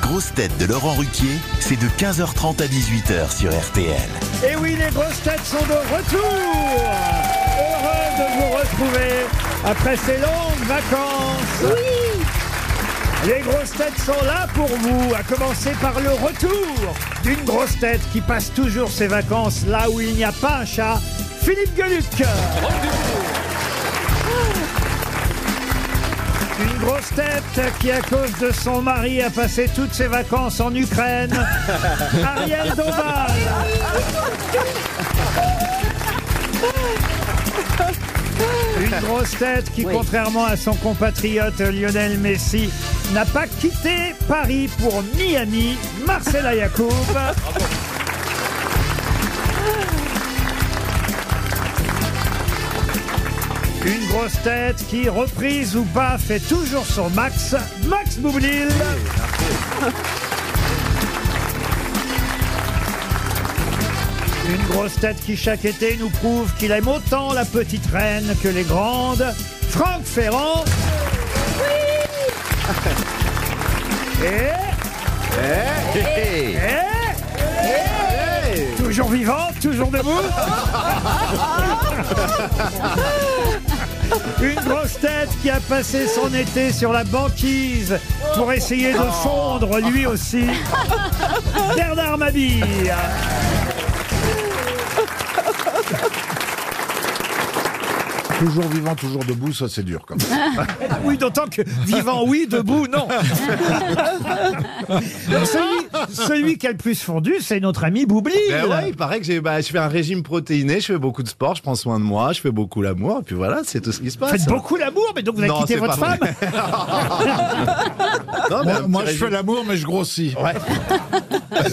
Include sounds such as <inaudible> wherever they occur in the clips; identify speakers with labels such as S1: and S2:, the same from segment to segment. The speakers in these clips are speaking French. S1: grosses têtes de Laurent Ruquier, c'est de 15h30 à 18h sur RTL.
S2: Et oui, les grosses têtes sont de retour Heureux de vous retrouver après ces longues vacances Les grosses têtes sont là pour vous, à commencer par le retour d'une grosse tête qui passe toujours ses vacances là où il n'y a pas un chat, Philippe Gueluc Une grosse tête qui, à cause de son mari, a passé toutes ses vacances en Ukraine. Ariel Dombal. Une grosse tête qui, contrairement à son compatriote Lionel Messi, n'a pas quitté Paris pour Miami, Marcela Yacoub. Une grosse tête qui, reprise ou pas, fait toujours son max, Max Boublil. Une grosse tête qui, chaque été, nous prouve qu'il aime autant la petite reine que les grandes, Franck Ferrand. Et...
S3: Eh,
S2: Eh? Et... Et... Toujours vivant, toujours debout. Une grosse tête qui a passé son été sur la banquise pour essayer de fondre lui aussi. Bernard Mabille.
S4: Toujours vivant, toujours debout, ça c'est dur quand même.
S2: <laughs> Oui, d'autant que vivant, oui, debout,
S4: <laughs>
S2: non. celui, celui qui a le plus fondu, c'est notre ami Boubli.
S5: Ben ouais, il paraît que j'ai, bah, je fais un régime protéiné, je fais beaucoup de sport, je prends soin de moi, je fais beaucoup l'amour, et puis voilà, c'est tout ce qui se passe. hein.
S2: Faites beaucoup l'amour, mais donc vous avez
S5: Non,
S2: quitté
S5: c'est
S2: votre
S5: pas
S2: femme
S5: vrai. Non, mais
S4: Moi,
S5: un
S4: moi,
S5: petit
S4: je fais
S5: régime.
S4: l'amour, mais je grossis. <laughs>
S5: Ouais.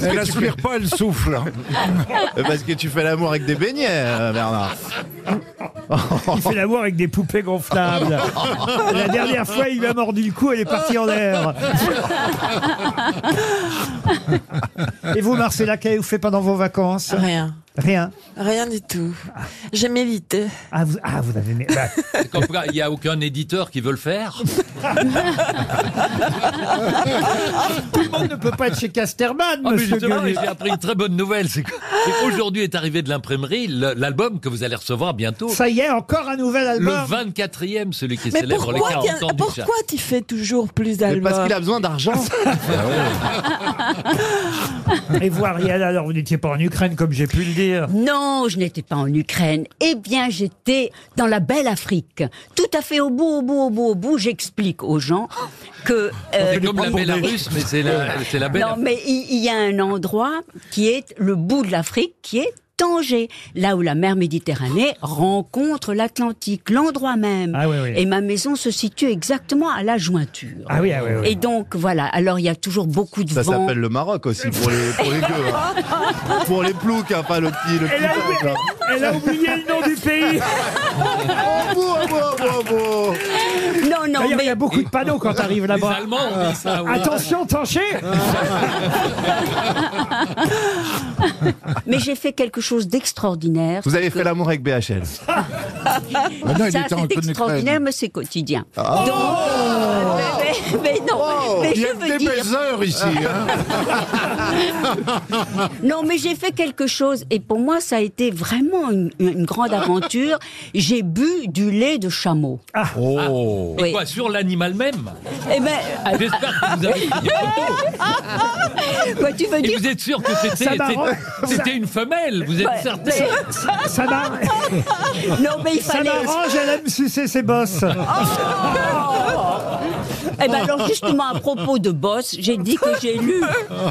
S4: Elle aspire pas, elle souffle.
S5: hein. Parce que tu fais l'amour avec des beignets, euh, Bernard.
S2: Il fait l'amour avec des poupées gonflables. La dernière fois, il lui a mordu le cou, elle est partie en l'air. Et vous, Marcella, qu'avez-vous fait pendant vos vacances
S6: Rien.
S2: Rien.
S6: Rien du tout. J'ai médité.
S2: Ah, vous, ah, vous avez. bah,
S7: Eh ben, Comme quoi, il n'y a aucun éditeur qui veut
S2: <laughs>
S7: le faire. Ah,
S2: tout le monde ne peut pas être chez Casterman,
S7: Ah, mais
S2: monsieur
S7: justement,
S2: Gueluc.
S7: j'ai appris une très bonne nouvelle. C'est que-
S2: <laughs>
S7: c'est qu'aujourd'hui est arrivé de l'imprimerie le- l'album que vous allez recevoir bientôt.
S2: Ça y est, encore un nouvel
S7: Le
S2: album.
S7: 24e, celui qui
S6: Mais
S7: célèbre les
S6: pourquoi,
S7: 40
S6: t'y-
S7: ans du chat.
S6: pourquoi tu fais toujours plus
S5: Mais
S6: d'albums
S5: parce qu'il a besoin
S6: <laughs>
S5: d'argent.
S2: Et vous, Ariel, alors, vous n'étiez pas en Ukraine, comme j'ai pu le dire.
S8: Non, je n'étais pas en Ukraine. Eh bien, j'étais dans la belle Afrique. Tout à fait au bout, au bout, au bout, au bout. J'explique aux gens que... euh,
S7: C'est comme la Bélarusse, mais c'est la, c'est la belle.
S8: non, mais il il y a un endroit qui est le bout de l'Afrique, qui est Tanger, là où la mer Méditerranée rencontre l'Atlantique, l'endroit même.
S2: Ah oui, oui.
S8: Et ma maison se situe exactement à la jointure.
S2: Ah oui, ah oui, oui.
S8: Et donc, voilà. Alors, il y a toujours beaucoup de
S5: Ça
S8: vent.
S5: s'appelle le Maroc aussi pour les, pour les gueux.
S2: <laughs>
S5: hein. Pour les ploucs, hein, pas le petit, le petit
S2: Elle a,
S5: peuple,
S2: oublié,
S5: hein.
S2: elle a oublié le nom du pays.
S5: Oh, beau, beau, beau, beau.
S8: Non, non,
S2: D'ailleurs, il y
S8: mais...
S2: a beaucoup de panneaux quand t'arrives
S7: Les
S2: là-bas.
S7: Allemands hein, ont dit ça. oui.
S2: Attention, Tanché
S8: Mais j'ai fait quelque chose d'extraordinaire.
S5: <laughs> Vous avez fait l'amour avec BHL.
S4: Maintenant, Ah, bah il
S8: Ça,
S4: était en
S8: c'est extraordinaire, mais c'est quotidien.
S4: Ah.
S8: Donc, mais, mais- mais non, mais
S4: Oh! Il y a
S8: je veux
S4: des
S8: dire,
S4: belles heures ici. hein.
S8: non, mais j'ai fait quelque chose et pour moi, ça a été vraiment une, une grande aventure. J'ai bu du lait de chameau.
S4: Oh.
S7: Mais
S8: Oui.
S7: Ah, quoi, sur l'animal même
S8: Eh ben,
S7: J'espère que vous avez pris des photos.
S8: Ah! quoi, tu veux
S7: Et
S8: dire
S7: vous êtes sûr que
S2: Ça
S7: c'était-
S2: m'arrange.
S7: c'était c'était une femelle Vous êtes
S8: Ouais,
S3: <laughs>
S7: certain
S8: mais-
S2: Ça m'arrange,
S8: Non, mais il
S2: ça
S8: fallait.
S2: m'arrange, elle aime sucer ses bosses.
S8: Oh! Eh ben alors justement à propos de boss, j'ai dit que j'ai lu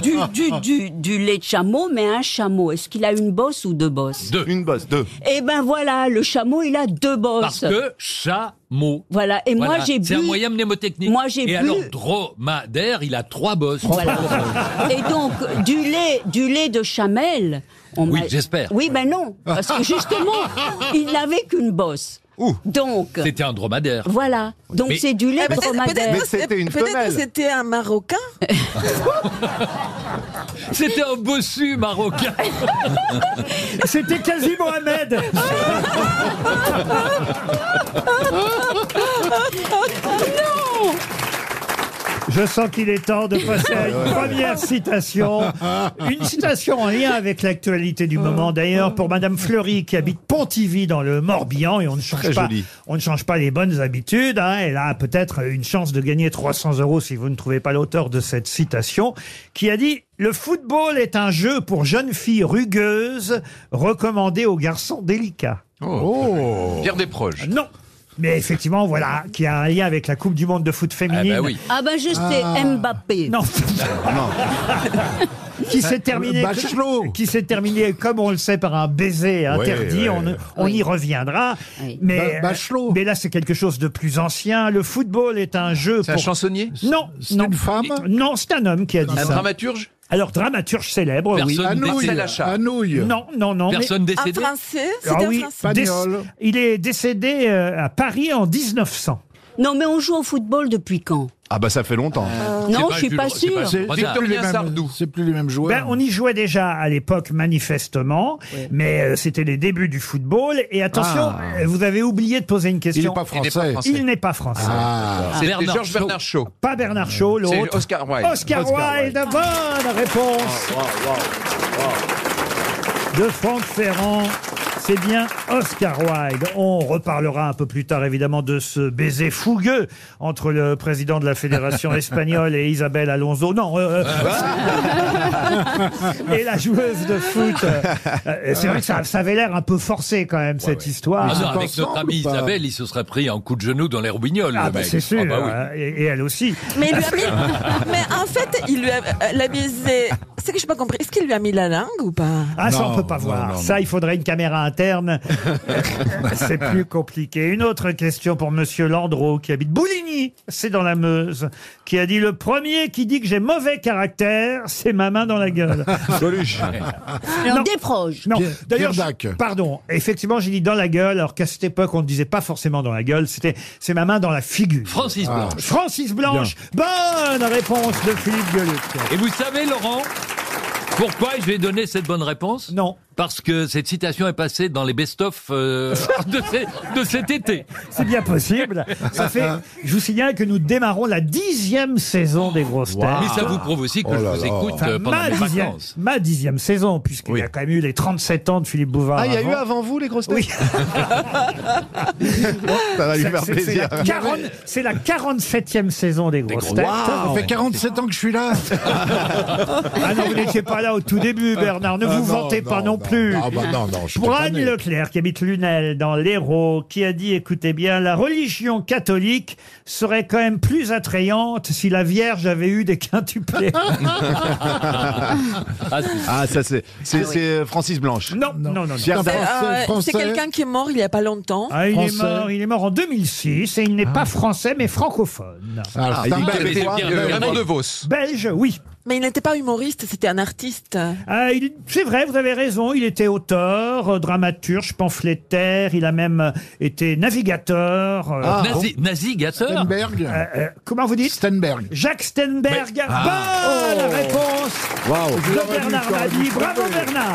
S8: du, du, du, du lait de chameau, mais un chameau, est-ce qu'il a une bosse ou deux bosses
S7: Deux.
S5: Une bosse, deux.
S8: Eh ben voilà, le chameau il a deux
S7: Parce
S8: bosses.
S7: que chameau.
S8: Voilà, et
S7: Voilà,
S8: moi j'ai bu.
S7: C'est un moyen mnémotechnique.
S8: Moi, j'ai
S7: Et
S8: bu-
S7: alors, dromadaire, il a trois bosses.
S8: Voilà. <laughs> Et donc, du lait, du lait de chamel. on
S7: Oui,
S8: m'a-
S7: j'espère.
S8: Oui, ben non. Parce que
S7: <laughs>
S8: justement, il n'avait qu'une bosse. Donc,
S7: C'était un dromadaire.
S8: voilà. Donc,
S7: Mais-
S8: c'est du lait
S6: Eh ben, c'est-
S8: dromadaire.
S5: Mais c'était une
S6: peut-être
S5: femelle.
S6: que c'était un Marocain.
S7: C'était un bossu
S2: <laughs>
S7: marocain.
S2: C'était quasi Mohamed.
S8: Oh,
S2: Je sens qu'il est temps de passer à une
S5: <laughs>
S2: première citation. Une citation en lien avec l'actualité du moment d'ailleurs pour Madame Fleury qui habite Pontivy dans le Morbihan et on ne change
S5: Très
S2: pas,
S5: joli.
S2: on ne change pas les bonnes habitudes. hein. Elle a peut-être une chance de gagner 300 euros si vous ne trouvez pas l'auteur de cette citation qui a dit le football est un jeu pour jeunes filles rugueuses recommandé aux garçons délicats.
S5: Oh.
S9: Pierre Desproges.
S2: Non. Mais effectivement, voilà, qui a un lien avec la Coupe du Monde de foot féminine.
S9: oui.
S8: Ah ben je sais, Mbappé.
S2: Non. qui s'est terminé,
S4: Euh, Bah, Bachelot.
S2: qui s'est terminé, comme on le sait, par un baiser interdit.
S4: ouais.
S2: On, on
S8: Oui.
S2: y reviendra.
S8: Oui.
S2: Mais,
S4: Ba- Bachelot.
S2: mais là, c'est quelque chose de plus ancien. Le football est un jeu
S9: C'est un
S2: pour-
S9: chansonnier
S2: Non,
S4: C'est
S2: non.
S4: une femme
S2: Non, c'est un homme qui a dit
S9: Un
S2: ça.
S9: dramaturge
S2: Alors, dramaturge célèbre, oui.
S7: Personne
S4: Anouille.
S9: Marcel
S7: décédé.
S9: Achat.
S4: Anouille.
S2: Non, non, non. mais-
S7: Personne
S6: Un
S7: décédé.
S6: français C'est
S2: Ah
S6: un
S2: oui,
S6: français.
S2: déc-
S4: Espagnol.
S2: il est décédé euh, à Paris en 1900.
S8: Non, mais on joue au football depuis quand
S5: Ah bah ça fait longtemps.
S8: Euh, Non,
S7: pas
S8: je suis
S7: Jules-
S8: pas
S7: c'est pas
S8: sûre.
S7: Jules-
S4: C'est c'est
S7: Renard.
S4: plus, les
S9: Victorien
S4: mêmes-
S9: Sardou.
S4: c'est plus les mêmes joueurs.
S2: Ben, on y jouait déjà à l'époque, manifestement, mais euh, c'était les débuts du football. Et attention,
S4: Ah.
S2: euh, vous avez oublié de poser une
S4: Il
S2: question.
S4: n'est pas
S9: Il n'est pas
S4: français.
S9: français.
S2: Il n'est pas français.
S4: Ah,
S9: C'était
S7: Bernard
S9: Georges
S7: Shaw.
S9: Bernard Shaw.
S2: Pas Bernard Shaw,
S9: C'est
S2: l'autre.
S9: Oscar Wilde.
S2: Oscar, Wilde, bonne réponse de Franck Ferrand. C'est bien Oscar Wilde. On reparlera un peu plus tard, évidemment, de ce baiser fougueux entre le président de
S4: <laughs>
S2: la Fédération espagnole et Isabelle Alonso. Non, euh,
S3: Ah.
S4: Ah.
S2: euh, <laughs> et la joueuse de foot. Euh, euh, C'est vrai que ça, ça avait l'air un peu forcé, quand même, cette histoire.
S7: Ah non,
S4: Ils sont
S7: avec notre
S4: ensemble
S7: amie
S4: ou pas
S7: Isabelle, il se serait pris un coup de genou dans les roubignoles.
S2: Ah,
S7: le
S2: bah,
S7: mec.
S2: c'est sûr,
S7: Ah bah oui.
S2: hein, et, et elle aussi.
S6: Mais, il lui a mis- mais en fait, il lui a, euh, l'a baisé. C'est que je n'ai pas compris. Est-ce qu'il lui a mis la langue ou pas
S2: Ah, ça,
S4: Non,
S2: on peut pas
S4: non,
S2: voir.
S4: non, non.
S2: Ça, il faudrait une caméra
S4: <laughs>
S2: interne. c'est plus compliqué. Une autre question pour Monsieur Landreau, qui habite Bouligny, c'est dans la Meuse, qui a dit Le premier qui dit que j'ai mauvais caractère, c'est ma main dans
S4: <laughs>
S2: la gueule.
S8: Alors
S2: Non.
S8: des proches.
S2: Non,
S4: Pierre-
S2: d'ailleurs,
S4: Pierre
S2: je-
S4: Dac.
S2: pardon. Effectivement, j'ai dit dans la gueule, alors qu'à cette époque, on ne disait pas forcément dans la gueule, c'était c'est ma main dans la figure.
S7: Francis Blanche.
S2: Francis Blanche, bonne réponse de Philippe Gueluc.
S7: <laughs> Et vous savez, Laurent, pourquoi je vais donner cette bonne réponse
S2: Non.
S7: Parce que cette citation est passée dans les best-of euh, <laughs> de, ce- de cet été.
S2: C'est bien possible.
S7: <laughs>
S2: Ça fait, je vous signale que nous démarrons la dixième saison des grosses têtes. Oh
S7: Mais ça vous prouve aussi que je vous écoute
S2: Enfin,
S7: euh, pendant
S2: ma,
S7: mes
S2: dixième,
S7: vacances.
S2: ma dixième saison, puisqu'il y a quand même eu les 37 ans de Philippe Bouvard.
S5: Ah, il y a eu
S2: avant.
S5: avant vous les grosses têtes
S2: Oui.
S5: <laughs> Ça va lui
S2: C'est-
S5: faire
S2: c'est- c'est
S5: plaisir.
S2: la 40 C'est la 47e saison des grosses têtes.
S4: ça fait 47 ans que je suis là.
S2: Ah non, vous n'étiez pas là au tout début, Bernard. Ne vous vantez pas non, plus.
S4: Ah bah Ah non, non, je suis
S2: Pour
S4: pas
S2: Anne
S4: né.
S2: Leclerc, qui habite Lunel, dans l'Hérault, qui a dit, écoutez bien, la religion catholique serait quand même plus attrayante si la Vierge avait eu
S5: <laughs>
S2: des quintuplés.
S7: Ah, c'est-
S5: Ah ça c'est c'est c'est Francis Blanche.
S2: non, non, non. non.
S4: Pierre
S6: Euh,
S4: Dac,
S6: C'est
S4: français.
S6: quelqu'un qui est mort il n'y a pas longtemps.
S2: Ah, il, est
S4: Français.
S2: mort, il est mort en 2006 et il n'est pas français mais francophone.
S4: Ah, c'est un
S5: il
S4: bel-
S5: était-
S7: Pierre-
S5: Euh,
S7: Pierre-
S9: Raymond
S7: Pierre-
S9: DeVos.
S2: Belge, oui.
S6: Mais il n'était pas humoriste, c'était un artiste.
S2: Ah, il- c'est vrai, vous avez raison, il était auteur, euh, dramaturge, pamphlétaire, il a même euh, été navigateur. euh,
S4: Ah,
S7: Nazi, Nazi Gasser
S4: Stenberg.
S2: euh, euh, comment vous dites
S4: Stenberg.
S2: Jacques Stenberg.
S3: Ah.
S4: Ah.
S2: Bonne
S4: Oh.
S2: réponse
S4: Waouh.
S2: de Bernard Mabie. Bravo Bernard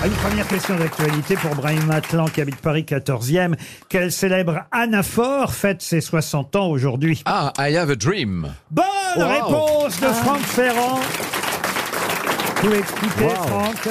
S2: Ah, Une première question d'actualité pour Brahim Atlan qui habite Paris 14e. Quelle célèbre anaphore fête ses 60 ans aujourd'hui
S9: Ah, I have a dream.
S2: Bonne réponse de
S4: Ah.
S2: Franck Ferrand. Vous expliquez, Franck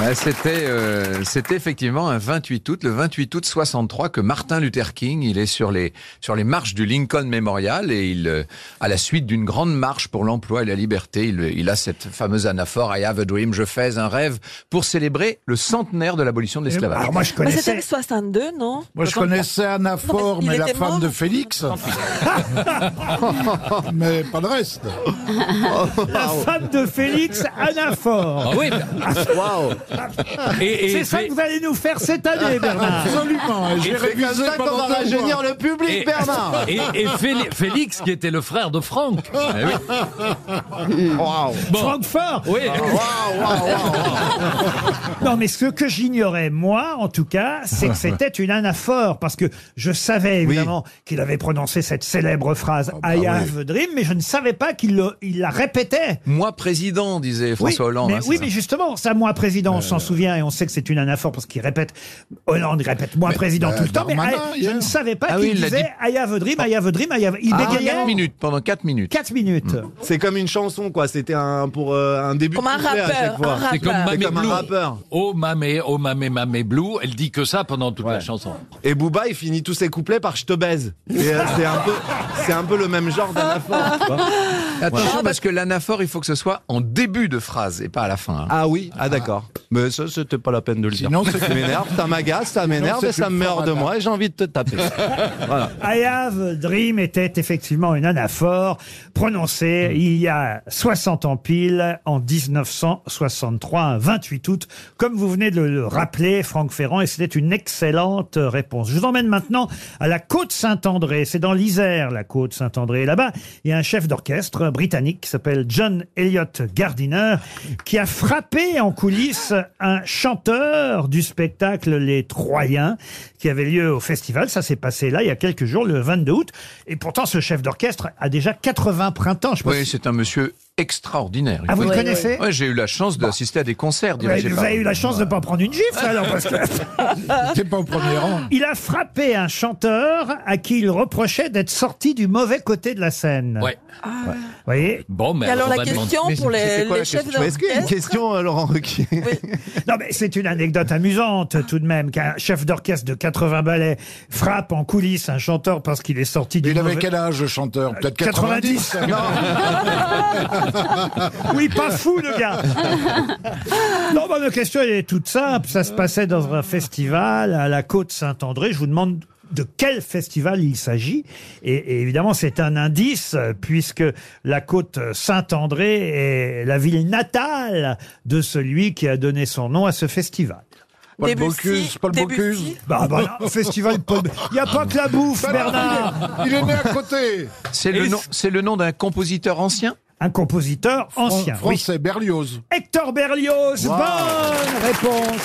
S9: Ouais, c'était, euh, c'était effectivement un 28 août, le 28 août 63, que Martin Luther King, il est sur les, sur les marches du Lincoln Memorial et il, euh, à la suite d'une grande marche pour l'emploi et la liberté, il, euh, il a cette fameuse anaphore I have a dream, je fais un rêve, pour célébrer le centenaire de l'abolition de l'esclavage.
S2: Eh Alors moi je
S6: Mais
S2: connaissais.
S6: Bah, c'était 62, non
S4: Moi, je connaissais Anna Faure,
S6: il
S4: mais la
S6: était
S4: femme
S6: mort.
S4: de Félix. <laughs> mais pas le reste.
S2: La femme de Félix, anaphore.
S7: Ah oui,
S5: Waouh. Ah.
S7: <laughs> et, et-
S2: C'est ça
S7: et-
S2: que vous allez nous faire cette année, Bernard.
S4: Absolument. et J'ai
S5: C'est comme
S4: révisé
S5: ça qu'on
S4: pendant
S5: va
S4: deux mois.
S5: rajeunir le public,
S7: et-
S4: <laughs>
S5: Bernard.
S7: <laughs>
S5: Eh
S7: et- et
S5: <laughs>
S7: Félix- Félix, qui était le frère de Franck.
S5: Waouh.
S7: Bon,
S2: Francfort
S7: oui.
S2: Non, mais ce que j'ignorais, moi, en tout cas, c'est
S9: <laughs>
S2: que c'était une anaphore, parce que je savais évidemment qu'il avait prononcé cette célèbre phrase
S9: Ah,
S4: bah
S2: I
S4: oui.
S2: have a dream, mais je ne savais pas qu'il le- il la répétait.
S9: Moi président, disait François
S2: oui,
S9: Hollande.
S2: Mais,
S9: hein,
S2: oui,
S9: c'est Euh,
S2: mais justement, ça, moi, président, on s'en souvient et on sait que c'est une anaphore parce qu'il répète, Hollande il répète moi président
S4: bah,
S2: tout le temps, mais
S4: Darmanin,
S2: ah, je
S4: hier.
S2: ne savais pas
S9: Ah
S2: qu'il
S9: oui, euh, il l'a
S2: disait Aya Vedrim, Aya Vedrim, Aya Il
S9: Ah,
S2: bégayait
S9: quatre minutes, pendant 4 minutes.
S2: 4 minutes.
S5: Mm. C'est comme une chanson, quoi. C'était un, pour euh, un début
S6: Comme
S5: de
S6: un
S5: couplet à
S6: rappeur,
S5: chaque fois.
S6: un rappeur.
S7: C'est comme Mamé
S5: C'est comme un
S7: Blue.
S5: rappeur.
S7: Oh Mamé, oh Mamé, Mamé Blue. Elle dit que ça pendant toute la chanson.
S5: Et Booba, il finit tous ses couplets par Je te baise. Et, euh, c'est un peu, c'est un peu le même genre d'anaphore. tu vois.
S9: Attention, parce que l'anaphore, il faut que ce soit en début de phrase et pas à la fin. hein.
S5: Ah oui, ah d'accord. Mais ça, c'était pas la peine de le
S4: <laughs>
S5: dire.
S4: Sinon, c'est-
S5: <laughs> ça m'énerve, ça m'agace, ça m'énerve
S4: c'est
S5: et ça
S4: une
S5: me meurt de
S4: forme
S5: moi et j'ai envie de
S4: <laughs>
S5: te taper.
S2: <laughs> I have a dream était effectivement une anaphore prononcée il y a 60 ans pile, en 1963, un 28 août, comme vous venez de le rappeler, Franck Ferrand, et c'était une excellente réponse. Je vous emmène maintenant à la côte Saint-André. C'est dans l'Isère, la côte Saint-André. Là-bas, il y a un chef d'orchestre britannique qui s'appelle John Elliott Gardiner, qui a frappé en coulisses un chanteur du spectacle Les Troyens, qui avait lieu au festival. Ça s'est passé là, il y a quelques jours, le 22 août. Et pourtant, ce chef d'orchestre a déjà 80 printemps. Je pense.
S9: Oui, c'est un monsieur extraordinaire. il
S2: ah,
S9: faut
S2: vous le
S9: dire.
S2: connaissez
S9: Ouais, j'ai eu la chance d'assister à des concerts
S2: Vous avez-
S9: dirigés
S2: vous
S9: par
S2: avez eu la chance de ne pas en prendre une gifle, alors, parce
S4: <laughs>
S2: que...
S4: T'es pas au premier rang.
S2: Il a frappé un chanteur à qui il reprochait d'être sorti du mauvais côté de la scène.
S7: Ouais.
S2: Vous voyez
S7: Bon, mais
S6: Et alors
S7: on
S6: la
S7: va demander-
S6: question
S9: Mais
S6: pour les,
S9: c'était quoi la
S6: les chefs
S9: question
S5: Est-ce qu'il y a une
S6: d'orchestre
S5: question, euh, Laurent Ruquier
S2: <laughs> Non, mais c'est une anecdote amusante tout de même qu'un chef d'orchestre de 80 ballets frappe en coulisses un chanteur parce qu'il est sorti du
S4: Il
S2: mauvais...
S4: avait quel âge, le
S2: Euh,
S4: chanteur Peut-être 90,
S2: 90
S4: <laughs>
S2: <laughs> Oui, pas fou le gars Non, bah, ma question elle est toute simple. Ça se passait dans un festival à la côte Saint-André. Je vous demande de quel festival il s'agit. Et, et évidemment, c'est un indice, euh, puisque la côte Saint-André est la ville natale de celui qui a donné son nom à ce festival.
S4: Paul
S6: Debussy,
S4: Bocuse, Paul
S6: Debussy.
S4: Bocuse.
S2: Bah, bah, non, festival Paul- Il n'y a pas que la bouffe, Bernard
S4: Il est né à côté.
S9: C'est le
S7: Et
S9: nom,
S7: c'est-
S9: c'est le nom d'un compositeur ancien.
S2: Un compositeur ancien. oui.
S4: Français, Berlioz.
S2: Hector Berlioz,
S4: Wow.
S2: bonne réponse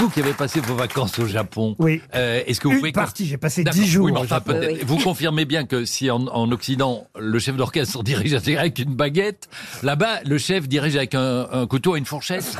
S7: Vous qui avez passé vos vacances au Japon,
S2: Oui.
S7: euh, est-ce que vous
S2: Une
S7: pouvez
S2: partie, j'ai passé
S7: D'accord.
S2: 10 jours
S7: Oui, mais
S2: au
S7: enfin,
S2: Japon.
S7: peut-être.
S8: Oui.
S7: Vous confirmez bien que si en, en Occident, le chef d'orchestre <laughs> dirige avec une baguette, là-bas, le chef dirige avec un, un couteau et
S2: <laughs>
S7: une fourchette.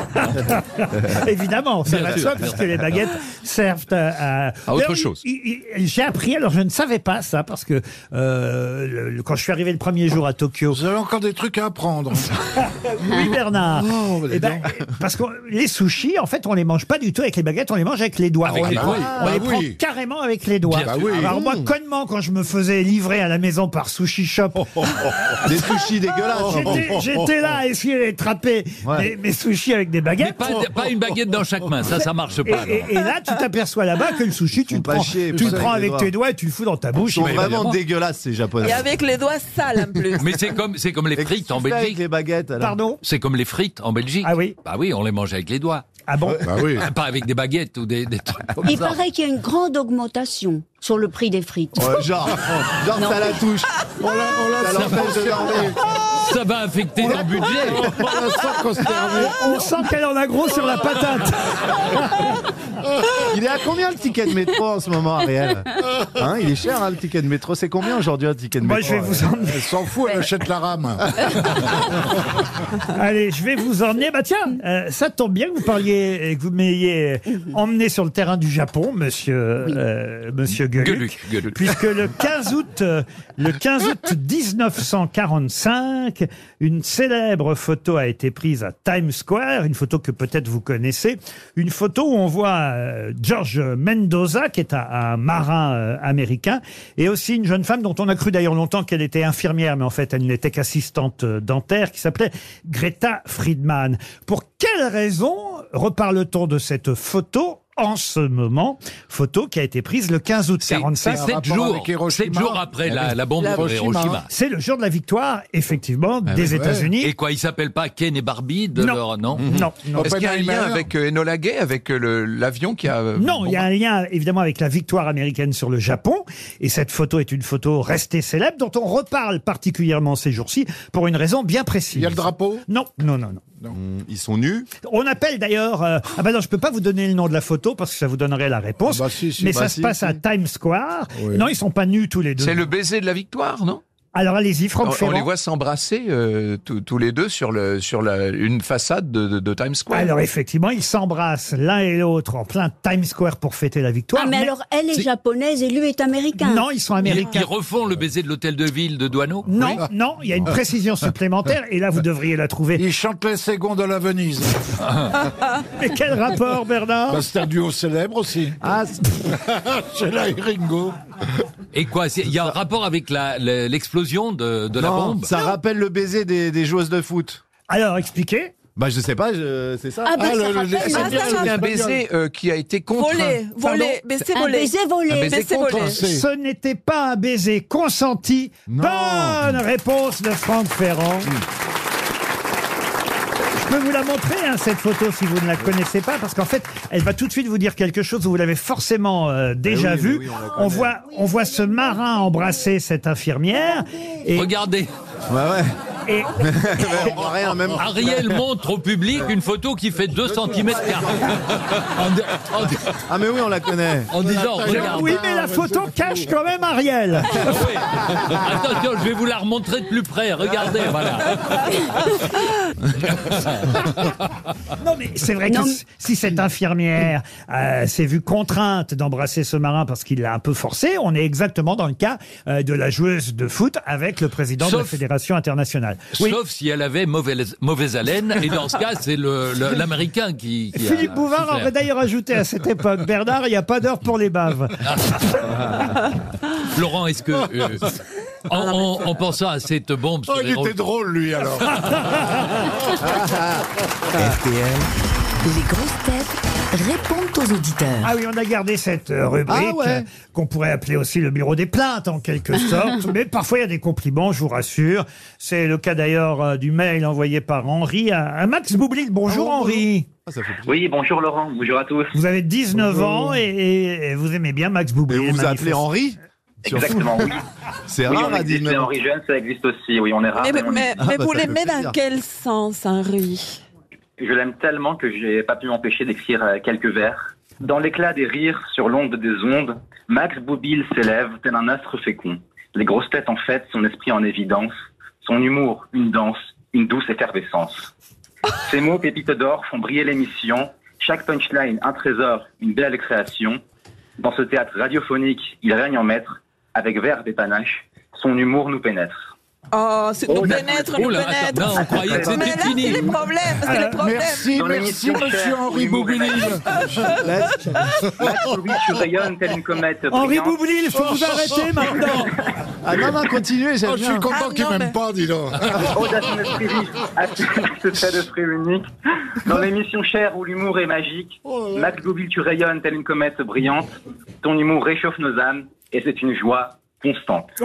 S2: Évidemment, ça
S7: Bien
S2: va de
S7: sûr.
S2: soi, puisque les baguettes servent à, à-
S9: autre
S2: D'ailleurs,
S9: chose.
S2: il- il- J'ai appris, alors je ne savais pas ça, parce que euh, le- le- quand je suis arrivé le premier jour à Tokyo,
S4: Vous avez encore des trucs à apprendre. hein.
S2: <laughs> oui Bernard,
S4: Oh, bah, dis
S2: Eh ben, parce que les sushis, en fait, on les mange pas du tout avec les baguettes, on les mange avec les doigts.
S7: Avec
S2: on
S7: les
S2: les,
S7: doigts.
S2: on
S4: Bah
S2: les
S4: oui.
S2: prend carrément avec les doigts.
S7: Bien Mmh.
S4: sûr. Bah oui.
S2: Alors moi, connement, quand je me faisais livrer à la maison par sushi shop,
S4: Oh,
S5: Des
S2: <laughs>
S5: sushis dégueulasses.
S2: j'étais- j'étais là à essayer d'attraper mes, mes sushis avec des
S7: <laughs> Mais
S2: baguettes.
S7: pas, pas une baguette dans chaque main, ça, ça marche
S2: Et,
S7: pas. alors.
S2: et- et là, tu t'aperçois là-bas que le sushi, tu le
S5: pas
S2: prends,
S5: chier,
S2: tu le
S5: vous savez,
S2: prends
S5: les
S2: avec
S5: doigts.
S2: tes doigts et tu le fous dans ta
S5: Ils
S2: bouche.
S5: sont
S7: Mais
S5: vraiment
S7: évidemment.
S5: dégueulasses, ces japonais.
S6: Et avec les doigts sales en plus.
S7: Mais c'est comme, c'est comme les
S5: Et qu'est-ce
S7: frites en
S5: que tu fais avec
S7: Belgique.
S5: les baguettes, alors
S2: Pardon
S7: C'est comme les frites en Belgique.
S2: Ah oui.
S7: Bah oui, on les mange avec les doigts.
S2: Ah
S7: <laughs>
S2: bon
S4: Bah oui.
S7: Pas avec des baguettes ou des, des trucs comme
S8: Il
S7: ça.
S8: paraît qu'il y a une grande augmentation sur le prix des frites. Ah,
S5: Ouais, genre,
S7: <laughs>
S5: genre ça la touche. On la, on la, ça l'empêche de dormir.
S7: Ça va affecter leur budget. <laughs>
S2: Ah, On sent qu'elle en a gros sur la patate.
S5: <laughs> Il est à combien le ticket de métro en ce moment, Ariel Ah, hein, Il est cher, hein, le ticket de métro. C'est combien aujourd'hui un ticket de
S2: Moi,
S5: métro
S2: je vais vous emmener.
S4: Elle s'en fout, elle achète la rame.
S2: Allez, je vais vous emmener. Bah tiens, euh, ça tombe bien que vous parliez et que vous m'ayez euh, emmené sur le terrain du Japon, monsieur, euh, monsieur Gueluc.
S7: Gueluc, Gueluc.
S2: Puisque le 15 août, euh, le 15
S7: <laughs>
S2: août 1945, une célèbre photo a été prise à Times Square, une photo que peut-être vous connaissez, une photo où on voit euh, George Mendoza, qui est un, un marin euh, américain, et aussi une jeune femme dont on a cru d'ailleurs longtemps qu'elle était infirmière, mais en fait elle n'était qu'assistante euh, dentaire, qui s'appelait Greta Friedman. Pour quelle raison reparle-t-on de cette photo en ce moment, photo qui a été prise le 15 août
S7: C'est
S2: 45.
S4: un
S7: 7
S4: rapport
S7: jours,
S4: avec Hiroshima.
S7: sept jours après la, la bombe
S6: La-
S7: sur
S4: Hiroshima. Ah
S7: Hiroshima.
S2: C'est le jour de la victoire, effectivement, des
S4: ouais.
S2: États-Unis.
S7: Ah Et quoi, ils s'appellent pas Ken et Barbie de
S2: Non.
S7: leur non
S2: Non, non.
S9: Est-ce qu'il y a un lien
S4: Oppenheimer.
S9: avec euh, Enola Gay, avec euh, le- l'avion qui a euh,
S2: Non, il y a
S9: bombardé
S2: un lien évidemment avec la victoire américaine sur le Japon. Et cette photo est une photo restée célèbre dont on reparle particulièrement ces jours-ci pour une raison bien précise.
S4: Il y a le drapeau
S2: Non, non, non, non.
S5: Ils sont nus.
S2: On appelle d'ailleurs. euh, ah bah non, je peux pas vous donner le nom de la photo parce que ça vous donnerait la réponse.
S4: Ah bah si, si,
S2: mais
S4: bah
S2: ça
S4: si,
S2: se passe
S4: si.
S2: à Times Square.
S4: Oui.
S2: Non, ils sont pas nus tous les deux.
S9: C'est le baiser de la victoire, non
S2: Alors allez-y, Franck
S9: On, on
S2: Ferrand.
S9: les voit s'embrasser euh, tous tous les deux sur, le, sur la, une façade de, de- de Times Square.
S2: Alors effectivement, ils s'embrassent l'un et l'autre en plein Times Square pour fêter la victoire.
S8: Ah, mais alors, elle est
S7: c'est-
S8: japonaise et lui est américain.
S2: Non, ils sont
S7: Ils,
S2: américains.
S7: ils refont le baiser de l'hôtel de ville de Douaneau
S2: Non, non, il y a une
S4: Ah.
S2: précision supplémentaire
S4: <laughs>
S2: et là vous devriez la trouver.
S4: Il chante les secondes de la Venise.
S2: <laughs> Mais quel rapport, Bernard
S4: Bah, c'est un duo célèbre aussi. <laughs>
S2: Ah,
S4: C'est là et Ringo.
S7: <laughs> Et quoi c'est- Il y a un rapport avec la- le- l'explosion de, de la
S5: Non,
S7: bombe
S5: ça <laughs> rappelle le baiser des, des joueuses de foot.
S2: Alors expliquez.
S5: Bah, je sais pas, je- c'est ça.
S8: Ah, bah,
S4: Ah,
S8: ça
S4: le- le-
S8: rappelle-
S6: ça
S8: Ah,
S6: me
S8: ça
S6: dit
S9: C'est
S8: rappelle-
S9: un baiser euh, qui a été contre.
S6: Voler, voler, baisser,
S8: Un
S6: voler.
S8: baiser volé.
S9: baiser
S6: Baisser,
S9: contre
S6: voler.
S2: Ce n'était pas un baiser consenti. Bonne réponse de Franck Ferrand.
S5: Hmm.
S2: Je peux vous la montrer, hein, cette photo, si vous ne la connaissez pas, parce qu'en fait, elle va tout de suite vous dire quelque chose. Vous l'avez forcément euh, déjà
S5: oui,
S2: vu.
S5: mais oui, on la
S2: on,
S5: connaît.
S2: voit, on voit ce marin embrasser cette infirmière. Et,
S7: Regardez,
S5: Ouais, <laughs> ouais.
S2: et-
S5: On voit rien, même.
S7: Ariel montre au public une photo qui fait 2 cm
S5: <laughs>
S7: en, en-
S5: Ah, mais oui, on la connaît.
S7: en disant, regarde.
S2: oui, mais la photo cache quand
S5: <laughs>
S2: même Ariel.
S7: Oui. Attention, je vais vous la remontrer de plus près. Regardez,
S5: <laughs>
S7: voilà.
S2: Non, mais c'est vrai que
S8: Non,
S2: si- si cette infirmière euh, s'est vue contrainte d'embrasser ce marin parce qu'il l'a un peu forcé, on est exactement dans le cas euh, de la joueuse de foot avec le président de la
S7: Sauf-
S2: Fédération internationale. Oui.
S7: Sauf si elle avait mauvaise, mauvaise haleine. Et dans ce cas, c'est le- le- l'américain qui, qui a
S2: Philippe Bouvard
S7: souffert.
S2: aurait d'ailleurs ajouté à cette époque Bernard, il n'y a pas d'heure pour les baves.
S7: Ah. Laurent, est-ce
S2: <laughs>
S7: que. euh, en, en- en pensant à cette bombe sur
S4: Oh, il
S7: les
S4: était drôle, lui, alors.
S3: Les grosses têtes répondent aux auditeurs.
S2: Ah oui, on a gardé cette euh, rubrique
S5: Ah ouais.
S2: euh, qu'on pourrait appeler aussi le bureau des plaintes en
S5: <laughs>
S2: quelque sorte. Mais parfois il y a des compliments, je vous rassure. C'est le cas d'ailleurs euh, du mail envoyé par Henri à, à Max Boublil. Bonjour Henri.
S5: Ah, ça fait plaisir.
S10: Oui, bonjour Laurent, bonjour à tous.
S2: Vous avez 19 ans et, et- et vous aimez bien Max
S5: Et
S2: Boublil.
S5: vous vous appelez
S2: manifestement.
S5: Henri
S10: Exactement, oui.
S5: <laughs> C'est
S10: Oui,
S5: rare
S10: on
S5: à
S10: existe,
S5: 19
S10: les
S5: ans.
S10: Henri Jeune, ça existe aussi. Oui, on est rare.
S6: Mais,
S10: mais on
S6: mais-
S10: existe.
S6: mais
S5: bah,
S6: vous
S5: ça fait
S6: l'aimez dans
S5: plaisir.
S6: quel sens, Henri
S10: Je l'aime tellement que j'ai pas pu m'empêcher d'écrire euh, quelques vers. Dans l'éclat des rires sur l'onde des ondes, Max Boublil s'élève tel un astre fécond. Les grosses têtes en fête, son esprit en évidence, son humour, une danse, une douce effervescence. Ces mots pépites d'or font briller l'émission, chaque punchline un trésor, une belle création. Dans ce théâtre radiophonique, il règne en maître, avec verbe et panache, son humour nous pénètre.
S6: Oh, c'est
S10: Oh
S6: nous
S10: là-
S6: pénètre,
S7: Oh
S6: nous
S7: là,
S6: pénètre.
S7: attends, non, on croyait que
S6: mais
S7: c'était
S6: là, c'est
S7: fini.
S6: le problème, c'est le problème.
S4: Merci,
S10: Dans
S4: merci,
S10: l'émission,
S4: monsieur
S10: cher,
S4: Henri
S6: <laughs>
S10: vous
S4: Boublil.
S10: Max Boublil, tu rayonnes telle une comète.
S2: Henri
S10: brillante. Oh,
S2: Boublil, faut vous arrêter maintenant.
S5: Ah non, non, continuez, j'aime
S4: Oh, je suis
S5: bien.
S4: content
S6: Ah,
S4: qu'il
S6: non,
S4: m'aime
S6: mais-
S4: pas, dis
S10: <laughs>
S4: donc.
S10: Ode à son esprit vif, à ce trait de fruit unique. Dans l'émission chère où l'humour est magique,
S5: Oh
S10: Max Boublil, tu rayonnes telle une comète brillante. Ton humour réchauffe nos âmes et c'est une joie constante.
S2: <laughs> Oh,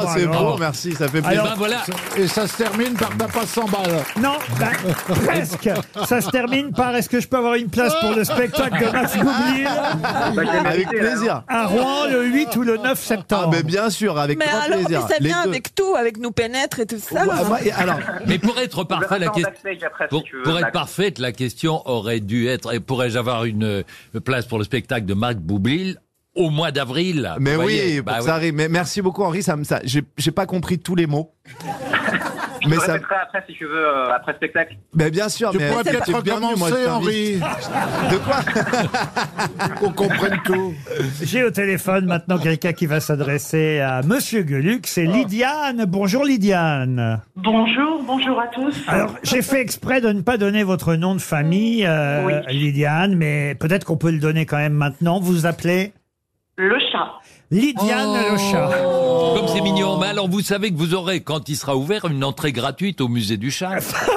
S5: Oh,
S2: bah
S5: c'est
S2: alors.
S5: beau, merci, ça fait
S7: Eh
S5: plaisir.
S7: ben voilà,
S4: Et ça se termine par t'as pas 100 balles.
S2: Non, bah, presque. Ça se termine par est-ce que je peux avoir une place pour le spectacle de Max Boublil
S10: Bah, je l'ai
S5: Avec
S10: mérité, là, hein.
S5: plaisir.
S2: à Rouen le 8 ou le 9
S5: Ah,
S2: septembre
S5: mais bien sûr, avec
S6: Mais
S5: grand
S6: alors, mais
S5: plaisir.
S6: ça
S5: Les
S6: vient
S5: deux.
S6: avec tout, avec nous pénètre et tout ça.
S5: Ouais, moi, et alors,
S7: <laughs> mais pour être
S10: On verra
S7: parfait, la
S10: ça en
S7: question.
S10: backstage après, si
S7: Pour,
S10: tu veux,
S7: pour être
S10: Max.
S7: parfaite, la question aurait dû être et pourrais-je avoir une euh, place pour le spectacle de Marc Boublil au mois d'avril
S5: mais
S7: Vous voyez,
S5: oui, pour
S7: bah
S5: que
S7: oui.
S5: ça arrive. Mais merci beaucoup, Henri. Ça, me- ça, j'ai j'ai pas compris tous les mots. mais
S10: Je
S5: ça,
S10: répéterai après si tu veux, euh, après le spectacle.
S5: mais bien sûr.
S4: Tu
S5: mais
S4: pourrais
S5: t'es
S4: peut-être
S5: bienvenue, moi, je
S4: recommencer,
S5: t'invite.
S4: Henri.
S5: De quoi
S4: Qu'on comprenne tout.
S2: J'ai au téléphone maintenant quelqu'un qui va s'adresser à Monsieur Gueluc, c'est Lydiane. Bonjour Lydiane.
S11: Bonjour, bonjour à tous.
S2: Alors j'ai fait exprès de ne pas donner votre nom de famille, euh,
S11: Oui.
S2: Lydiane, mais peut-être qu'on peut le donner quand même maintenant. Vous vous appelez
S11: Le chat.
S2: Lydiane
S7: Oh.
S2: Le Chat.
S7: Comme c'est mignon. Mais alors, vous savez que vous aurez, quand il sera ouvert, une entrée gratuite au musée du chat.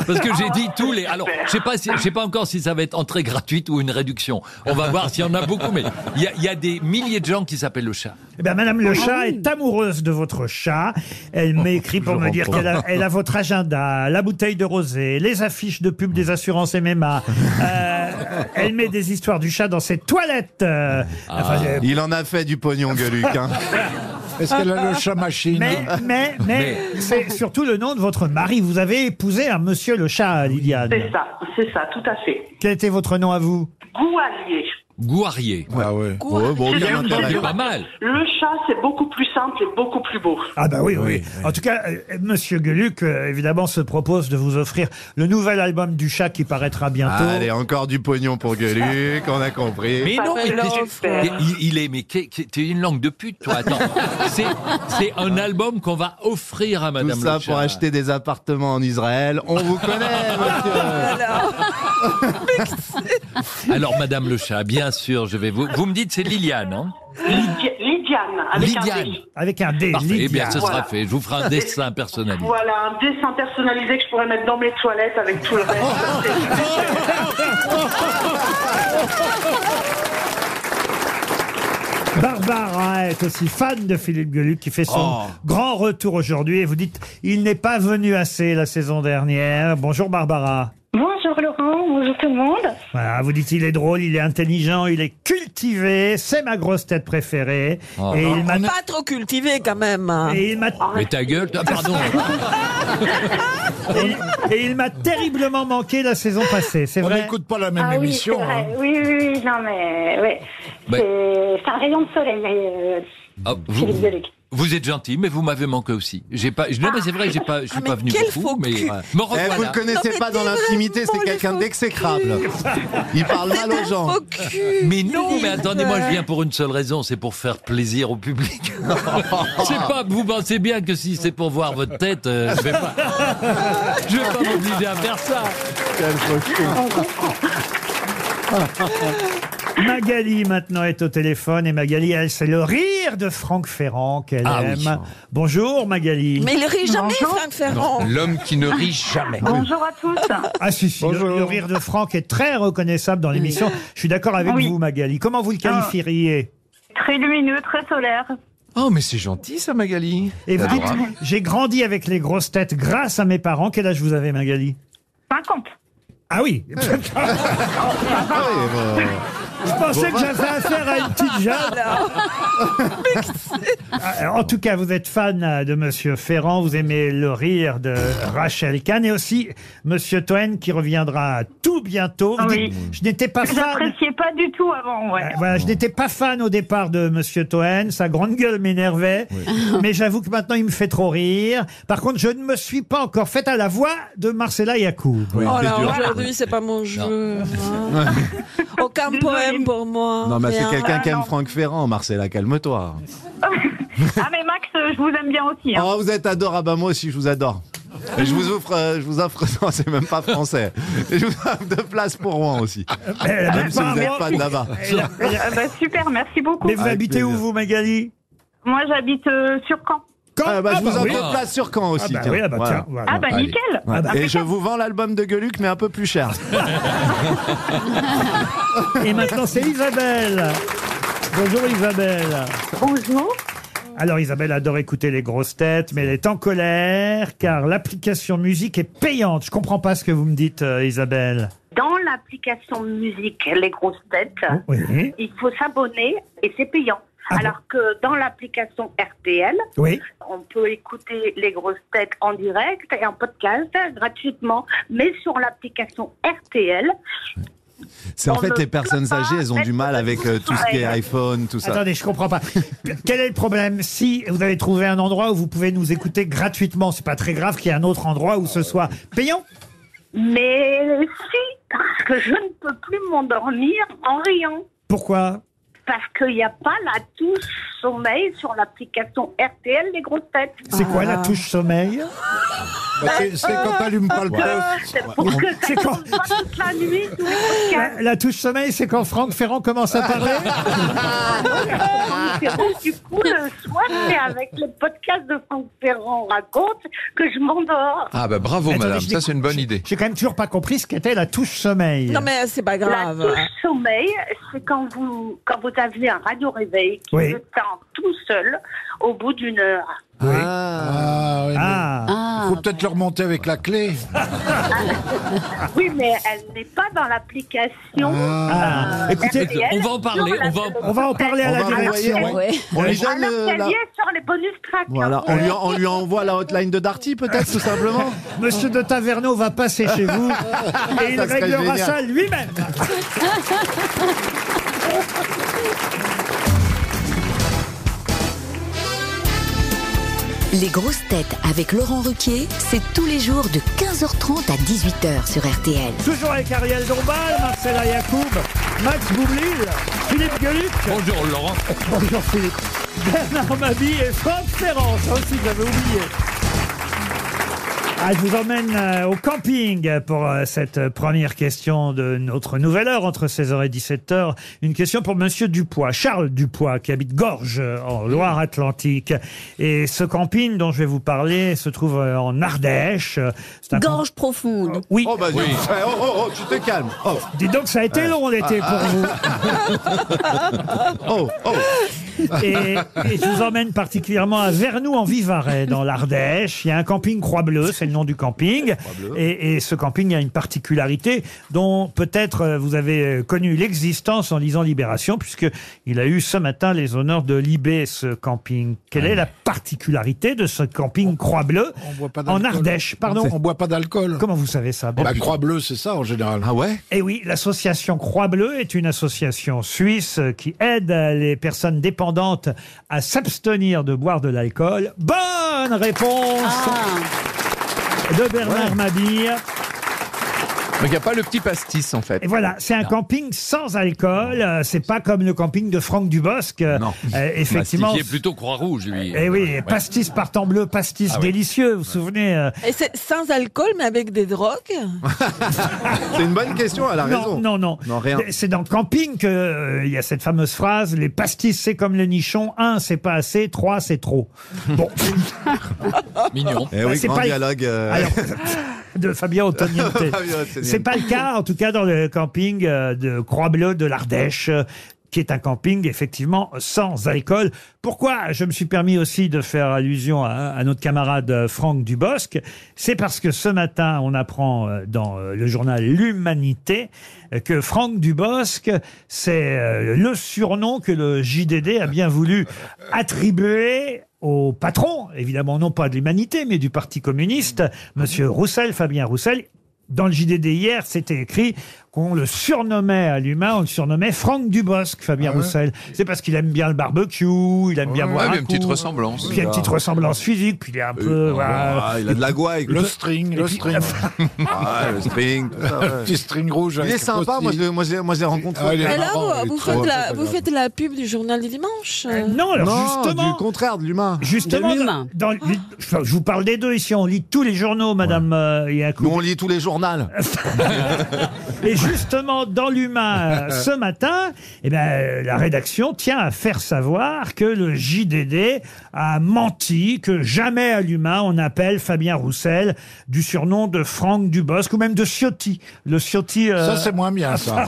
S7: Parce que j'ai dit tous les. Alors, je sais pas, si- je sais pas encore si ça va être entrée gratuite ou une réduction. On va voir s'il y en a beaucoup. Mais il y a, il y a des milliers de gens qui s'appellent le chat.
S2: Eh bien, Madame
S5: Ah
S2: le chat est amoureuse de votre chat. Elle m'écrit pour
S5: Oh, Je
S2: me dire
S5: comprends.
S2: qu'elle a, elle a votre agenda, la bouteille de rosée, les affiches de pub des assurances
S5: <laughs>
S2: MMA. Euh, elle met des histoires du chat dans ses toilettes. euh, enfin, Ah. euh,
S5: Ah. Il en a fait du pognon, Gueluc. hein.
S4: <laughs> Est-ce qu'elle a le chat machine
S2: mais, mais, mais, c'est surtout le nom de votre mari. Vous avez épousé un monsieur le chat, Liliane.
S11: C'est ça, c'est ça, tout à fait.
S2: Quel était votre nom à vous
S11: Goualier.
S7: Gouarier.
S4: Ah ouais.
S7: il est pas mal.
S11: Le chat, c'est beaucoup plus simple et beaucoup plus beau.
S2: Ah bah oui, oui. En tout cas, euh, Monsieur Gueluc, euh, évidemment, se propose de vous offrir le nouvel album du chat qui paraîtra bientôt.
S5: Ah,
S4: Ah,
S5: Allez, encore du pognon pour Gueluc, on a compris.
S7: Mais non, mais t'es-
S11: super.
S7: t'es- il, il est, mais t'es t'es- t'es une langue de pute, toi. Attends, c'est c'est un album qu'on va offrir à
S5: Tout
S7: Madame
S5: ça
S7: Le
S5: pour
S7: Chat.
S5: acheter des appartements en Israël. On vous connaît, monsieur.
S7: Alors, Madame Le Chat, bien sûr, je vais vous. Vous me dites, c'est Liliane, hein
S11: Lydia- Lydiane, <laughs> avec un
S7: Lydiane.
S11: D.
S2: Avec un D.
S7: Parfait. Eh bien,
S2: Lydia.
S7: ce
S11: Voilà.
S7: sera fait. Je vous ferai un dessin personnalisé.
S11: Voilà, un dessin personnalisé que je pourrais mettre dans mes toilettes avec tout le reste.
S2: Barbara est aussi fan de Philippe Gueluc qui fait son
S7: Oh.
S2: grand retour aujourd'hui. Et vous dites, il n'est pas venu assez la saison dernière. Bonjour Barbara.
S12: <laughs> Bonjour Laurent, bonjour tout le monde.
S2: Voilà, vous dites, il est drôle, il est intelligent, il est cultivé. C'est ma grosse tête préférée.
S4: Oh.
S2: Et il m'a-
S6: Pas trop cultivé quand même. hein.
S2: et il m'a
S7: Mais ta gueule, toi, pardon.
S2: Et, et il m'a terriblement manqué la saison passée, c'est
S4: On
S2: vrai.
S4: n'écoute pas la même
S12: ah oui, c'est
S4: émission.
S12: vrai.
S4: hein.
S12: Oui, oui, oui, non mais ouais.
S2: Bah-
S7: Ben.
S12: C'est- C'est un rayon de soleil, euh,
S6: Mmh.
S7: Ah, vous,
S12: Philippe Gueluc.
S7: vous êtes gentil, mais vous m'avez manqué aussi. J'ai pas. Non, mais c'est vrai, j'ai pas. Je suis
S6: Ah,
S7: pas
S6: mais
S7: venu
S6: quel
S7: beaucoup,
S6: faux
S7: mais
S6: cul.
S7: ouais. me
S5: Eh, vous le
S7: revoilà.
S5: connaissez
S6: Non, mais
S5: pas dans
S6: t'es
S5: l'intimité, c'est
S6: vraiment
S5: quelqu'un
S6: les faux
S5: d'exécrable. Il parle mal aux gens.
S6: Au cul.
S7: Mais non, mais
S6: Philippe.
S7: attendez, moi je viens pour une seule raison, c'est pour faire plaisir
S5: <laughs>
S7: au public. c'est pas, vous pensez bien que si c'est pour voir votre tête, euh, je
S2: <laughs>
S7: vais pas, je vais pas m'obliger à faire ça.
S2: <laughs> Magali maintenant est au téléphone et Magali, elle, c'est le rire de Franck Ferrand qu'elle
S7: Ah oui.
S2: aime. Bonjour Magali.
S6: Mais il rit jamais,
S11: Bonjour.
S6: Franck Ferrand.
S9: L'homme qui ne rit jamais.
S11: Bonjour à
S6: <laughs>
S11: tous.
S2: Ah si, si, le,
S5: Bonjour.
S2: le rire de Franck est très reconnaissable dans l'émission. Je suis d'accord avec
S11: Oui. Ah.
S2: vous Magali. Comment vous le qualifieriez
S11: Très lumineux, très solaire.
S9: Oh, mais c'est gentil ça, Magali.
S2: Et vous dites,
S9: Adorable.
S2: j'ai grandi avec les grosses têtes grâce à mes parents. Quel âge vous avez Magali
S11: 50.
S2: Ah oui
S5: Ouais,
S9: Euh,
S5: bah,
S2: Je pensais que j'avais affaire à une
S11: <laughs>
S2: petite jeune. Ah, En tout cas, vous êtes fan euh, de Monsieur Ferrand, vous aimez le rire de Rachel Kahn et aussi Monsieur Toen qui reviendra tout bientôt. Vous
S11: Ah
S2: dites, Je n'étais pas
S11: Je
S2: fan.
S11: n'appréciais pas du tout avant,
S2: Euh,
S11: ouais.
S2: Voilà, je n'étais pas fan au départ de Monsieur Toen, sa grande gueule m'énervait, <laughs> mais j'avoue que maintenant il me fait trop rire. Par contre, je ne me suis pas encore faite à la voix de Marcella Yacoub.
S6: Oh là,
S5: c'est dur.
S6: aujourd'hui, c'est pas mon jeu. hein. Aucun
S11: Désolée.
S6: poème pour moi.
S5: Non, mais c'est
S6: Rien.
S5: quelqu'un qui
S11: non.
S5: aime Franck Ferrand. Marcella, calme-toi.
S11: Ah mais Max, euh, je vous aime bien aussi. hein.
S5: Oh, vous êtes adorable. Ah, Moi aussi, je vous adore. Et je vous offre, euh, je vous offre, <laughs> non, c'est même pas français. Et je vous offre deux places pour Rouen aussi.
S2: Ah, Eh, Elle a
S5: Même Ah, si
S2: pas
S5: vous
S2: un
S5: n'êtes
S2: mot.
S5: pas de là-bas.
S2: Elle a- elle a-
S11: Ah bah, super, merci beaucoup.
S2: Mais vous
S5: Avec
S2: habitez où
S5: plaisir.
S2: vous, Magali
S11: Moi, j'habite euh, sur Caen.
S2: Quand
S5: Ah, bah, je vous offre
S2: oui.
S5: deux places sur Caen aussi.
S2: Ah bah
S5: tiens.
S2: oui, ah bah
S5: Voilà.
S2: tiens, voilà.
S11: Ah bah
S7: Allez.
S11: nickel.
S5: Ouais.
S11: Ah,
S5: Et je
S11: impeccable.
S5: vous vends l'album de Gueluc, mais un peu plus cher.
S2: Et maintenant, c'est Isabelle. Bonjour Isabelle.
S12: Bonjour.
S2: Alors Isabelle adore écouter les grosses têtes, mais elle est en colère car l'application musique est payante. Je comprends pas ce que vous me dites, euh, Isabelle.
S11: Dans l'application musique Les Grosses Têtes,
S2: Oui.
S11: il faut s'abonner et c'est payant.
S2: Ah
S11: Alors que dans l'application RTL,
S2: Oui.
S11: on peut écouter Les Grosses Têtes en direct et en podcast gratuitement. Mais sur l'application RTL,
S5: C'est en
S11: On
S5: fait
S11: ne
S5: les personnes
S11: peut pas
S5: âgées, elles ont
S11: être
S5: du mal avec euh, tout ce qui est
S11: pareil.
S5: iPhone, tout ça.
S2: Attendez, je comprends pas. Quel est le problème Si vous avez trouvé un endroit où vous pouvez nous écouter gratuitement, c'est pas très grave qu'il y ait un autre endroit où ce soit payant.
S11: mais si, parce que je ne peux plus m'endormir en riant.
S2: Pourquoi
S11: Parce qu'il n'y a pas la touche sommeil sur l'application RTL Les Grosses Têtes.
S2: C'est quoi
S11: Ah.
S2: la touche sommeil
S4: Bah, c'est- c'est quand t'allumes pas le poste.
S11: Ah. C'est pour que ça
S2: Ah. C'est quand-
S11: tombe pas toute la nuit tous les
S9: Hein
S11: podcasts.
S2: La touche sommeil, c'est quand Franck Ferrand commence
S9: Ah.
S2: à parler. <laughs>
S11: Ferrand, du coup, le soir, c'est avec le podcast de Franck Ferrand raconte que je m'endors.
S9: <laughs> Ah, bah bravo,
S2: Attendez,
S9: madame.
S2: je
S9: Ça, c'est une bonne
S2: j'ai-
S9: idée.
S2: J'ai quand même toujours pas compris ce qu'était la touche sommeil.
S6: Non, mais c'est pas
S11: La
S6: grave.
S11: touche sommeil, c'est quand vous, quand vous avez un radio réveil qui
S2: Oui.
S11: vous tend tout seul au bout d'une heure.
S4: Ah, oui, mais
S2: Ah,
S4: Faut peut-être le remonter avec la clé.
S11: Oui, mais elle n'est pas dans l'application. euh,
S2: Ah. écoutez,
S11: RTL,
S7: on va en parler,
S11: sur la-
S7: on va-
S2: on va en parler à
S5: On
S2: la
S5: va envoyer-
S2: direction.
S8: Ouais.
S5: On lui donne
S11: Alors
S5: euh,
S11: qu'elle
S5: la...
S11: y est sur les bonus tracks.
S5: Voilà,
S11: hein.
S5: on lui, on lui envoie la hotline de Darty peut-être tout simplement.
S2: <laughs> Monsieur de Taverneau
S5: <laughs>
S2: va passer chez vous et il
S5: Ça serait
S2: réglera
S5: génial.
S2: ça lui-même.
S13: Les grosses têtes avec Laurent Ruquier, c'est tous les jours de 15h30 à 18h sur RTL.
S2: Toujours avec Ariel Dombal, Marcela Yacoub, Max Boublil, Philippe Gueluc.
S7: Bonjour Laurent.
S2: Bonjour Philippe. Bernard Mabille et Franck
S5: Oh,
S2: Ferrand. Ça aussi, j'avais oublié. Ah, je vous emmène euh, au camping pour euh, cette première question de notre nouvelle heure entre 16h et 17h. Une question pour Monsieur Dupois, Charles Dupois, qui habite Gorges euh, en Loire-Atlantique. Et ce camping dont je vais vous parler se trouve euh, en Ardèche.
S8: Gorge profonde.
S2: Oui.
S5: Oh, bah, dis- Ouais, oh, oh, oh, tu te calmes. Oh.
S2: Dis donc, ça a été long l'été pour vous.
S5: Ah, oh, oh.
S2: <laughs> Et, et je vous emmène particulièrement à Vernou en Vivarais, dans l'Ardèche. Il y a un camping Croix-Bleue, c'est le nom du camping. Et, et ce camping a une particularité dont peut-être euh, vous avez euh, connu l'existence en lisant Libération, puisque il a eu ce matin les honneurs de Libé, ce camping. Quelle est la particularité de ce camping Croix-Bleue en Ardèche Pardon.
S4: On boit pas d'alcool.
S2: Comment vous savez ça
S4: La croix bleue, Bah, c'est ça en général.
S5: Ah ouais
S2: Eh oui, l'association Croix Bleue est une association suisse qui aide euh, les personnes dépendantes à s'abstenir de boire de l'alcool. Bonne réponse
S7: Ah.
S2: de Bernard Mabille.
S9: Donc il n'y a pas le petit pastis en fait.
S2: Et voilà, c'est un camping sans alcool. euh, C'est pas comme le camping de Franck Dubosc. euh, euh, effectivement.
S7: Qui est plutôt Croix-Rouge, lui.
S2: Eh oui,
S7: Ouais.
S2: pastis par temps bleu, pastis
S7: Ah oui.
S2: délicieux, vous vous souvenez euh,
S6: Et c'est sans alcool, mais avec des drogues
S5: C'est une bonne question, elle a
S2: non,
S5: raison.
S2: Non, non,
S5: Non, rien.
S2: C'est dans le camping que euh, il y a cette fameuse phrase les pastis c'est comme le nichon, un c'est pas assez, trois
S5: <laughs>
S2: c'est trop. Bon,
S7: Mignon.
S5: Eh
S2: Bah,
S5: oui,
S2: c'est
S5: grand
S2: pas-
S5: dialogue. euh, <laughs>
S2: alors de Fabien Antoniente.
S5: Fabien Antoniente.
S2: c'est pas le cas en tout cas dans le camping euh, de Croix-Bleue de l'Ardèche. euh, qui est un camping effectivement sans alcool. Pourquoi je me suis permis aussi de faire allusion à, à notre camarade euh, Franck Dubosc C'est parce que ce matin, on apprend euh, dans euh, le journal L'Humanité euh, que Franck Dubosc, c'est euh, le surnom que le JDD a bien voulu attribuer au patron, évidemment non pas de l'Humanité, mais du Parti communiste, Monsieur Roussel, Fabien Roussel. Dans le JDD hier, c'était écrit qu'on le surnommait à l'humain, on le surnommait Franck Dubosc,
S5: Ah
S2: Fabien Roussel. C'est parce qu'il aime bien le barbecue, il aime bien
S9: Ouais,
S2: boire
S9: il y a
S2: un
S9: une
S2: coup,
S9: petite ressemblance.
S2: puis il y a une petite ressemblance physique, puis il est un peu... voilà.
S5: Ah, il a de la gouaille.
S4: Le string, le
S2: euh,
S4: string.
S5: <laughs> Ah, le
S2: <laughs>
S5: string. tout ça, ouais.
S4: Petit string rouge.
S5: Il est
S4: avec
S5: sympa,
S4: un
S5: moi je
S4: petit-
S5: l'ai- moi, je l'ai moi, je l'ai rencontré.
S4: Ah, il est
S6: Mais là,
S4: marrant, il
S6: vous,
S4: est
S6: vous
S4: trop-
S6: faites la,
S4: trop
S6: vous faites la pub du journal du dimanche.
S2: Non, alors
S5: Non,
S2: justement...
S5: du contraire de l'humain.
S2: Justement,
S8: De
S2: dans,
S8: l'humain.
S2: dans- enfin, je vous parle des deux ici, on lit tous les journaux, Madame euh, Yacoub.
S5: Nous, on lit tous les journaux.
S2: Et justement, dans l'humain, euh, ce matin, eh ben, euh, la rédaction tient à faire savoir que le JDD a menti, que jamais à l'humain on appelle Fabien Roussel du surnom de Franck Dubosc ou même de Ciotti. Le Ciotti, euh,
S4: Ça, c'est moins bien,
S2: <laughs>
S4: ça.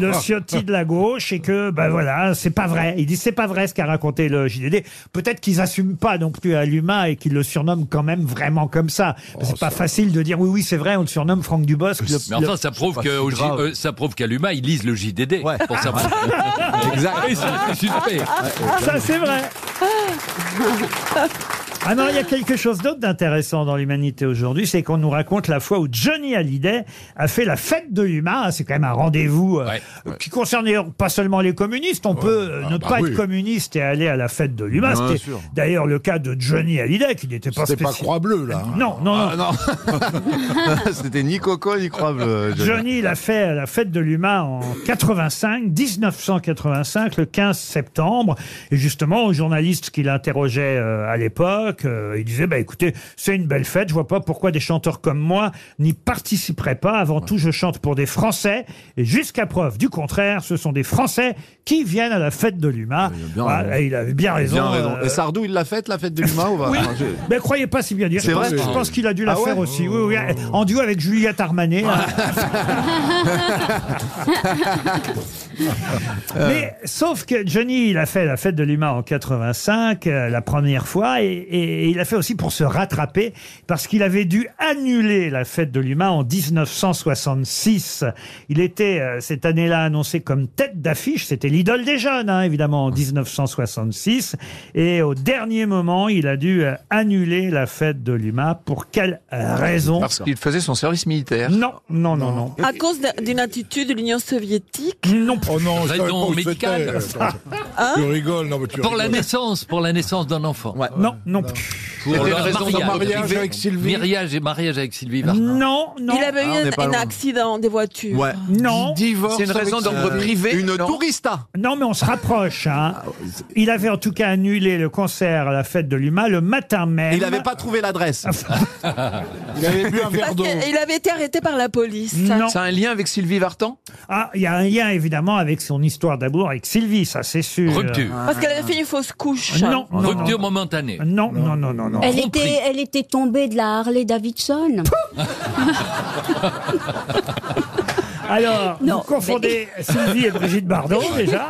S2: le Ciotti de la gauche et que, ben voilà, c'est pas vrai. Il dit c'est pas vrai ce qu'a raconté le JDD. Peut-être qu'ils assument pas non plus à l'humain et qu'ils le surnomment quand même vraiment comme ça.
S4: Oh,
S2: c'est pas facile de dire oui, oui, c'est vrai, on le surnomme Franck Dubosc. Le-
S7: Mais
S2: le-
S7: enfin, ça prouve que au J-
S5: grave.
S7: euh, ça prouve qu'à l'humain, ils lisent le JDD pour savoir.
S5: <laughs>
S7: <laughs>
S5: Exact.
S7: Oui, c'est suspect.
S2: Ça, c'est vrai. Ah non, il y a quelque chose d'autre d'intéressant dans l'humanité aujourd'hui, c'est qu'on nous raconte la fois où Johnny Hallyday a fait la fête de l'humain. hein, C'est quand même un rendez-vous euh,
S7: Ouais, Ah,
S2: qui concerne d'ailleurs pas seulement les communistes. On peut euh, ne
S4: bah
S2: pas
S4: oui.
S2: être communiste et aller à la fête de l'humain.
S5: Bien
S2: C'était
S5: sûr.
S2: d'ailleurs le cas de Johnny Hallyday, qui n'était pas
S4: C'est
S2: spécial.
S4: pas croix bleue, là. hein.
S2: Non, non, non.
S5: Ah, <laughs> C'était ni Coco ni euh, Croix-Bleue.
S2: Johnny l'a fait à la fête de l'humain en 85, 1985, le 15 septembre. Et justement, au journaliste qui l'interrogeait euh, à l'époque, euh, il disait, bah, écoutez, c'est une belle fête, je vois pas pourquoi des chanteurs comme moi n'y participeraient pas. Avant tout, je chante pour des Français. Et jusqu'à preuve du contraire, ce sont des Français qui viennent à la fête de l'humain.
S5: Il a bien
S2: Voilà,
S5: raison.
S2: et il avait bien raison.
S5: Bien raison.
S2: euh,
S5: Et Sardou, il l'a faite, la fête de l'humain ou pas
S2: oui,
S5: Enfin, je-
S2: mais croyez pas si bien dire.
S5: C'est
S2: Je pense-
S5: vrai
S2: je pense qu'il a dû la
S5: Ah ouais Oh.
S2: faire aussi. Oui, oui, en duo avec Juliette
S5: <laughs>
S2: Armanet.
S5: <laughs>
S2: Mais sauf que Johnny, il a fait la fête de l'humain en 85, euh, la euh, première fois, et, et et il a fait aussi pour se rattraper, parce qu'il avait dû annuler la fête de l'humain en 1966. Il était, euh, cette année-là, annoncé comme tête d'affiche. C'était l'idole des jeunes, hein, évidemment, en 1966. Et au dernier moment, il a dû euh, annuler la fête de l'humain. Pour quelle raison
S9: Parce qu'il faisait son service militaire.
S2: Non, non, non, non.
S6: À cause d'un- d'une attitude de l'Union soviétique
S2: Non.
S6: Oh non,
S7: Raison médicale.
S6: Tu
S7: rigoles, non, mais
S6: tu
S7: Pour la
S6: rigoles.
S7: naissance, pour la naissance d'un enfant.
S2: Non, non plus.
S7: Pour
S2: C'était
S7: leur
S2: une raison de mariage
S7: privé.
S2: avec Sylvie
S7: Mariage et mariage avec Sylvie Vartan. <laughs>
S2: Non, non.
S6: Il avait
S7: Ah, on
S6: eu
S7: n'est pas
S6: un, un
S7: loin.
S6: accident de voiture.
S5: Ah,
S7: Ouais.
S2: Non.
S7: C'est une raison d'ordre privé.
S2: tourista. Non, mais on se rapproche. hein.
S5: Ah,
S2: Il avait en tout cas annulé le concert à la fête de l'UMA le matin même.
S5: Il n'avait pas trouvé
S2: <laughs>
S5: l'adresse.
S2: Il avait bu un
S6: Parce qu'il avait été arrêté par la police.
S9: Ça a un lien avec Sylvie Vartan
S2: Ah, il y a un lien évidemment avec son histoire d'amour avec Sylvie, ça c'est sûr. Ah.
S7: Rupture.
S6: Parce qu'elle avait fait une fausse couche.
S2: Non, non, non.
S7: Rupture momentanée.
S2: Non, non, non, non, non.
S8: Elle était, elle était tombée de la Harley
S2: <laughs>
S8: Davidson.
S2: Alors,
S8: Non,
S2: Ah, vous confondez
S8: mais-
S2: <laughs> Sylvie et
S8: <laughs>
S2: Brigitte Bardot déjà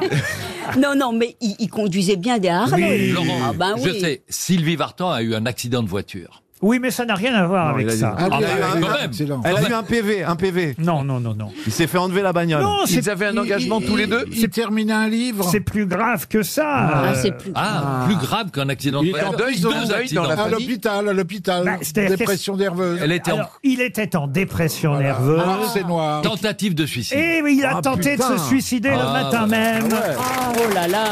S8: non, non, mais il, il conduisait bien des Harley.
S7: Laurent,
S8: Ah ben
S7: je
S8: oui.
S7: sais, Sylvie Vartan a eu un accident de voiture.
S2: Oui,
S5: <laughs>
S2: mais ça n'a rien à voir avec ça.
S7: Ah, oui, elle a eu un-
S5: Elle a eu un PV, un PV.
S2: Non, non, non, non.
S5: Il s'est fait enlever la bagnole.
S2: c'est- il- il-
S4: Ils terminaient un livre.
S2: C'est plus grave que ça.
S4: Ah,
S7: Euh,
S4: c'est plus
S7: ah,
S4: grave.
S7: plus grave qu'un accident de
S4: Il était en
S7: voiture.
S4: deuil,
S7: Deux
S4: en deuil
S7: accidents.
S4: dans la À famille. l'hôpital, à l'hôpital.
S2: C'est-à-dire
S4: Dépression
S2: qu'est-ce-
S4: nerveuse. Elle était en-
S2: Bah, Alors, Il était en dépression nerveuse.
S4: Ah, c'est noir.
S7: Tentative de suicide.
S2: Et oui, il a
S7: Ah,
S2: tenté
S7: putain.
S2: de se suicider le
S7: Ah,
S2: matin
S7: ouais.
S2: même.
S6: Oh là là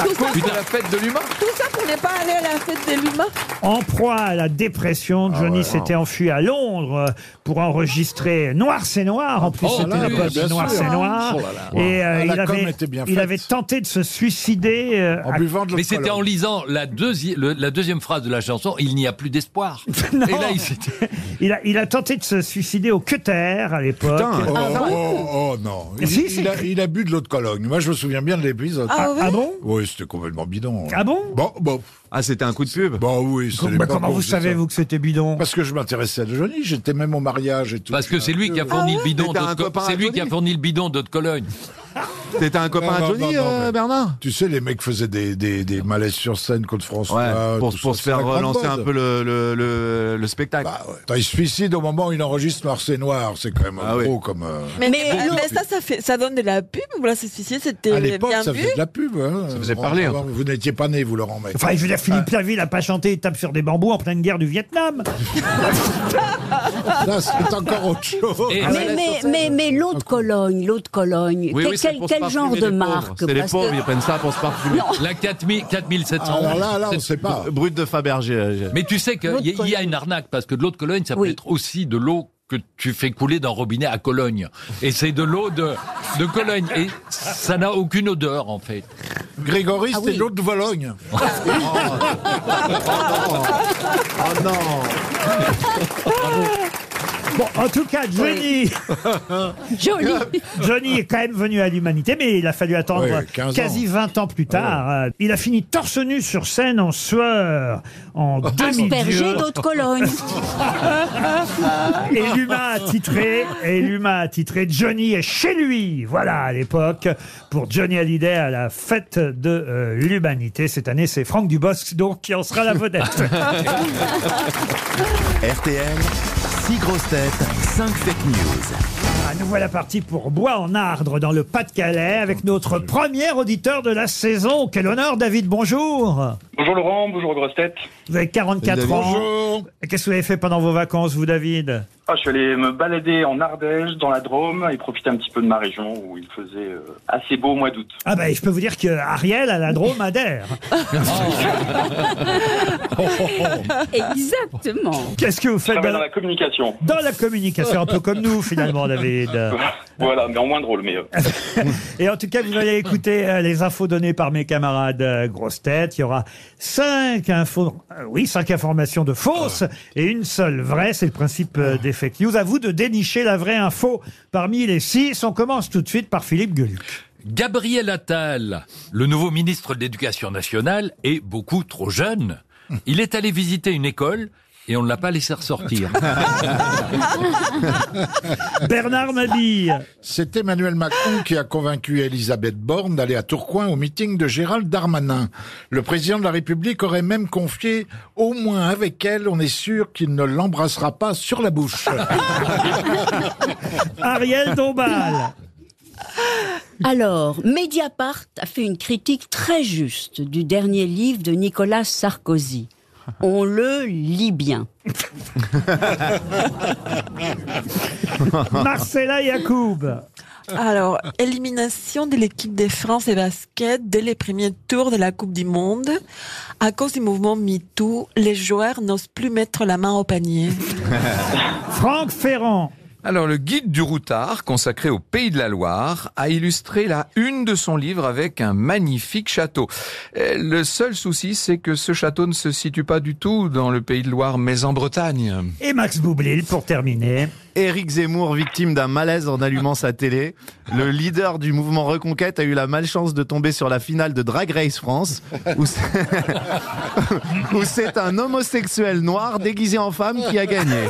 S6: Tout ça,
S9: Putain, la fête de l'humain
S6: tout ça pour ne pas aller à la fête de l'humain
S2: En proie à la dépression,
S4: Ah
S2: Johnny s'était enfui à Londres euh, pour enregistrer Noir c'est noir. En plus,
S4: Oh
S2: c'était
S4: là là,
S2: l'époque
S4: bien
S2: de Noir
S4: sûr.
S2: c'est noir.
S4: Oh là là.
S2: Et euh,
S4: Ah, la
S2: il,
S4: com
S2: avait,
S4: était bien
S2: il
S4: faite.
S2: avait tenté de se suicider euh, à-
S7: Mais c'était en lisant la, deuxi- le- la deuxième phrase de la chanson Il n'y a plus d'espoir.
S2: <laughs>
S7: Et
S2: Non.
S7: là, il s'était.
S2: il a, il a tenté de se suicider au Cutter à l'époque.
S4: Oh, oh, oh, non. Il,
S2: ah, Si,
S4: il
S2: c'est-
S4: a, il a bu de l'eau de Cologne. Moi, je me souviens bien de l'épisode.
S2: Ah Ah, oui ah bon
S4: Oui, c'était complètement bidon.
S2: Ah bon
S4: Bon, bon.
S5: Ah, c'était un coup de pub
S4: Bah oui.
S2: Bah, comment vous savez, vous, que c'était bidon
S4: Parce que je m'intéressais à Johnny. J'étais même au mariage et tout.
S7: Parce que c'est lui qui a fourni le bidon.
S4: T'étais un
S7: d'Haute-
S4: copain à
S7: C'est lui qui a
S4: Johnny
S7: fourni le bidon d'Haute Cologne.
S5: T'étais un copain à Johnny, euh, Bernard
S4: Tu sais, les mecs faisaient des, des, des malaises sur scène contre François.
S5: Ouais, pour,
S4: tout
S5: pour
S4: ça,
S5: se
S4: c'est la
S5: faire
S4: grande
S5: relancer un
S4: mode.
S5: peu le, le, le- le spectacle.
S4: bah, Attends, il se suicide au moment où il enregistre Noir c'est Noir. C'est quand même
S5: Ah
S4: gros comme. euh,
S6: Mais, mais ça, ça, fait, ça donne de la pub ou là, c'est suicide,
S4: À
S6: c'était
S4: l'époque,
S6: bien
S4: ça
S6: vu
S4: faisait de la pub. hein.
S9: Ça faisait
S4: Bon,
S9: parler, hein.
S4: avant, Vous n'étiez pas né, vous, Laurent. Mais...
S2: Enfin, je veux dire, Philippe Laville n'a pas chanté Il tape sur des bambous en pleine guerre du Vietnam.
S4: Là, c'est encore
S2: <laughs>
S4: autre chose.
S8: Mais, mais, mais, mais l'autre Cologne, l'autre Cologne,
S5: Ah Oui,
S8: quel,
S5: oui, c'est
S8: quel,
S5: pour se
S8: quel genre
S5: parfumer
S8: de
S5: les pauvres.
S8: marque
S5: C'est les
S8: parce
S5: pauvres,
S8: que-
S5: ils prennent ça pour se parfumer.
S7: La 4000 4700.
S4: Alors Ah, là, là, on sait pas.
S5: Brut de Fabergé. euh,
S7: Mais tu sais qu'il
S5: L'autre
S7: y, a- il y a une arnaque, parce que de l'eau de Cologne, ça peut être aussi de l'eau que tu fais couler d'un robinet à Cologne. Et c'est de l'eau de, de Cologne. Et ça n'a aucune odeur, en fait.
S4: Ah. Grégory,
S6: Ah
S8: Ah
S4: c'était l'autre de Vologne.
S5: Oh non
S2: Bon, en tout cas, Johnny. <laughs>
S8: Johnny.
S2: Johnny est quand même venu à l'humanité, mais il a fallu attendre
S4: Oui, 15 ans.
S2: quasi 20 ans plus tard. Euh, Il a fini torse nu sur scène en sueur, en
S8: Ah, Asperger
S2: demi-dieu.
S8: d'autres colonnes.
S2: <laughs> Et l'humain a titré, et l'humain a titré Johnny est chez lui. Voilà, à l'époque, pour Johnny Hallyday à la fête de euh, l'humanité. Cette année, c'est Franck Dubosc, donc, qui en sera
S1: <laughs>
S2: la vedette.
S1: RTL, 6 grosses têtes, 5 fake news.
S2: Ah, nous voilà partis pour Bois en Ardre, dans le Pas-de-Calais, avec notre premier auditeur de la saison. Quel honneur, David, bonjour
S14: Bonjour Laurent, bonjour grosse tête.
S2: Vous avez 44
S14: Salut,
S2: ans.
S14: David. Bonjour.
S2: Qu'est-ce que vous avez fait pendant vos vacances, vous, David
S14: Ah, je suis allé me balader en Ardèche, dans la Drôme, et profiter un petit peu de ma région où il faisait euh, assez beau au mois d'août.
S2: Ah ben, je peux vous dire que Ariel à la Drôme adhère.
S8: <laughs>
S5: Oh,
S8: Exactement.
S2: Qu'est-ce que vous
S14: Je
S2: faites
S14: travaille
S2: dans
S14: dans
S2: la,
S14: la communication.
S2: dans la communication, un peu comme nous, finalement, David
S14: voilà, mais en moins drôle, mais... euh,
S2: Et en tout cas, vous allez écouter euh, les infos données par mes camarades euh, grosses têtes. Il y aura cinq infos, euh, oui, cinq informations de fausses et une seule vraie. C'est le principe euh, des fake news. À vous de dénicher la vraie info parmi les six. On commence tout de suite par Philippe Gueluc.
S7: Gabriel Attal, le nouveau ministre de l'Éducation nationale, est beaucoup trop jeune. Il est allé visiter une école et on ne l'a pas laissé
S4: <laughs>
S7: ressortir.
S2: <laughs> Bernard Mabille.
S4: C'est Emmanuel Macron qui a convaincu Elisabeth Borne d'aller à Tourcoing au meeting de Gérald Darmanin. Le président de la République aurait même confié, au moins avec elle, on est sûr qu'il ne l'embrassera pas sur la
S2: <laughs>
S4: bouche.
S2: Ariel Dombal.
S8: Alors, Mediapart a fait une critique très juste du dernier livre de Nicolas Sarkozy. On le lit bien.
S2: Marcella Yacoub.
S6: Alors, élimination de l'équipe de France de basket dès les premiers tours de la Coupe du Monde. À cause du mouvement MeToo, les joueurs n'osent plus mettre la main au panier.
S2: Franck Ferrand.
S9: Alors, le guide du routard, consacré au Pays de la Loire, a illustré la une de son livre avec un magnifique château. Euh, Le seul souci, c'est que ce château ne se situe pas du tout dans le Pays de Loire, mais en Bretagne.
S2: Et Max Boublil pour terminer.
S5: Éric Zemmour, victime d'un malaise en allumant sa télé. Le leader du mouvement Reconquête a eu la malchance de tomber sur la finale de Drag Race France, où c'est- <laughs> où c'est un homosexuel noir déguisé en femme qui a gagné.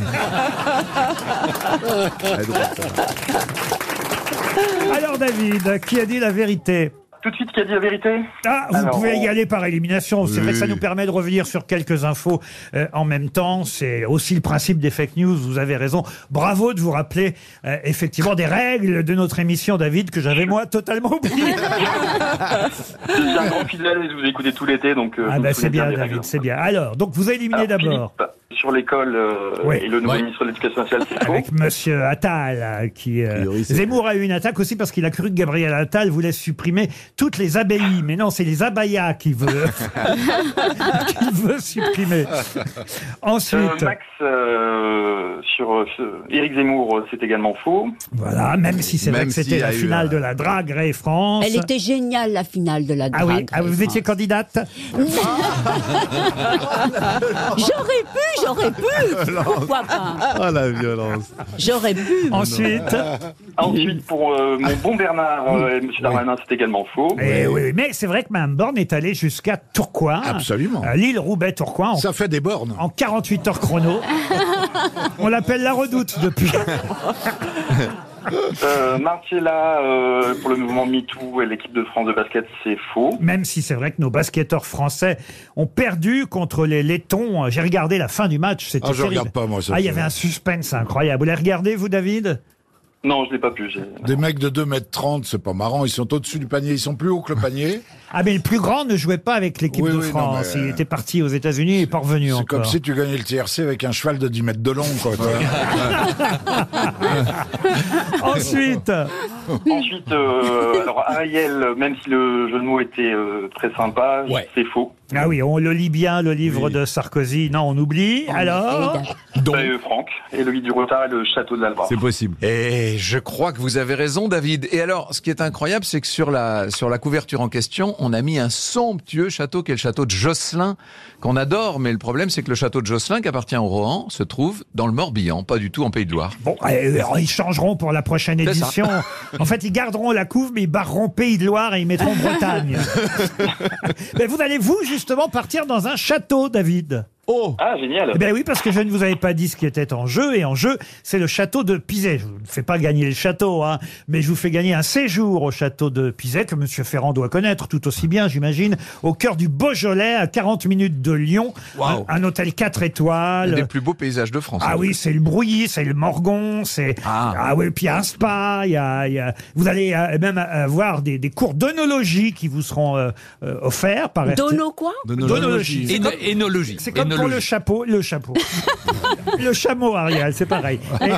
S2: Alors David, qui a dit la vérité
S14: Ah. Tout de suite, qui a dit la vérité
S2: Ah, vous
S14: Alors,
S2: pouvez y
S14: on-
S2: aller par élimination. C'est vrai que ça
S14: Oui.
S2: nous permet de revenir sur quelques infos euh, en même temps. C'est aussi le principe des fake news. Vous avez raison. Bravo de vous rappeler euh, effectivement des règles de notre émission, David, que j'avais moi totalement oublié.
S14: Je suis un grand fidèle, je vous ai écouté tout l'été, donc. euh,
S2: ah
S14: je me
S2: ben
S14: souviens
S2: c'est bien,
S14: des
S2: David,
S14: règles.
S2: c'est bien. Alors, donc vous éliminez
S14: Alors,
S2: d'abord
S14: Philippe, Sur l'école euh,
S2: Oui.
S14: et le nouveau
S2: Oui.
S14: ministre de l'Éducation nationale, c'est
S2: <laughs> avec Monsieur Attal, euh, qui euh, Zemmour a eu une attaque aussi parce qu'il a cru que Gabriel Attal voulait supprimer toutes les abbayes. Mais non, c'est les abayas qui veut, <laughs> qu'il veut supprimer. Ensuite.
S14: Euh, Max, euh, sur euh, ce- Éric Zemmour, euh, c'est également faux.
S2: Voilà, Ah, même si c'est vrai que c'était la finale de la drague Ray France.
S8: Elle était géniale, la finale de la
S2: Ah
S8: drague.
S2: oui, ah, vous étiez candidate
S8: <laughs> J'aurais pu, j'aurais
S9: <laughs>
S8: pu. Pourquoi pas
S5: Oh la violence.
S8: J'aurais pu.
S2: Ensuite.
S14: <laughs> Ensuite, pour euh, mon bon Bernard euh, et M. Darmanin, c'est également faux.
S2: Eh oui, mais c'est vrai que Mme Borne est allée jusqu'à Tourcoing.
S14: Absolument.
S2: À Lille, Roubaix, Tourcoing. Ça
S4: fait des bornes.
S2: En 48
S4: <laughs>
S2: heures chrono. On l'appelle la redoute depuis.
S14: Euh, Marcella, euh, pour le mouvement MeToo et l'équipe de France de basket, c'est faux.
S2: Même si c'est vrai que nos basketteurs français ont perdu contre les Lettons. J'ai regardé la fin du match, c'était
S4: Ah, je
S2: terrible.
S4: regarde pas, moi, ça.
S2: Ah, il y avait un suspense incroyable. Vous l'avez regardé, vous, David
S14: Non, je l'ai pas pu. j'ai-
S4: Des mecs de 2m30, c'est pas marrant, ils sont au-dessus du panier, ils sont plus hauts que le panier.
S2: Ah, mais le plus grand ne jouait pas avec l'équipe
S4: Oui,
S2: de
S4: oui, non,
S2: France.
S4: mais- euh,
S2: Il était parti aux États-Unis et est pas revenu
S4: C'est
S2: encore.
S4: comme si tu gagnais le TRC avec un cheval de 10 mètres de long, quoi.
S2: <laughs>
S4: <laughs>
S2: Ensuite.
S14: Ensuite, euh, alors Ariel, même si le jeu de mots était euh, très sympa, c'est faux.
S2: Ah oui, on le lit bien, le livre de Sarkozy. Non, on oublie.
S14: Ah,
S2: Alors
S14: Bah, euh, Franck, et le guide du retard et le château de l'Albar.
S5: possible.
S9: Et je crois que vous avez raison, David. Et alors, ce qui est incroyable, c'est que sur la, sur la couverture en question, on a mis un somptueux château qui est le château de Josselin, qu'on adore. Mais le problème, c'est que le château de Josselin, qui appartient au Rohan, se trouve dans le Morbihan, pas du tout en Pays de Loire.
S2: Bon, eh, alors, ils changeront pour la prochaine
S9: C'est ça. <laughs>
S2: édition. En fait, ils garderont la couve, mais ils barreront Pays de Loire et ils mettront
S9: <laughs>
S2: Bretagne. mais vous allez, vous, justement, partir dans un château, David.
S5: Oh
S14: Ah, génial
S2: Eh Ben oui, parce que je ne vous avais pas dit ce qui était en jeu. Et en jeu, c'est le château de Pizet. Je vous ne fais pas gagner le château, hein, mais je vous fais gagner un séjour au château de Pizet, que M. Ferrand doit connaître tout aussi bien, j'imagine, au cœur du Beaujolais, à 40 minutes de Lyon.
S9: Waouh.
S2: Un, un hôtel 4
S9: Un des
S2: étoiles.
S9: plus beaux paysages de France.
S2: Ah oui, c'est le brouillis, c'est le morgon, c'est... Ah, oui, puis il y a un spa, il y a, il y a- Vous allez euh, même avoir des, des cours d'onologie qui vous seront euh, euh, offerts par...
S8: Dono quoi
S2: D'onologie. C'est
S7: Éno-
S2: comme-
S7: Énologie.
S2: c'est comme pour le chapeau, le chapeau. le chameau, Ariel, c'est pareil. Et-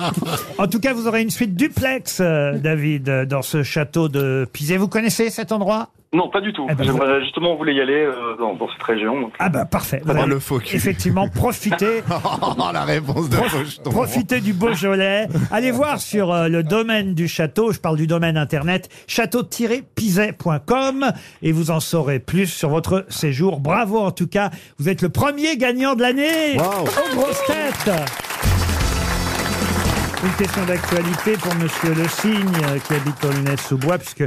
S2: <laughs> en tout cas, vous aurez une suite duplex, euh, David, euh, dans ce château de Pizet. Vous connaissez cet endroit
S14: Non, pas du tout.
S2: Eh ben,
S14: J'aimerais- Justement, on voulait y aller euh, dans, dans cette région. donc.
S2: Ah bah parfait. Vous
S14: Oh,
S2: allez
S14: le faux cul.
S2: Effectivement, profitez.
S5: <laughs> Oh, la réponse de Faucheton.
S2: Profitez du Beaujolais. Allez voir sur euh, le domaine du château. Je parle du domaine internet château-pizet.com et vous en saurez plus sur votre séjour. Bravo en tout cas. Vous êtes le premier gagnant de l'année.
S5: Wow.
S2: Aux grosses têtes. Une question d'actualité pour Monsieur Le Signe, euh, qui habite au sous bois puisque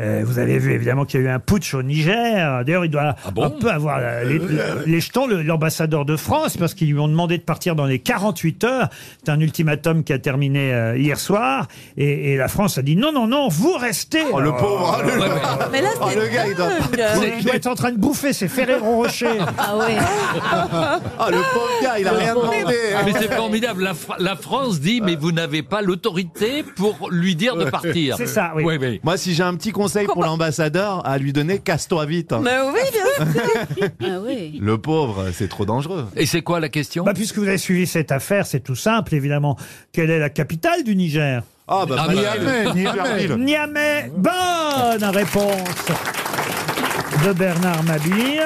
S2: euh, vous avez vu évidemment qu'il y a eu un putsch au Niger. D'ailleurs, il doit
S5: Ah
S2: un peu avoir euh, les, les jetons, le- l'ambassadeur de France, parce qu'ils lui ont demandé de partir dans les 48 heures. C'est un ultimatum qui a terminé euh, hier soir. Et, et la France a dit non, non, non, vous restez.
S5: Oh, le
S2: Alors,
S5: pauvre,
S2: euh,
S5: oh, le-
S2: ouais, ouais.
S5: Mais là,
S2: Oh,
S5: c'est
S2: le gars, il doit-
S5: dingue.
S2: il doit être en train de bouffer ses Ferrero Rocher.
S8: Ah ouais.
S5: Ah, le pauvre gars, il a rien demandé. hein.
S7: Mais c'est formidable. La, Fra- la France dit, mais vous n'avez pas l'autorité pour lui dire de partir. Ouais, ouais.
S5: Moi, si j'ai un petit conseil pour l'ambassadeur à lui donner, casse-toi vite. hein.
S6: oui,
S8: Bah bien sûr. <laughs> ah oui.
S5: Le pauvre, c'est trop dangereux.
S7: Et c'est quoi la question
S2: Bah, puisque vous avez suivi cette affaire, c'est tout simple, évidemment. Quelle est la capitale du Niger
S5: Ah, bah, Ah, bah, Niamey, Niamey.
S2: Niamey. Niamey. Bonne
S5: <laughs>
S2: réponse de Bernard Mabille.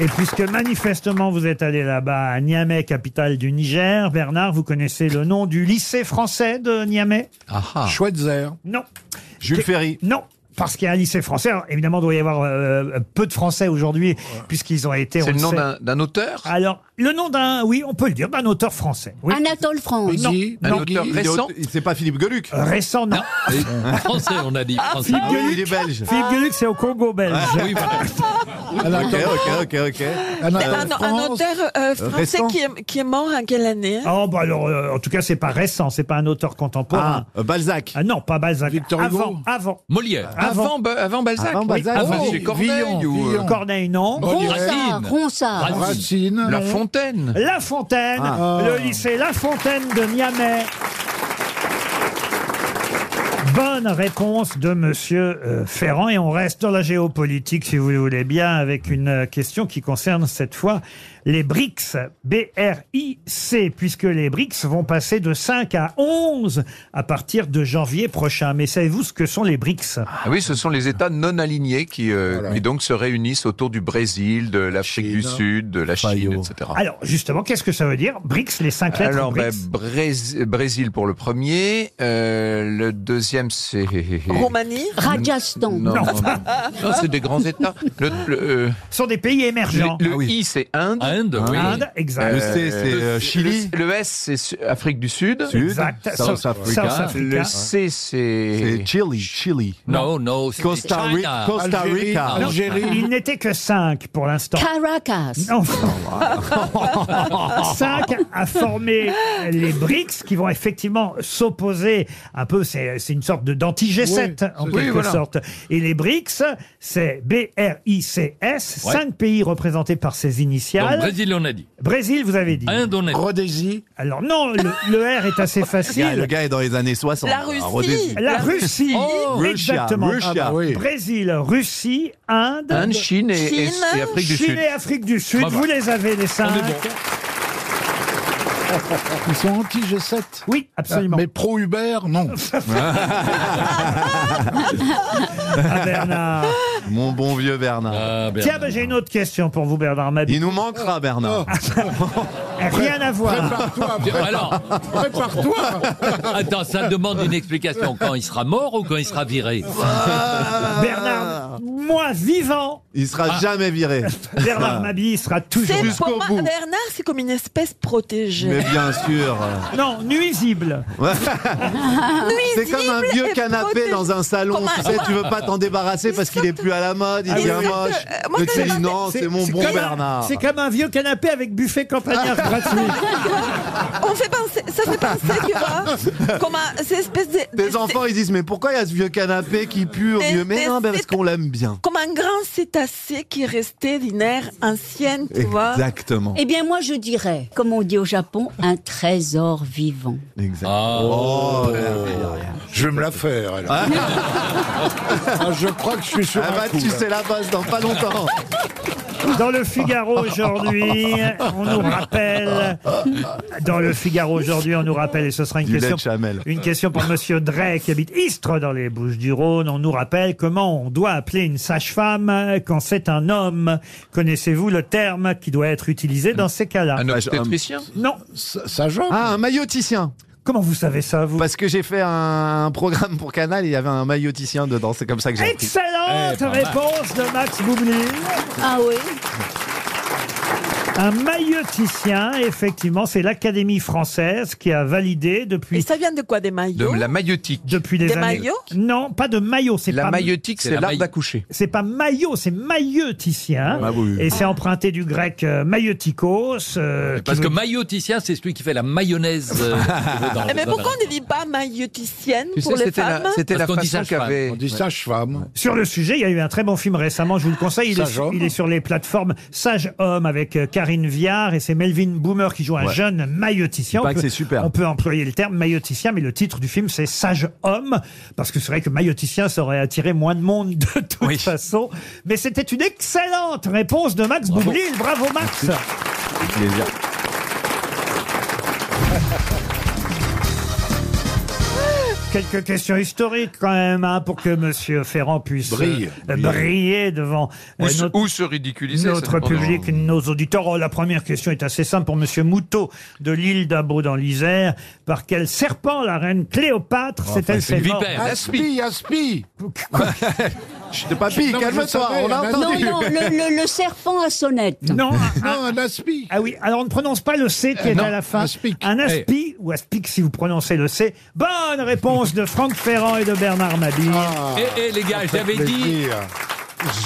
S2: Et puisque manifestement vous êtes allé là-bas à Niamey, capitale du Niger, Bernard, vous connaissez le nom du lycée français de Niamey
S4: Schweitzer.
S2: Non.
S5: Jules Ferry.
S2: Non. Parce qu'il y a un lycée français. Alors, évidemment, il doit y avoir euh, peu de Français aujourd'hui, puisqu'ils ont été. on
S9: C'est le nom
S2: sait- Ah,
S9: d'un d'un auteur
S2: Alors, le nom d'un, oui, on peut le dire, d'un auteur français. Oui.
S8: Anatole France.
S2: Non, non.
S5: C'est pas Philippe Geluc.
S2: Euh, Récent, non.
S7: Ah, Français, on a dit.
S5: Ah,
S7: Français. Ah,
S2: Philippe Gueluc.
S5: il est belge. Ah.
S2: Philippe Gueluc, c'est au Congo belge.
S7: Oui, voilà.
S5: Ok, ok, ok, ok.
S6: Eh, un, un auteur euh, français
S2: récent.
S6: qui est, qui est mort en quelle année hein
S2: Oh, bah alors, euh, en tout cas, c'est pas récent, c'est pas un auteur contemporain.
S5: Balzac.
S2: Ah non, pas Balzac. Avant, avant.
S7: Molière.
S9: Avant, Ba- avant Balzac.
S2: Avant Balzac.
S9: Avant
S2: Oui.
S9: chez Corneille ou... euh,
S2: Corneille, non.
S9: Racine. Racine. La Fontaine.
S2: La Fontaine.
S9: Ah.
S2: Le lycée La Fontaine de Niamey. Bonne réponse de Monsieur euh, Ferrand et on reste dans la géopolitique si vous le voulez bien avec une euh, question qui concerne cette fois les BRICS, B-R-I-C, puisque les BRICS vont passer de 5 à 11 à partir de janvier prochain. Mais savez-vous ce que sont les BRICS
S9: Ah oui, ce sont les États non alignés qui, euh, qui donc se réunissent autour du Brésil, de l'Afrique du Sud, de la Chine, etc.
S5: Ah.
S2: Alors justement, qu'est-ce que ça veut dire BRICS, les 5 lettres
S9: Alors, ben,
S2: BRICS
S9: Brés- Brésil pour le premier, euh, le deuxième c'est...
S5: ben,
S6: Roumanie
S8: Rajasthan.
S9: Non,
S8: <laughs>
S9: non, non. Non, c'est des grands États. Le, le, euh,
S2: Ce sont des pays émergents.
S9: le I c'est Inde.
S7: Inde,
S2: oui. Ah Inde, exact. Le C, c'est, euh, Chili.
S9: Le, le S c'est Su- Afrique du Sud.
S2: Sud. Exact. South- South Africa. South Africa.
S9: Le C c'est...
S5: C'est Chili. Chili.
S7: Non, non, c'est
S5: Costa
S7: China.
S5: Rica. Costa Rica.
S2: Non, Il n'était que 5 pour l'instant.
S8: Caracas.
S2: Non. <laughs> 5 à former les BRICS qui vont effectivement s'opposer un peu, c'est c'est une sorte de- d'anti-G7
S3: Oui,
S2: en
S3: c'est-
S2: quelque
S3: oui, voilà.
S2: sorte. Et les BRICS, c'est B-R-I-C-S,
S7: Ouais.
S2: 5 pays représentés par ses initiales.
S7: Donc, Brésil, on a dit.
S2: Brésil, vous avez dit.
S7: Inde, on a dit.
S2: Rhodésie. Alors non, le, le R est assez
S5: Le gars-
S2: facile.
S5: le gars est dans les années 60.
S2: La
S5: Ah,
S2: Russie.
S5: Rhodésie.
S2: La Russie,
S5: Oh,
S2: exactement.
S5: Russia, Russia.
S2: Ah bah oui. Brésil, Russie, Inde,
S9: Inde, Chine et- et- et Afrique du
S2: Chine
S9: Sud.
S2: et Afrique du Sud.
S9: Bravo.
S2: Vous les avez les cinq.
S9: On est bon.
S4: Ils sont anti-G7
S2: Oui, absolument.
S4: Ah, mais pro-Uber,
S2: <laughs>
S4: non.
S2: Ah, Bernard.
S5: Mon bon vieux Bernard.
S2: Tiens, bah, j'ai une autre question pour vous, Bernard Mabille.
S5: Il nous manquera, Bernard.
S2: <laughs> Rien à voir.
S7: Alors, <laughs> Attends, ça demande une explication. Quand il sera mort ou quand il sera viré
S2: Bernard, moi vivant,
S5: Il sera
S7: Ah.
S5: jamais viré. Ah.
S2: Bernard Mabille sera toujours
S6: C'est
S2: là.
S6: pour moi, Bernard, c'est comme une espèce protégée.
S5: Mais bien sûr.
S2: <laughs> Non, nuisible.
S5: C'est comme un vieux
S6: et
S5: canapé
S6: protégé.
S5: dans un salon.
S6: Comme
S5: Tu
S6: un-
S5: sais, tu veux pas t'en débarrasser parce qu'il est plus à la mode, il
S2: Ah oui,
S5: devient
S2: oui.
S5: moche.
S2: Euh, moi,
S5: Mais
S2: je
S5: tu
S2: l'ai
S5: dis
S2: fait.
S5: non, c'est mon bon
S2: comme-
S5: Bernard.
S2: C'est comme un vieux canapé avec
S5: <laughs>
S2: buffet campagnard gratuit.
S6: On fait penser, ça fait penser, tu
S5: <laughs>
S6: vois, comme un, cette Ah, espèce de,
S5: Les enfants, ils disent, mais pourquoi il y a ce vieux canapé qui pue au
S6: Des-
S5: vieux Mais
S6: des-
S5: non, ben, parce qu'on l'aime bien.
S6: comme un grand cétacé qui restait d'une ère ancienne, tu vois.
S5: Exactement.
S8: Eh bien, moi, je dirais, comme on dit au Japon, un trésor vivant.
S4: <laughs> Oh, je vais me la faire. alors. Ah, je crois que je suis sur
S5: Ah
S4: un
S5: bah,
S4: coup,
S5: tu
S4: là.
S5: sais la base dans pas longtemps.
S2: Dans le Figaro aujourd'hui, on
S5: <laughs>
S2: nous rappelle. Dans le Figaro aujourd'hui, on nous rappelle, et ce sera une
S5: Du lait de
S2: question.
S5: Chamel.
S2: Une question pour Monsieur Drey qui habite Istres dans les Bouches-du-Rhône. On nous rappelle comment on doit appeler une sage-femme quand c'est un homme. Connaissez-vous le terme qui doit être utilisé dans ces cas-là
S4: Ah,
S9: Un obstétricien
S2: Non.
S4: Sage
S5: Ah, un mailloticien.
S2: Comment vous savez ça, vous
S5: Parce que j'ai fait un, un programme pour Canal, il y avait un mailloticien dedans, c'est comme ça que j'ai appris.
S2: Eh, Excellente
S5: Eh, pas mal.
S6: Ah
S2: réponse de Max Boublil.
S8: Ah oui
S2: Un mailloticien, effectivement, c'est l'Académie française qui a validé
S6: Et
S2: depuis
S6: ça vient de quoi Des maillots
S9: maillotique.
S2: Depuis les
S6: Des
S2: années.
S6: maillots
S2: Non, pas de maillot. c'est
S9: La
S2: pas-
S9: maillotique, c'est C'est la l'art maille- d'accoucher.
S2: C'est pas maillot, c'est mailloticien.
S7: Ah oui.
S2: Et c'est emprunté du grec euh, maillotikos. euh, qui
S7: Parce que
S2: veut-
S7: mailloticien, c'est celui qui fait la mayonnaise. euh, dans
S5: Ah,
S6: Eh,
S7: le-
S6: Mais
S7: dans la-
S6: pourquoi on ne dit pas mailloticienne
S7: Tu sais,
S6: pour les
S7: c'était la-
S6: femmes
S7: c'était la Parce qu'on dit façon sage-femme. qu'avait-
S4: On dit sage-femme.
S2: Sur le sujet, il y a eu un très bon film récemment, je vous le conseille. Il, est,
S4: Sage
S2: sur-
S4: homme.
S2: il est sur les plateformes Sage Homme avec euh, Karine Viard et c'est Melvin Boomer qui joue un
S5: Ouais.
S2: jeune mailloticien.
S5: Il paraît
S2: On
S5: que
S2: peut-
S5: c'est super.
S2: On peut employer le terme mailloticien, mais le titre du film c'est Sage Homme parce que c'est vrai que mailloticien ça aurait attiré moins de monde de toute façon. Mais c'était une excellente réponse de Max Boublil. Bravo Max. Quelques questions historiques quand même hein, pour que Monsieur Ferrand puisse euh,
S9: Brille.
S2: euh, briller devant
S9: Ou,
S2: euh,
S9: se-
S2: notre-
S9: ou se ridiculiser. ça
S2: notre
S9: dépend de-
S2: public, nos auditeurs. Oh, la première question est assez simple pour Monsieur Moutot de l'île d'Abo dans l'Isère. Par quel serpent la reine Cléopâtre
S4: Oh,
S7: Oh,
S2: s'est-elle fait mordre
S4: Ah, Aspi, aspi.
S5: Je te
S4: Non,
S5: papille,
S4: mais je
S5: calme-toi,
S4: savais,
S5: on a
S4: mais
S8: Non,
S5: entendu.
S8: non, le, le- le serpent à sonnette.
S2: Non, un-
S4: Non, un aspi.
S2: ah oui, alors on ne prononce pas le C qui
S4: Euh,
S2: est
S4: non,
S2: à la fin.
S4: aspic.
S7: Eh.
S2: Un aspi ou aspic si vous prononcez le C. Bonne réponse de Franck Ferrand et de Bernard Mabille.
S7: Eh, eh, les gars,
S4: ça fait
S7: j'avais dit,
S4: plaisir.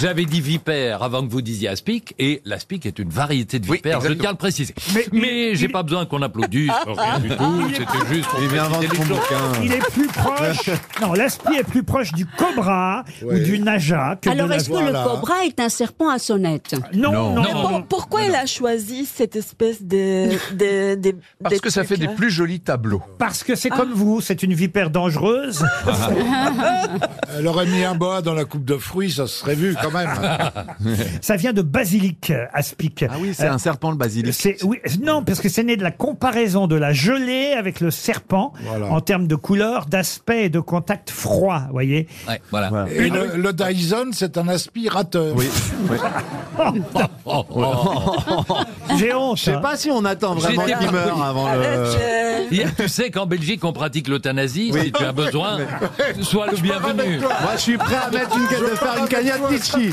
S7: j'avais dit vipère avant que vous disiez aspic, et l'aspic est une variété de
S9: Oui,
S7: vipère, je
S9: exactement.
S7: tiens à le préciser.
S2: Mais-
S7: Mais,
S2: il-
S7: j'ai
S2: il-
S7: pas besoin qu'on applaudisse, rien du tout, c'était juste pour
S5: Ah, Il vient
S7: préciser
S5: vendre
S7: les
S5: son
S7: choses.
S5: bouquin.
S2: Il est
S5: <laughs>
S2: plus proche. Non, l'aspi est plus proche du cobra
S4: Ouais.
S2: ou du
S5: Ah,
S2: naja que de
S8: Alors,
S2: la-
S8: est-ce que
S4: voilà.
S8: le cobra est un serpent à sonnette
S2: Non, non,
S9: Non.
S2: non.
S6: Mais pour-
S2: non.
S6: pourquoi elle a choisi cette espèce de. de, de-
S9: Parce
S6: de
S9: que ça fait
S6: trucs,
S9: des
S6: là
S9: plus jolis tableaux.
S2: Parce que c'est comme vous, c'est une vipère dangereuse.
S4: <laughs> Elle aurait mis un boa dans la coupe de fruits, ça se serait vu quand
S5: <laughs>
S4: même.
S2: Ça vient de basilic, euh, aspic.
S5: Ah oui, c'est un serpent le basilic.
S2: C'est- oui, non, parce que c'est né de la comparaison de la gelée avec le serpent
S4: Voilà.
S2: en termes de couleur, d'aspect et de contact froid, voyez.
S7: Ouais, voilà.
S5: Voilà.
S4: Et le, le Dyson, c'est un aspirateur.
S5: Oui. oui.
S2: <laughs>
S7: Oh,
S5: <laughs>
S7: oh.
S2: J'ai honte.
S5: Je sais
S2: hein.
S5: pas si on attend vraiment
S7: J'étais
S5: qu'il
S7: pas-
S5: meure avant le.
S6: Euh,
S7: Il y a- Tu sais qu'en Belgique, on pratique l'euthanasie, si tu as besoin, sois le bienvenu.
S5: Moi, je suis prêt à mettre une de faire une cagnette Tichy.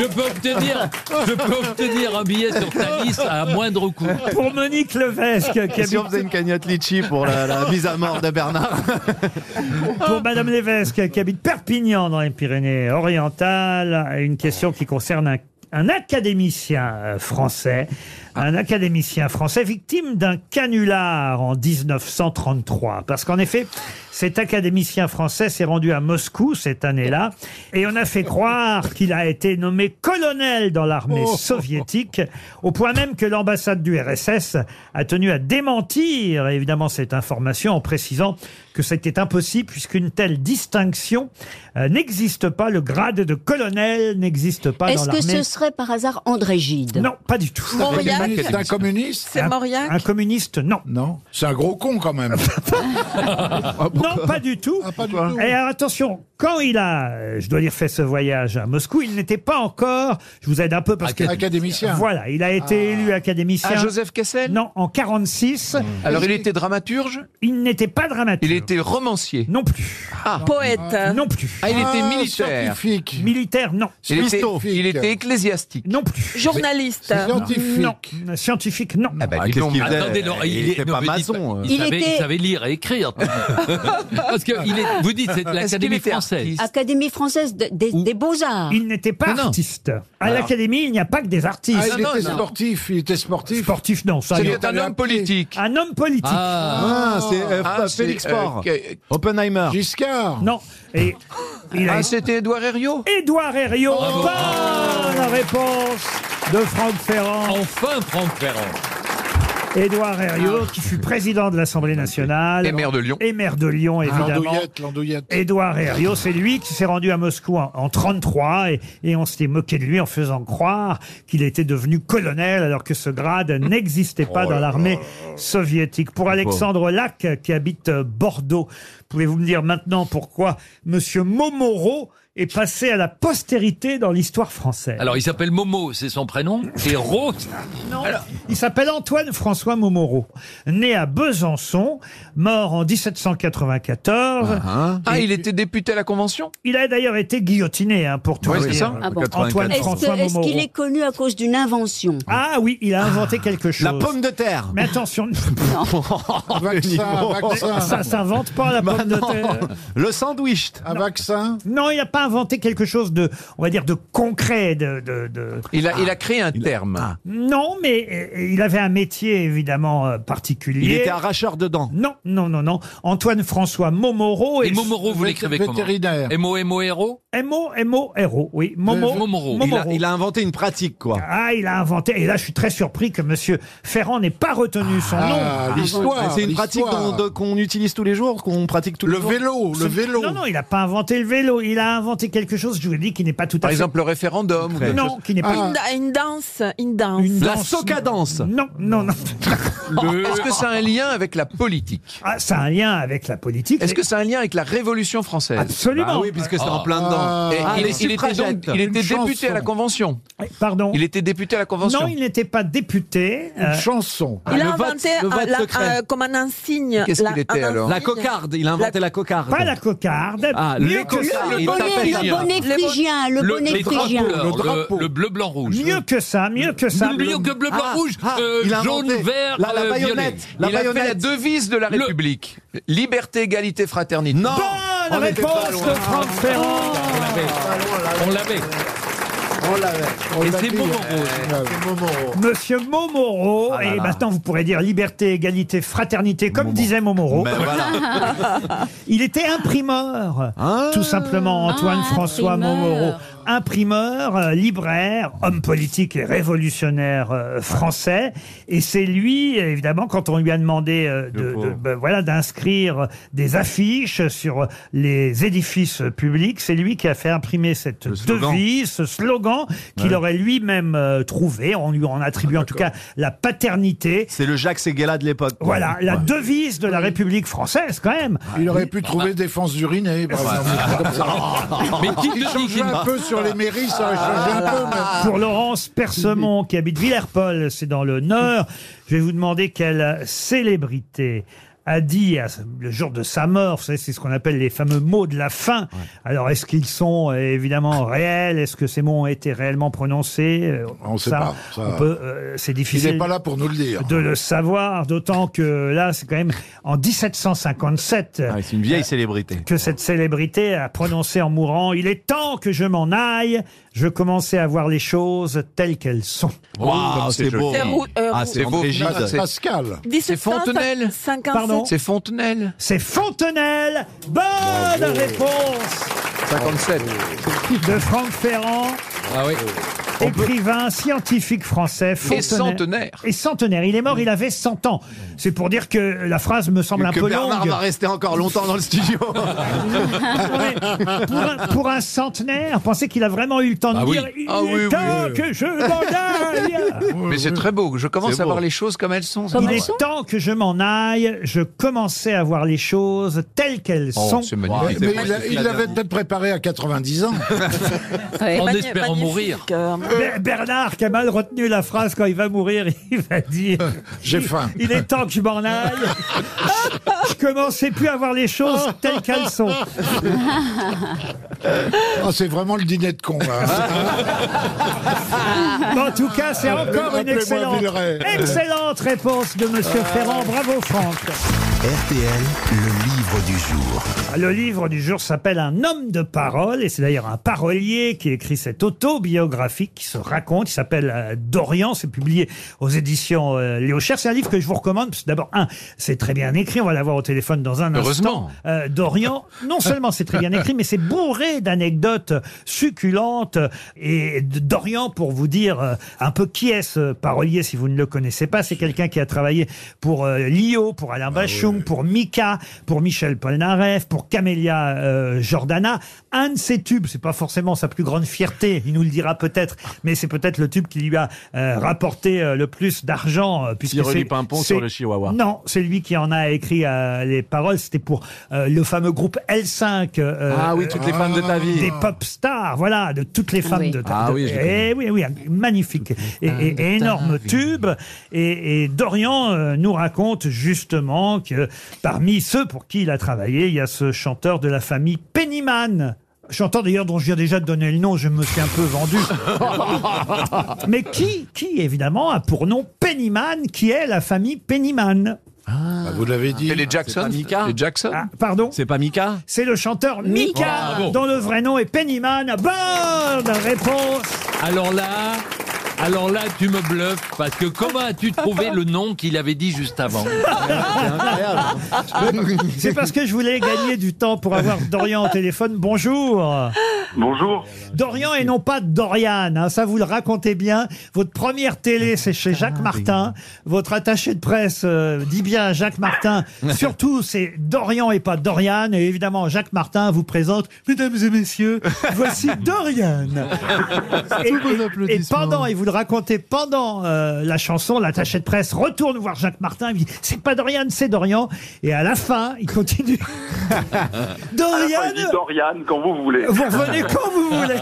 S7: Je peux obtenir, je peux obtenir un billet sur Thalys à moindre coût.
S2: Pour Monique Levesque, qui
S5: Et si on
S2: habite-
S5: faisait une cagnotte litchi pour la, la mise à mort de Bernard
S2: pour Madame Levesque, qui habite Perpignan dans les Pyrénées-Orientales, une question qui concerne un, un académicien euh, français, un académicien français victime d'un canular en 1933. Parce qu'en effet, cet académicien français s'est rendu à Moscou cette année-là, et on a fait croire qu'il a été nommé colonel dans l'armée
S4: Oh.
S2: soviétique, au point même que l'ambassade du RSS a tenu à démentir évidemment cette information en précisant que c'était impossible puisqu'une telle distinction euh, n'existe pas, le grade de colonel n'existe pas dans
S8: Est-ce que ce
S2: l'armée.
S8: serait par hasard André Gide
S2: Non, pas du tout.
S6: Mauriac,
S4: C'est un communiste
S6: c'est Mauriac.
S2: Un communiste, non.
S4: Non. C'est un gros con quand même.
S2: Non, <laughs> pas du tout.
S4: Ah, pas du tout.
S2: Et alors, attention, quand il a, euh, je dois dire, fait ce voyage à Moscou, il n'était pas encore, je vous aide un peu parce que...
S4: Académicien.
S2: Voilà, il a été élu académicien.
S9: Ah, Joseph Kessel
S2: Non, en 46,
S9: Alors, il était dramaturge
S2: il n'était pas dramatique.
S9: Il était romancier
S2: Non plus.
S6: Poète.
S2: Non plus.
S9: Ah, il était
S4: Mmh. Ah,
S9: militaire
S4: Scientifique.
S2: Militaire, non.
S9: il était,
S4: Scientifique.
S9: il était ecclésiastique
S2: Non plus.
S6: Journaliste.
S4: Scientifique.
S2: Non. Scientifique, non.
S5: bah,
S9: Ah, dis donc.
S7: Attendez, non, il, est-
S5: était
S7: ne
S5: pas
S7: me dites
S5: maçon. euh.
S7: Il,
S8: Il
S7: savait,
S8: était-
S7: il savait lire et écrire. <laughs> Parce que il est, vous dites, c'est de
S9: Est-ce qu'il
S7: l'Académie
S9: était
S7: française.
S9: artiste
S8: Académie française de- des- des beaux-arts.
S2: Il n'était pas
S9: Non, non.
S2: artiste. À l'académie, il n'y a pas que des artistes.
S4: Ah, il
S9: non,
S4: était
S9: non.
S4: sportif. Il était sportif.
S2: Sportif, non. Ça, il y a-
S9: C'était un homme politique.
S2: Un homme politique.
S7: Ah,
S5: Ah, c'est euh,
S9: Ah, c'est,
S5: Félix
S9: euh,
S5: Faure.
S9: que-
S5: Oppenheimer.
S4: Giscard.
S2: Non. Et il a
S9: Ah, c'était Édouard Herriot
S2: Édouard Herriot. Bonne réponse de Franck Ferrand.
S7: enfin Franck Ferrand.
S2: Édouard
S9: Ah.
S2: Herriot, qui fut président de l'Assemblée nationale.
S9: Et maire de Lyon.
S2: Et maire de Lyon, évidemment.
S4: Ah. L'andouillette, l'andouillette.
S2: Édouard Herriot, c'est lui qui s'est rendu à Moscou en, en 33 et, et on s'était moqué de lui en faisant croire qu'il était devenu colonel alors que ce grade n'existait pas dans l'armée soviétique. Pour Alexandre Lac qui habite euh, Bordeaux, pouvez-vous me dire maintenant pourquoi Monsieur Momoro est passé à la postérité dans l'histoire française.
S7: Alors, il s'appelle Momo, c'est son prénom. Et Rose.
S2: Alors, il s'appelle Antoine François Momoro, né à Besançon, mort en 1794.
S9: Ah, il
S2: était député à la Convention Il a d'ailleurs été guillotiné, hein, pour tout
S9: Oui,
S2: dire.
S9: c'est ça. Ah bon.
S2: Antoine
S8: Est-ce
S2: François
S8: que- est-ce
S2: Momoro.
S8: qu'il <laughs> est connu à cause d'une invention
S2: Ah oui, il a inventé quelque chose.
S8: La pomme
S2: de terre. Mais attention. <laughs>
S5: vaccin.
S2: Ça s'invente pas la
S5: Bah
S2: pomme de
S5: non.
S2: terre.
S5: Le sandwich.
S2: Un vaccin Non, il n'a pas inventé quelque chose de, on va dire, de concret. De, de- de-
S9: Il a, il a
S2: Ah.
S9: créé un terme.
S2: Non, mais euh, il avait un métier évidemment euh, particulier.
S9: Il était
S2: arracheur de dents. Non, non, non, non. Antoine François Momoro
S7: Et Momoro, vous l'écrivez comment M-O-M-O-R-O
S2: Mo Mo Héro, oui. Momo,
S7: Momoro.
S2: Momoro.
S7: Il a- il a
S2: inventé une pratique, quoi. Ah, il a inventé. Et là, je suis très surpris que Monsieur Ferrand n'ait pas retenu son nom. Ah,
S5: C'est une pratique qu'on qu'on utilise tous les jours, qu'on pratique tous les jours.
S2: C'est- Non, non, il n'a pas inventé le vélo. Il a inventé quelque chose, je vous ai dit, qui n'est pas tout à
S9: Par
S2: fait.
S9: exemple, le référendum. ou quelque
S2: Non,
S9: chose.
S2: qui n'est pas.
S6: Une, da- une danse, une danse.
S9: La socadance.
S5: <laughs>
S2: Non, non, non.
S9: <laughs> Est-ce que ça a un lien avec la politique
S2: Ah, ça a un lien avec la politique.
S9: Est-ce que ça a un lien avec la Révolution française
S2: Absolument.
S5: Bah oui, puisque c'est en plein dedans.
S9: Et
S5: Ah,
S9: il,
S5: les
S9: est- il était donc-
S5: suffragettes.
S9: il était
S5: Une
S9: député
S5: chanson.
S9: à la Convention.
S2: Pardon.
S9: Il était député à la Convention.
S2: Non, il n'était pas député. euh,
S9: Une chanson.
S2: Ah,
S6: Il
S7: Ah,
S6: a inventé un- la- un- comme un insigne.
S5: Qu'est-ce
S6: la-
S5: qu'il était,
S6: un
S5: alors
S6: insigne.
S5: La cocarde, il a inventé la cocarde.
S2: Pas la cocarde.
S5: Ah,
S2: Mieux
S5: les
S2: que ça,
S5: cocardes,
S2: le
S5: il
S2: bonnet-
S5: tapait
S2: le
S5: ça.
S8: bonnet phrygien, le bonnet
S7: les trois
S8: phrygien.
S7: couleurs,
S8: Le
S7: le,
S8: drapeau.
S7: le bleu, blanc, rouge.
S2: Mieux que ça, mieux que ça.
S7: Mieux que bleu, blanc,
S2: Ah,
S7: rouge,
S2: ah,
S7: euh,
S2: il a
S7: jaune,
S2: inventé
S7: vert,
S2: la- la
S7: euh,
S2: baïonnette,
S7: violet.
S2: la
S9: il a fait la devise de la
S7: Le-
S9: République. Liberté, égalité, fraternité. Non
S2: Bonne réponse de Franck Ferrand.
S7: On l'avait.
S4: On l'avait.
S7: Et c'est Momoro.
S2: hein. Monsieur Momoro,
S7: Ah là
S2: et
S7: là.
S2: maintenant vous pourrez dire liberté, égalité, fraternité, comme disait Momoro.
S7: Ben
S2: <laughs> Il était imprimeur,
S5: Ah.
S2: tout simplement Antoine François Momoro. Imprimeur, euh, libraire, homme politique et révolutionnaire euh, français. Et c'est lui, évidemment, quand on lui a demandé euh, de- de, ben, voilà, d'inscrire des affiches sur les édifices publics, c'est lui qui a fait imprimer cette
S5: slogan.
S2: devise, ce slogan qu'il
S5: Ouais.
S2: aurait lui-même euh, trouvé. On lui en attribue en tout cas la paternité.
S5: C'est le Jacques Seguela de l'époque. quoi.
S2: Voilà, la
S5: Ouais.
S2: devise de la République française, quand même.
S4: Ah,
S2: Ah.
S4: Il aurait pu trouver défense urinée, par
S2: <laughs>
S4: exemple. Comme ça.
S2: Mais qui
S4: Il
S2: le dit,
S4: changeait
S2: qui-
S4: un peu sur les mairies, ça aurait changé un peu. mais-
S2: Pour Laurence Persemont, qui habite Villers-Paul, c'est dans le Nord, je vais vous demander quelle célébrité a dit à- le jour de sa mort, vous savez, c'est ce qu'on appelle les fameux mots de la fin. Alors, est-ce qu'ils sont euh, évidemment réels Est-ce que ces mots ont été réellement prononcés Euh,
S4: On sait
S2: ça,
S4: pas, ça.
S2: on peut, euh, c'est difficile.
S4: Il n'est pas là pour nous le dire.
S2: De le savoir, d'autant que là, c'est quand même en 1757
S5: Ah, c'est une vieille célébrité.
S2: que cette célébrité a prononcé en mourant Il est temps que je m'en aille, je commençais à voir les choses telles qu'elles sont.
S5: Waouh,
S9: Comme
S5: c'est
S9: c'est
S5: beau.
S9: joli. C'est roux- euh,
S5: ah,
S9: roux.
S5: c'est
S9: C'est beau.
S5: André Gide.
S9: Ah, c'est-
S4: Pascal.
S9: C'est Fontenelle.
S6: 1757.
S2: Pardon
S9: C'est Fontenelle.
S2: C'est Fontenelle Bonne réponse
S9: 57.
S2: de Franck Ferrand.
S9: Ah oui.
S2: Écrivain, scientifique français,
S9: Et centenaire.
S2: Et centenaire. Il est mort, il avait 100 ans. C'est pour dire que la phrase me semble un
S5: que
S2: peu
S5: Bernard
S2: longue.
S5: va rester encore longtemps dans le
S2: <laughs>
S5: studio.
S2: pour, un, pour un centenaire, pensez qu'il a vraiment eu le temps
S9: Ah
S2: de
S9: oui.
S2: dire Il
S9: Ah
S2: est
S9: oui, oui,
S2: temps
S9: oui.
S2: que je m'en aille
S9: <laughs> Mais c'est très beau. Je commence
S5: C'est
S9: à
S5: beau.
S9: voir les choses comme elles sont.
S2: Il est temps que je m'en aille, je commençais à voir les choses telles qu'elles
S9: Oh,
S2: sont.
S9: c'est magnifique.
S4: Mais,
S9: C'est
S4: mais
S9: vrai,
S4: il a-
S9: c'est
S4: il
S9: la
S4: l'avait peut-être préparé à
S9: <laughs>
S4: 90 ans.
S7: En
S6: Magni-
S7: espérant
S6: magnifique,
S7: mourir.
S6: euh,
S2: Ber- Bernard qui a mal retenu la phrase quand il va mourir, <laughs> il va dire
S4: <laughs> J'ai
S2: il-
S4: faim.
S2: Il, est temps que je
S4: <laughs>
S2: m'en aille. je commençais plus à voir les choses telles
S8: <laughs>
S2: qu'elles sont.
S4: Oh, c'est vraiment le dîner de con. là.
S2: Mais
S9: Ah.
S2: en tout cas, c'est encore une
S4: Euh, Appelez-moi
S2: excellente,
S4: Villeray. Euh.
S2: excellente réponse de Monsieur Ferrand. Bravo Franck.
S1: RTL, le livre du jour.
S2: Le livre du jour s'appelle Un homme de parole, et c'est d'ailleurs un parolier qui écrit cette autobiographie qui se raconte. Il s'appelle euh, Dorian, c'est publié aux éditions euh, Léo Cher. C'est un livre que je vous recommande, parce que d'abord, un, c'est très bien écrit, on va l'avoir au téléphone dans un
S9: Heureusement.
S2: instant. Euh, Dorian,
S5: <laughs>
S2: non seulement c'est très bien écrit, mais c'est bourré d'anecdotes succulentes. Et de- Dorian, pour vous dire euh, un peu qui est ce parolier, si vous ne le connaissez pas, c'est quelqu'un qui a travaillé pour euh, Lio, pour
S5: Ah
S2: Alain Bachung, pour Mika, pour Michel Polnareff, pour Camélia euh, Jordana. un de ses tubes. C'est pas forcément sa plus grande fierté, il nous le dira peut-être, mais c'est peut-être le tube qui lui a euh, rapporté euh, le plus d'argent. euh, puisque
S5: Cyril
S2: c'est-
S5: Pimpon
S2: c'est-
S5: sur le Chihuahua.
S2: Non, c'est lui qui en a écrit euh, les paroles. C'était pour euh, le fameux groupe L5. euh,
S5: Ah oui, toutes les femmes de ta vie.
S2: Des pop stars, voilà, de toutes les femmes
S5: oui.
S2: de ta
S5: Ah
S2: de-
S5: oui, je
S2: Eh oui, oui, un magnifique et, et- et énorme tube. Et, et Dorian euh, nous raconte justement que parmi ceux pour qui il a travaillé, il y a ce chanteur de la famille Pennyman. Chanteur d'ailleurs dont je viens déjà de donner le nom, je me suis un
S5: <laughs>
S2: peu vendu. Mais qui, qui évidemment a pour nom Pennyman, qui est la famille Pennyman
S4: vous l'avez dit.
S9: C'est les Jackson. Les Jackson.
S2: Ah, Pardon
S5: C'est pas Mika
S2: C'est le chanteur Mika,
S7: Ah, bon.
S2: dont le vrai nom est Pennyman. Bonne réponse
S7: Alors là, alors là, tu me bluffes parce que comment as-tu trouvé le nom qu'il avait dit juste avant
S2: <laughs> C'est parce que je voulais gagner du temps pour avoir Dorian au téléphone. Bonjour.
S14: Bonjour.
S2: Dorian et non pas Dorian, hein, ça vous le racontez bien. Votre première télé, c'est chez Jacques Martin. Votre attaché de presse euh, dit bien à Jacques Martin. Surtout, c'est Dorian et pas Dorian. Et évidemment, Jacques Martin vous présente, mesdames et messieurs, voici Dorian. Et, et- et pendant, et vous le racontez pendant euh, la chanson, l'attaché de presse retourne voir Jacques Martin. Il dit, c'est pas Dorian, c'est Dorian. Et à la fin, il continue. Ah. Dorian.
S14: Il dit Dorian quand vous voulez.
S2: Vous revenez quand vous voulez.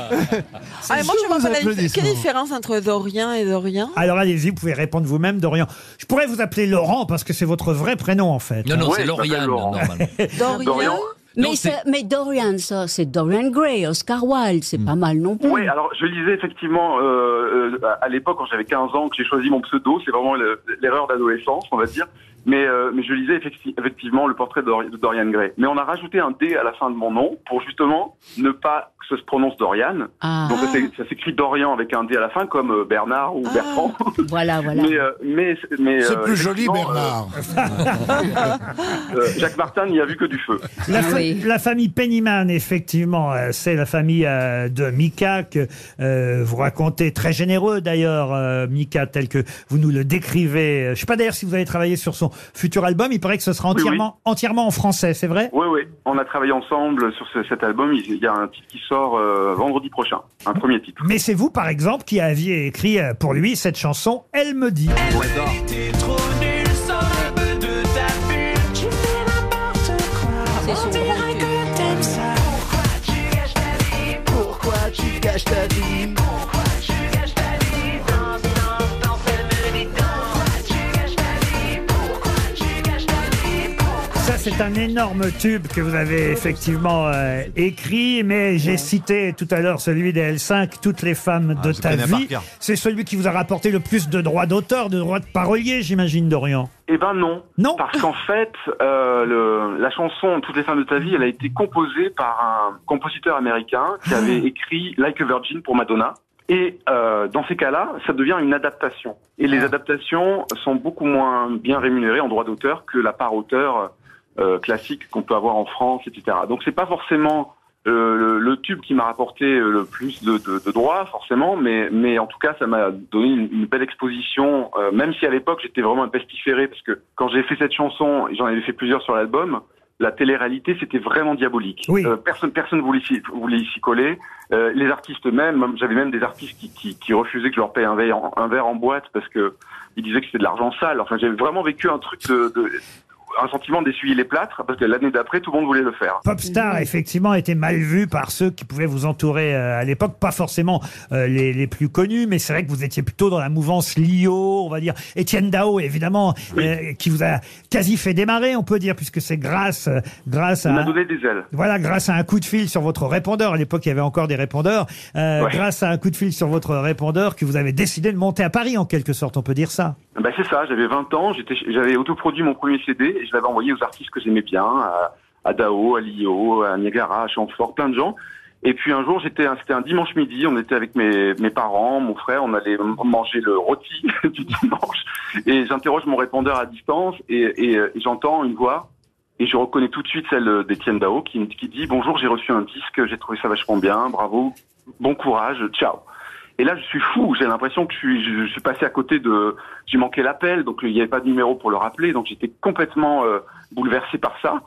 S6: Ah, et moi, je me
S2: sous
S6: rappelle,
S2: applaudissements.
S6: quelle différence entre Dorian et Dorian
S2: Alors allez-y, vous pouvez répondre vous-même, Dorian. Je pourrais vous appeler Laurent parce que c'est votre vrai prénom en fait.
S7: Non, non, c'est Lauriane, normalement.
S8: Dorian. Mais,
S2: Non,
S8: ça-
S2: c'est-
S8: mais Dorian, ça, c'est Dorian Gray, Oscar Wilde, c'est pas mal non plus.
S14: Oui, alors je lisais effectivement euh, euh, à l'époque quand j'avais 15 ans que j'ai choisi mon pseudo, c'est vraiment le- l'erreur d'adolescence, on va dire. Mais, euh, mais je lisais effecti- effectivement le portrait de Dor- de Dorian Gray. Mais on a rajouté un D à la fin de mon nom pour justement ne pas que ça se prononce Dorian.
S8: Ah.
S14: Donc ça s'é- ça s'écrit Dorian avec un D à la fin comme euh, Bernard ou Bertrand.
S8: Voilà, Ah. voilà.
S14: Mais, euh, mais, mais,
S4: C'est
S14: euh,
S4: plus joli,
S14: effectivement,
S4: Bernard.
S14: euh, <laughs> euh, Jacques Martin n'y a vu que du feu.
S2: La, fa- la famille Pennyman, effectivement, euh, c'est la famille euh, de Mika que euh, vous racontez, très généreux d'ailleurs, euh, Mika, tel que vous nous le décrivez. Je ne sais pas d'ailleurs si vous avez travaillé sur son futur album, il paraît que ce sera
S14: Oui, oui.
S2: entièrement, entièrement en français, c'est vrai
S14: Oui, oui, on a travaillé ensemble sur ce- cet album. Il y a un titre qui sort euh, vendredi prochain, un premier titre.
S2: Mais c'est vous, par exemple, qui aviez écrit euh, pour lui cette chanson « Elle me dit ».
S8: C'est son grand tube.
S3: Pourquoi tu gâches ta vie Pourquoi tu gâches ta vie Danse, danse, danse, elle me dit danse. Pourquoi tu gâches ta vie Pourquoi tu gâches ta vie
S2: Ça, c'est un énorme tube que vous avez effectivement euh, écrit, mais j'ai cité tout à l'heure celui des L5, Toutes les femmes de
S5: Ah, je
S2: ta
S5: connais par
S2: vie.
S5: cœur.
S2: C'est celui qui vous a rapporté le plus de droits d'auteur, de droits de parolier, j'imagine, Dorian.
S14: Eh ben non.
S2: Non.
S14: Parce qu'en fait, euh, le- la chanson Toutes les femmes de ta vie, elle a été composée par un compositeur américain qui avait écrit Like a Virgin pour Madonna. Et euh, dans ces cas-là, ça devient une adaptation. Et les adaptations sont beaucoup moins bien rémunérées en droit d'auteur que la part auteur euh, classique qu'on peut avoir en France, etc. Donc c'est pas forcément euh, le, le tube qui m'a rapporté euh, le plus de, de- de droits, forcément, mais, mais en tout cas, ça m'a donné une, une belle exposition, euh, même si à l'époque, j'étais vraiment un pestiféré, parce que quand j'ai fait cette chanson, et j'en avais fait plusieurs sur l'album, la télé-réalité, c'était vraiment diabolique. Euh, personne personne voulait s'y voulait s'y coller. Euh, les artistes même, j'avais même des artistes qui, qui, qui refusaient que je leur paye un verre, en, un verre en boîte parce que ils disaient que c'était de l'argent sale. Enfin, j'avais vraiment vécu un truc de, de un sentiment d'essuyer les plâtres parce que l'année d'après, tout le monde voulait le faire.
S2: Popstar, effectivement, était mal vu par ceux qui pouvaient vous entourer euh, à l'époque, pas forcément euh, les, les plus connus, mais c'est vrai que vous étiez plutôt dans la mouvance Lio, on va dire, Étienne Dao, évidemment, euh, qui vous a quasi fait démarrer, on peut dire, puisque c'est grâce, euh, <laughs> grâce
S14: Il m'a
S2: à...
S14: donné des ailes.
S2: Voilà, grâce à un coup de fil sur votre répondeur, à l'époque il y avait encore des répondeurs, euh,
S14: Ouais.
S2: grâce à un coup de fil sur votre répondeur que vous avez décidé de monter à Paris en quelque sorte, on peut dire ça.
S14: Bah c'est ça, j'avais 20 ans, j'étais, j'avais autoproduit mon premier CD et je l'avais envoyé aux artistes que j'aimais bien, à, à Dao, à Lio, à Niagara, à Chamfort, plein de gens. Et puis un jour, j'étais, un- c'était un dimanche midi, on était avec mes, mes parents, mon frère, on allait m- manger le rôti <laughs> du dimanche. Et j'interroge mon répondeur à distance et, et, euh, et j'entends une voix et je reconnais tout de suite celle d'Étienne Dao qui, qui dit Bonjour, j'ai reçu un disque, j'ai trouvé ça vachement bien, bravo, bon courage, ciao. Et là, je suis fou. J'ai l'impression que je suis, je, je suis passé à côté de. J'ai manqué l'appel, donc il n'y avait pas de numéro pour le rappeler. Donc j'étais complètement euh, bouleversé par ça.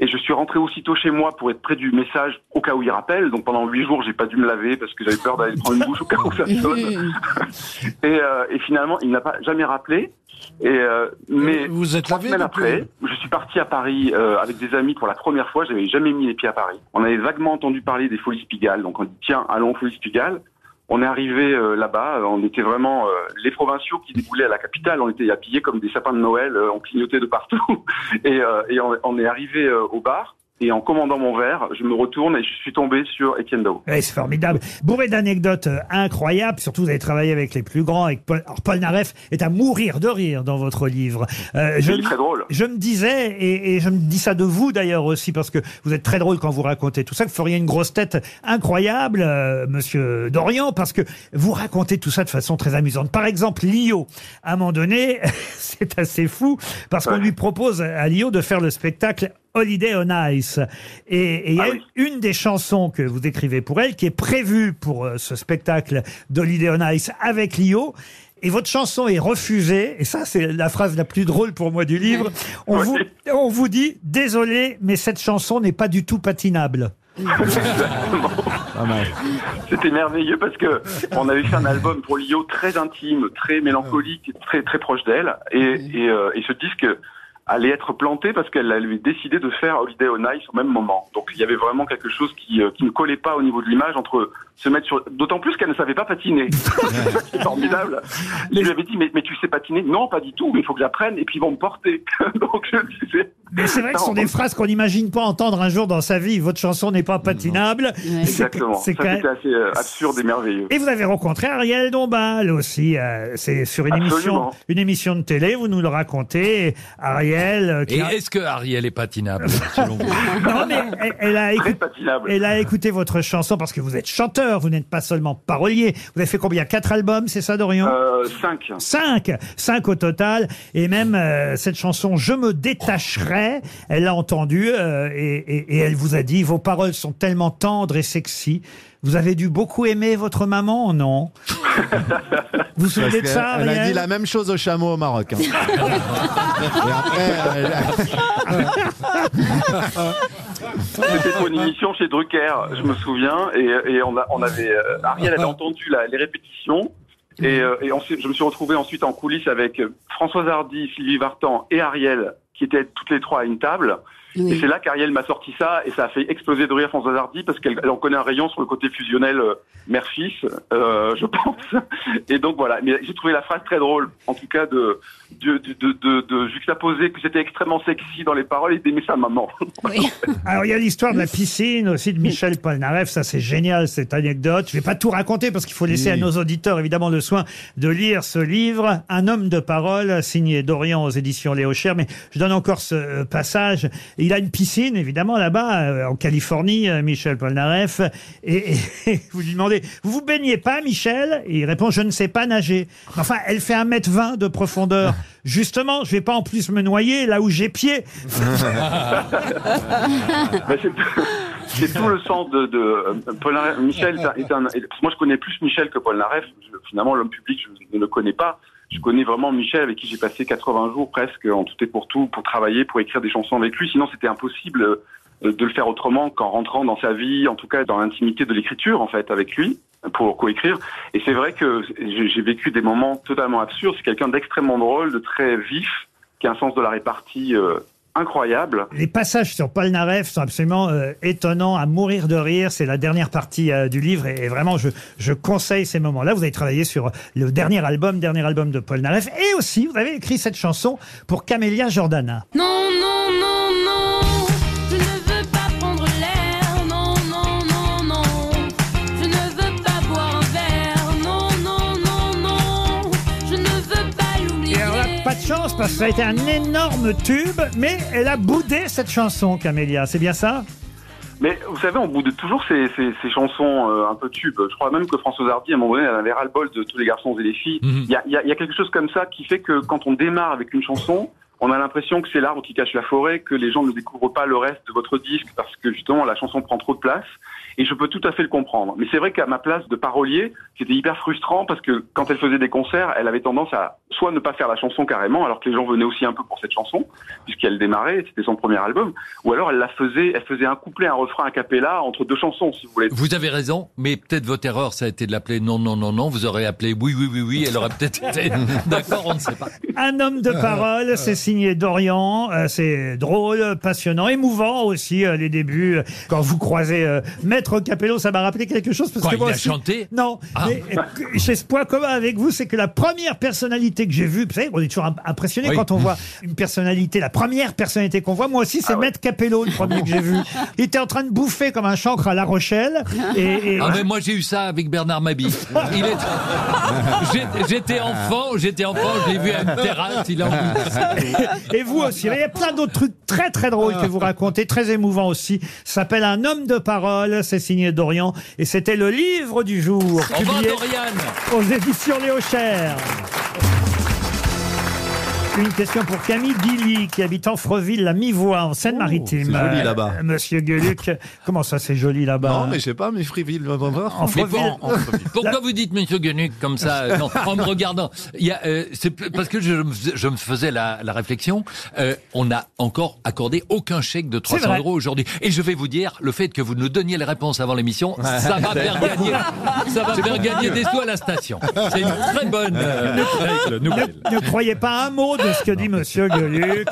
S14: Et je suis rentré aussitôt chez moi pour être près du message au cas où il rappelle. Donc pendant huit jours, j'ai pas dû me laver parce que j'avais peur d'aller prendre une douche au cas où ça sonne. et, euh, et finalement, il n'a pas jamais rappelé. Et euh, mais
S4: vous êtes
S14: trois
S4: lavé
S14: semaines
S4: depuis
S14: après, je suis parti à Paris euh, avec des amis pour la première fois. J'avais jamais mis les pieds à Paris. On avait vaguement entendu parler des Folies Pigalle, donc on dit tiens, allons aux Folies Pigalle. On est arrivé euh, là-bas, euh, on était vraiment euh, les provinciaux qui déboulaient à la capitale. On était habillés comme des sapins de Noël, euh, on clignotait de partout. <laughs> Et, euh, et on, on est arrivé euh, au bar. Et en commandant mon verre, je me retourne et je suis tombé sur Étienne Dao.
S2: Ouais, c'est formidable. Bourré d'anecdotes euh, incroyables. Surtout, vous avez travaillé avec les plus grands. Avec Paul... Alors, Paul Naref est à mourir de rire dans votre livre. Euh,
S14: Il est
S2: me-
S14: très drôle.
S2: Je me disais, et, et je me dis ça de vous d'ailleurs aussi, parce que vous êtes très drôle quand vous racontez tout ça. Vous feriez une grosse tête incroyable, euh, monsieur Dorian, parce que vous racontez tout ça de façon très amusante. Par exemple, Lio, à un moment donné, <laughs> c'est assez fou, parce qu'on lui propose à Lio de faire le spectacle Holiday on Ice. Et et il
S14: Ah
S2: y a une des chansons que vous écrivez pour elle qui est prévue pour euh, ce spectacle d'Holiday on Ice avec Lio. Et votre chanson est refusée, et ça c'est la phrase la plus drôle pour moi
S14: <laughs>
S2: du livre. On, vous, on vous dit, désolé, mais cette chanson n'est pas du tout patinable.
S14: C'était merveilleux parce que on avait fait un album pour Lio très intime, très mélancolique, très très proche d'elle, et, et, euh, et ce disque allait être planté parce qu'elle avait décidé de faire Holiday on Ice au même moment. Donc il y avait vraiment quelque chose qui, euh, qui ne collait pas au niveau de l'image entre se mettre sur... D'autant plus qu'elle ne savait pas
S2: <laughs>
S14: patiner. C'est ça qui est formidable. Je lui avais dit, mais, mais tu sais patiner Non, pas du tout, mais il faut que j'apprenne et puis ils vont me porter. <laughs> Donc je disais...
S2: Mais c'est vrai que ce sont des phrases qu'on n'imagine pas entendre un jour dans sa vie. Votre chanson n'est pas patinable. C'est-
S14: Exactement. Ça,
S2: c'est quand même-
S14: c'était assez euh, absurde et merveilleux.
S2: Et vous avez rencontré Ariel Dombal aussi. euh, c'est sur une émission,
S7: Absolument.
S2: une émission de télé. Vous nous le racontez. Ariel, euh, qui
S7: Et
S2: a-
S7: est-ce que Ariel est patinable selon vous
S2: Non, mais elle, elle a écouté,
S14: patinable.
S2: elle a écouté votre chanson parce que vous êtes chanteur. Vous n'êtes pas seulement parolier. Vous avez fait combien Quatre albums, c'est ça, Dorian
S14: Euh, cinq.
S2: Cinq, cinq au total, et même euh, cette chanson "Je me détacherai", elle l'a entendue euh, et, et- et elle vous a dit vos paroles sont tellement tendres et sexy. Vous avez dû beaucoup aimer votre maman, non Vous vous souvenez de
S5: Parce
S2: ça
S5: qu'elle- Elle a
S2: Ariel
S5: dit la même chose au chameau au Maroc. hein. Et après, elle a-
S14: C'était pour une émission chez Drucker, je me souviens, et, et on, a, on avait euh, Ariel avait entendu la- les répétitions, et, euh, et ensuite, je me suis retrouvé ensuite en coulisses avec euh, Françoise Hardy, Sylvie Vartan et Ariel, qui étaient toutes les trois à une table.
S15: Oui.
S14: Et c'est là qu'Ariel m'a sorti ça, et ça a fait exploser de rire Françoise Hardy parce qu'elle elle en connaît un rayon sur le côté fusionnel euh, mère-fils, euh, je pense. Et donc voilà, mais j'ai trouvé la phrase très drôle, en tout cas de de, de, de, de- de juxtaposer que c'était extrêmement sexy dans les paroles et d'aimer sa maman.
S2: Alors, il y a l'histoire de la piscine aussi de Michel Polnareff. Ça, c'est génial, cette anecdote. Je vais pas tout raconter parce qu'il faut laisser
S16: Oui.
S2: à nos auditeurs, évidemment, le soin de lire ce livre. Un homme de parole, signé Dorian aux éditions Léo Cher. Mais je donne encore ce euh, passage. Il a une piscine, évidemment, là-bas, euh, en Californie, euh, Michel Polnareff. Et, et <laughs> vous lui demandez, vous vous baignez pas, Michel? Et il répond, je ne sais pas nager. Enfin, elle fait 1m20 de profondeur. Justement, je vais pas en plus me noyer là où j'ai pied.
S14: Ben, c'est tout- c'est tout le sens de, de euh, Paul Naref. Michel est un- est un- est- moi je connais plus Michel que Paul Naref. Je- Finalement, l'homme public, je ne le connais pas. Je connais vraiment Michel avec qui j'ai passé 80 jours presque en tout et pour tout pour travailler, pour écrire des chansons avec lui. Sinon, c'était impossible euh, de le faire autrement qu'en rentrant dans sa vie, en tout cas dans l'intimité de l'écriture en fait avec lui pour coécrire. Et c'est vrai que j'ai j'ai vécu des moments totalement absurdes. C'est quelqu'un d'extrêmement drôle, de très vif, qui a un sens de la répartie euh, incroyable.
S2: <laughs> Les passages sur Polnareff sont absolument euh, étonnants, à mourir de rire. C'est la dernière partie euh, du livre et, et vraiment, je, je conseille ces moments-là. Vous avez travaillé sur euh, le dernier album, dernier album de Polnareff et aussi, vous avez écrit cette chanson pour Camélia Jordana.
S3: <laughs> Non, non, non, non, je ne veux pas prendre l'air. Non, non, non, non, je ne veux pas boire un verre. Non, non, non, non, je ne veux pas l'oublier.
S2: Et alors là, <laughs> pas de chance parce que ça a été un énorme tube, mais elle a boudé cette chanson, Camélia. C'est bien ça
S14: Mais vous savez, on boude toujours ces, ces, ces chansons euh, un peu tubes. Je crois même que Françoise Hardy, à un moment donné, elle avait ras-le-bol de tous les garçons et les filles. Il
S7: Mhm.
S14: y, a, il y a- il y a quelque chose comme ça qui fait que quand on démarre avec une chanson, on a l'impression que c'est l'arbre qui cache la forêt, que les gens ne découvrent pas le reste de votre disque parce que justement la chanson prend trop de place. Et je peux tout à fait le comprendre. Mais c'est vrai qu'à ma place de parolier, c'était hyper frustrant parce que quand elle faisait des concerts, elle avait tendance à soit ne pas faire la chanson carrément, alors que les gens venaient aussi un peu pour cette chanson, puisqu'elle démarrait, c'était son premier album, ou alors elle la faisait, elle faisait un couplet, un refrain a cappella entre deux chansons, si vous voulez.
S7: Vous avez raison, mais peut-être votre erreur, ça a été de l'appeler non, non, non, non. Vous aurez appelé oui, oui, oui, oui. Elle aurait peut-être été d'accord, on ne sait pas.
S2: Un homme de parole, c'est signé Dorian. Euh, C'est drôle, passionnant, émouvant aussi euh, les débuts. Euh, Quand vous croisez euh, Maître Capello, ça m'a rappelé quelque chose. Parce
S7: Quand
S2: que moi
S7: il a
S2: aussi-
S7: chanté
S2: Non.
S7: Ah.
S2: Mais, euh, chez ce point commun avec vous, c'est que la première personnalité que j'ai vue, vous savez, on est toujours im- impressionné
S7: Oui.
S2: quand on voit une personnalité, la première personnalité qu'on voit. Moi aussi,
S7: Ah
S2: c'est Maître Capello, le premier que j'ai vu. Il était en train de bouffer comme un chancre à La Rochelle. Et, hein et-
S7: Ah mais moi j'ai eu ça avec Bernard Mabie.
S2: <laughs>
S7: Il est... J'étais- J'étais enfant, j'étais enfant, je l'ai vu à une terrasse, il a
S2: <laughs> Et vous aussi. Il y a plein d'autres trucs très très drôles que vous racontez, très émouvants aussi. Ça s'appelle Un homme de parole, c'est signé Dorian. Et c'était le livre du jour.
S7: Au revoir,
S2: publié
S7: Dorian.
S2: aux éditions Léo Cher. Une question pour Camille Guilly, qui habite en Freville, la mi-voix, en Seine-Maritime.
S5: c'est joli
S2: Euh,
S5: là-bas.
S2: Monsieur Gueluc, comment ça c'est joli là-bas hein
S5: Non, mais je sais pas, mais Friville, on va voir.
S2: En Freville. <laughs>
S7: Pourquoi vous dites Monsieur Guenuc comme ça euh, non, En me regardant, il y a, euh, c'est p- parce que je, me fais- je me faisais la, la réflexion. euh, on n'a encore accordé aucun chèque de
S2: C'est
S7: 300
S2: vrai.
S7: euros aujourd'hui. Et je vais vous dire, le fait que vous nous donniez les réponses avant l'émission, ça va
S3: Ouais.
S7: faire gagner, ça va
S3: C'est
S7: faire
S3: bon.
S7: gagner des sous à la station. C'est une très bonne euh, règle nouvelle.
S2: Ne croyez pas un mot de ce que dit
S5: <laughs>
S2: Monsieur Gueluc.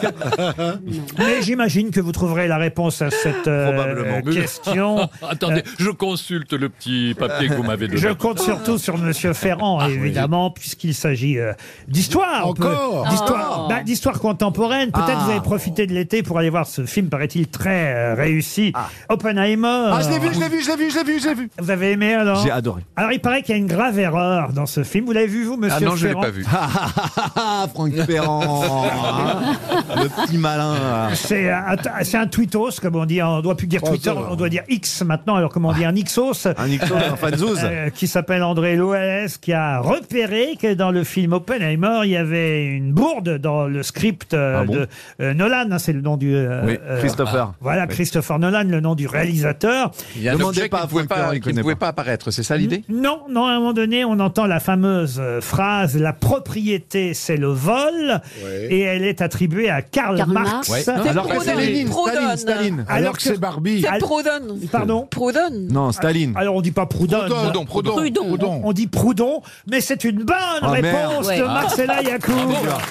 S2: Mais j'imagine que vous trouverez la réponse à cette euh,
S5: <laughs>
S2: question.
S7: <laughs>
S2: Euh,
S7: Attendez, je consulte le petit papier que vous m'avez donné.
S2: Je compte surtout sur Monsieur Ferrand,
S5: Ah
S2: évidemment, puisqu'il s'agit euh, d'histoire. on peut-
S7: Encore
S5: Ah.
S2: D'histoire
S7: Oh.
S2: bah, d'histoire contemporaine. Peut-être
S7: Ah.
S2: vous avez profité de l'été pour aller voir ce film, paraît-il, très euh, réussi. Oppenheimer.
S5: Ah, je l'ai vu, je l'ai vu, je l'ai vu, je l'ai vu, je l'ai vu.
S2: Vous avez aimé alors
S5: J'ai adoré.
S2: Alors il paraît qu'il y a une grave erreur dans ce film. Vous l'avez vu vous, <laughs> monsieur
S5: Ah non, je l'ai
S2: Ferrand
S5: pas vu.
S2: <laughs>
S5: Franck Ferrand, hein, le petit malin. là.
S2: C'est euh, un, c'est un tweetos, comme on dit. On doit plus dire
S5: Oh,
S2: Twitter,
S5: ça va.
S2: on doit dire X maintenant. Alors, comment on dit un Xos
S5: Un Ixos, un fanzouz.
S2: Qui s'appelle André Loès, qui a repéré que dans le film Oppenheimer, il y avait une bourde dans le script euh,
S5: Ah bon
S2: de euh, Nolan. hein, c'est le nom du. euh,
S5: Oui,
S2: euh,
S5: Christopher.
S2: voilà,
S5: Oui.
S2: Christopher Nolan, le nom du réalisateur.
S9: Il y a un objet qui ne pouvait pas- qui ne pouvait pas apparaître, c'est ça l'idée
S2: Non, non, à un moment donné, on entend la fameuse euh, phrase La propriété, c'est le vol.
S4: Ouais.
S2: Et elle est attribuée à Karl,
S4: Karl
S2: Marx.
S4: Marx. Ouais. C'est
S5: Alors que
S4: Proudhon.
S5: c'est Lénine,
S6: Proudhon.
S5: Staline, Staline.
S2: Alors que c'est
S5: Barbie.
S6: C'est Proudhon.
S2: Pardon
S6: Proudhon.
S5: Non, Staline.
S2: Alors on dit pas Proudhon.
S5: Proudhon,
S2: hein.
S5: Proudhon, Proudhon, Proudhon. Proudhon.
S2: On dit Proudhon, mais c'est une bonne
S7: Ah,
S2: réponse
S7: merde.
S2: de
S7: Ouais.
S2: Marcella Yacoub.
S7: Bravo.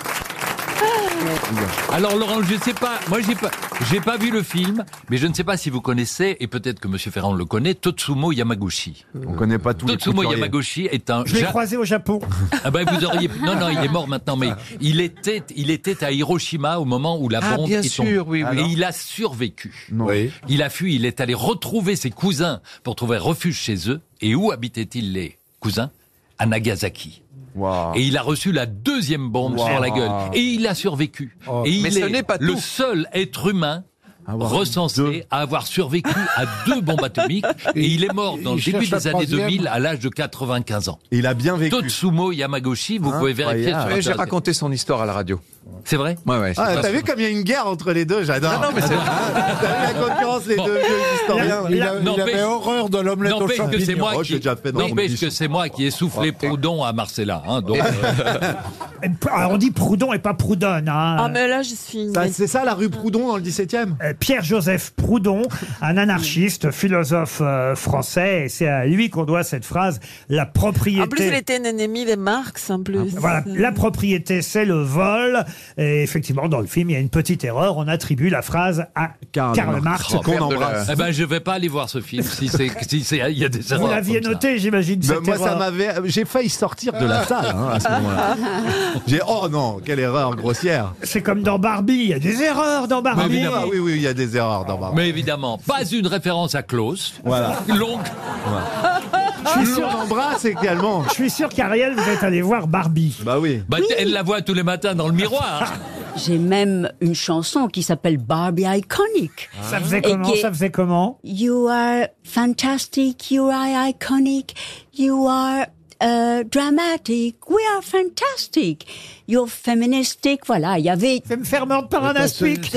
S7: Alors Laurent, je ne sais pas, moi j'ai pas, j'ai pas vu le film, mais je ne sais pas si vous connaissez et peut-être que Monsieur Ferrand le connaît, Totsumo Yamaguchi.
S5: On connaît pas tous les
S7: Totsumo
S5: couturiers.
S7: Yamaguchi est un.
S2: Je l'ai
S7: Ja-
S2: croisé au Japon.
S7: Ah ben vous auriez. Non non, il est mort maintenant, mais il était, il était à Hiroshima au moment où la
S9: Ah,
S7: bombe
S9: bien
S7: est
S9: sûr,
S7: tombée.
S9: oui, oui.
S7: Et il a survécu.
S5: Non.
S7: Il a fui, il est allé retrouver ses cousins pour trouver refuge chez eux. Et où habitaient-ils les cousins À Nagasaki.
S5: Wow.
S7: Et il a reçu la deuxième bombe
S5: Wow.
S7: sur la gueule. Et il a survécu.
S2: Oh.
S7: Et il
S9: Mais ce
S7: est
S9: n'est pas
S7: le
S9: tout.
S7: seul être humain
S5: Avoir
S7: recensé à avoir survécu à deux bombes atomiques.
S5: <laughs>
S7: Et il est mort dans le
S5: Il
S7: début
S5: cherche la
S7: des années
S5: troisième.
S7: 2000 à l'âge de 95 ans.
S5: Il a bien vécu.
S7: Totsumo Yamaguchi, vous pouvez vérifier sur
S9: Ouais, hein. J'ai
S7: Internet.
S9: raconté son histoire à la radio.
S7: C'est vrai
S9: Ouais, ouais, c'est
S5: Ah,
S9: vrai.
S5: t'as vu comme il y a une guerre entre les deux, j'adore.
S9: Non, non, mais c'est vrai.
S5: T'as vu la concurrence, les
S7: Bon.
S5: deux vieux historiens.
S7: La- la- n'empêche-
S5: horreur de l'omelette
S7: N'empêche que c'est moi
S5: Oh, je
S7: qui,
S5: l'ai déjà fait dans mon
S7: n'empêche
S5: lit.
S7: que c'est moi qui ai soufflé Proudhon à Marcella. hein, donc,
S5: <laughs>
S2: Et p- alors, on dit Proudhon et pas Proudhon. hein.
S6: Ah, mais là, je suis.
S5: Ça, C'est ça la rue Proudhon dans le 17 e
S2: Euh, Pierre-Joseph Proudhon, un anarchiste, philosophe euh, français, et c'est à lui qu'on doit cette phrase la propriété.
S6: En plus, il était un ennemi de Marx, en plus.
S2: Ah, Voilà, la propriété, c'est le vol. Et effectivement, dans le film, il y a une petite erreur. On attribue la phrase à Karl,
S5: Karl
S2: Marx.
S5: Marx.
S7: Oh,
S5: Ah, qu'on
S7: merde de
S5: embrasse.
S7: la- Eh ben, je vais pas aller voir ce film si c'est, si c'est, il y a des
S2: Vous
S7: erreurs
S2: l'aviez
S7: comme ça.
S2: noté, j'imagine,
S5: Ben,
S2: cette
S5: moi, ça
S2: erreur.
S5: m'avait. J'ai failli sortir de la salle hein, à ce moment-là. J'ai. Oh non, quelle erreur grossière.
S2: C'est comme dans Barbie. Il y a des erreurs dans
S5: Mais
S2: Barbie.
S5: évidemment, oui, oui, il y a des erreurs dans ma.
S7: Mais évidemment, pas une référence à Klaus.
S5: Voilà.
S7: Longue.
S5: Je suis sûr, on embrasse également.
S2: Je suis sûr qu'Ariel, vous êtes allé voir Barbie.
S5: Bah oui.
S7: Bah, Elle la voit tous les matins dans
S2: <laughs>
S7: le miroir.
S8: J'ai même une chanson qui s'appelle Barbie Iconic.
S2: Ah. Ça faisait
S8: Et
S2: comment
S8: qui est-
S2: Ça faisait comment
S8: You are fantastic, you are iconic, you are euh, dramatic, we are fantastic, you're feministic, voilà, il y avait...
S15: Ça me fermente par un
S8: <laughs>
S15: aspic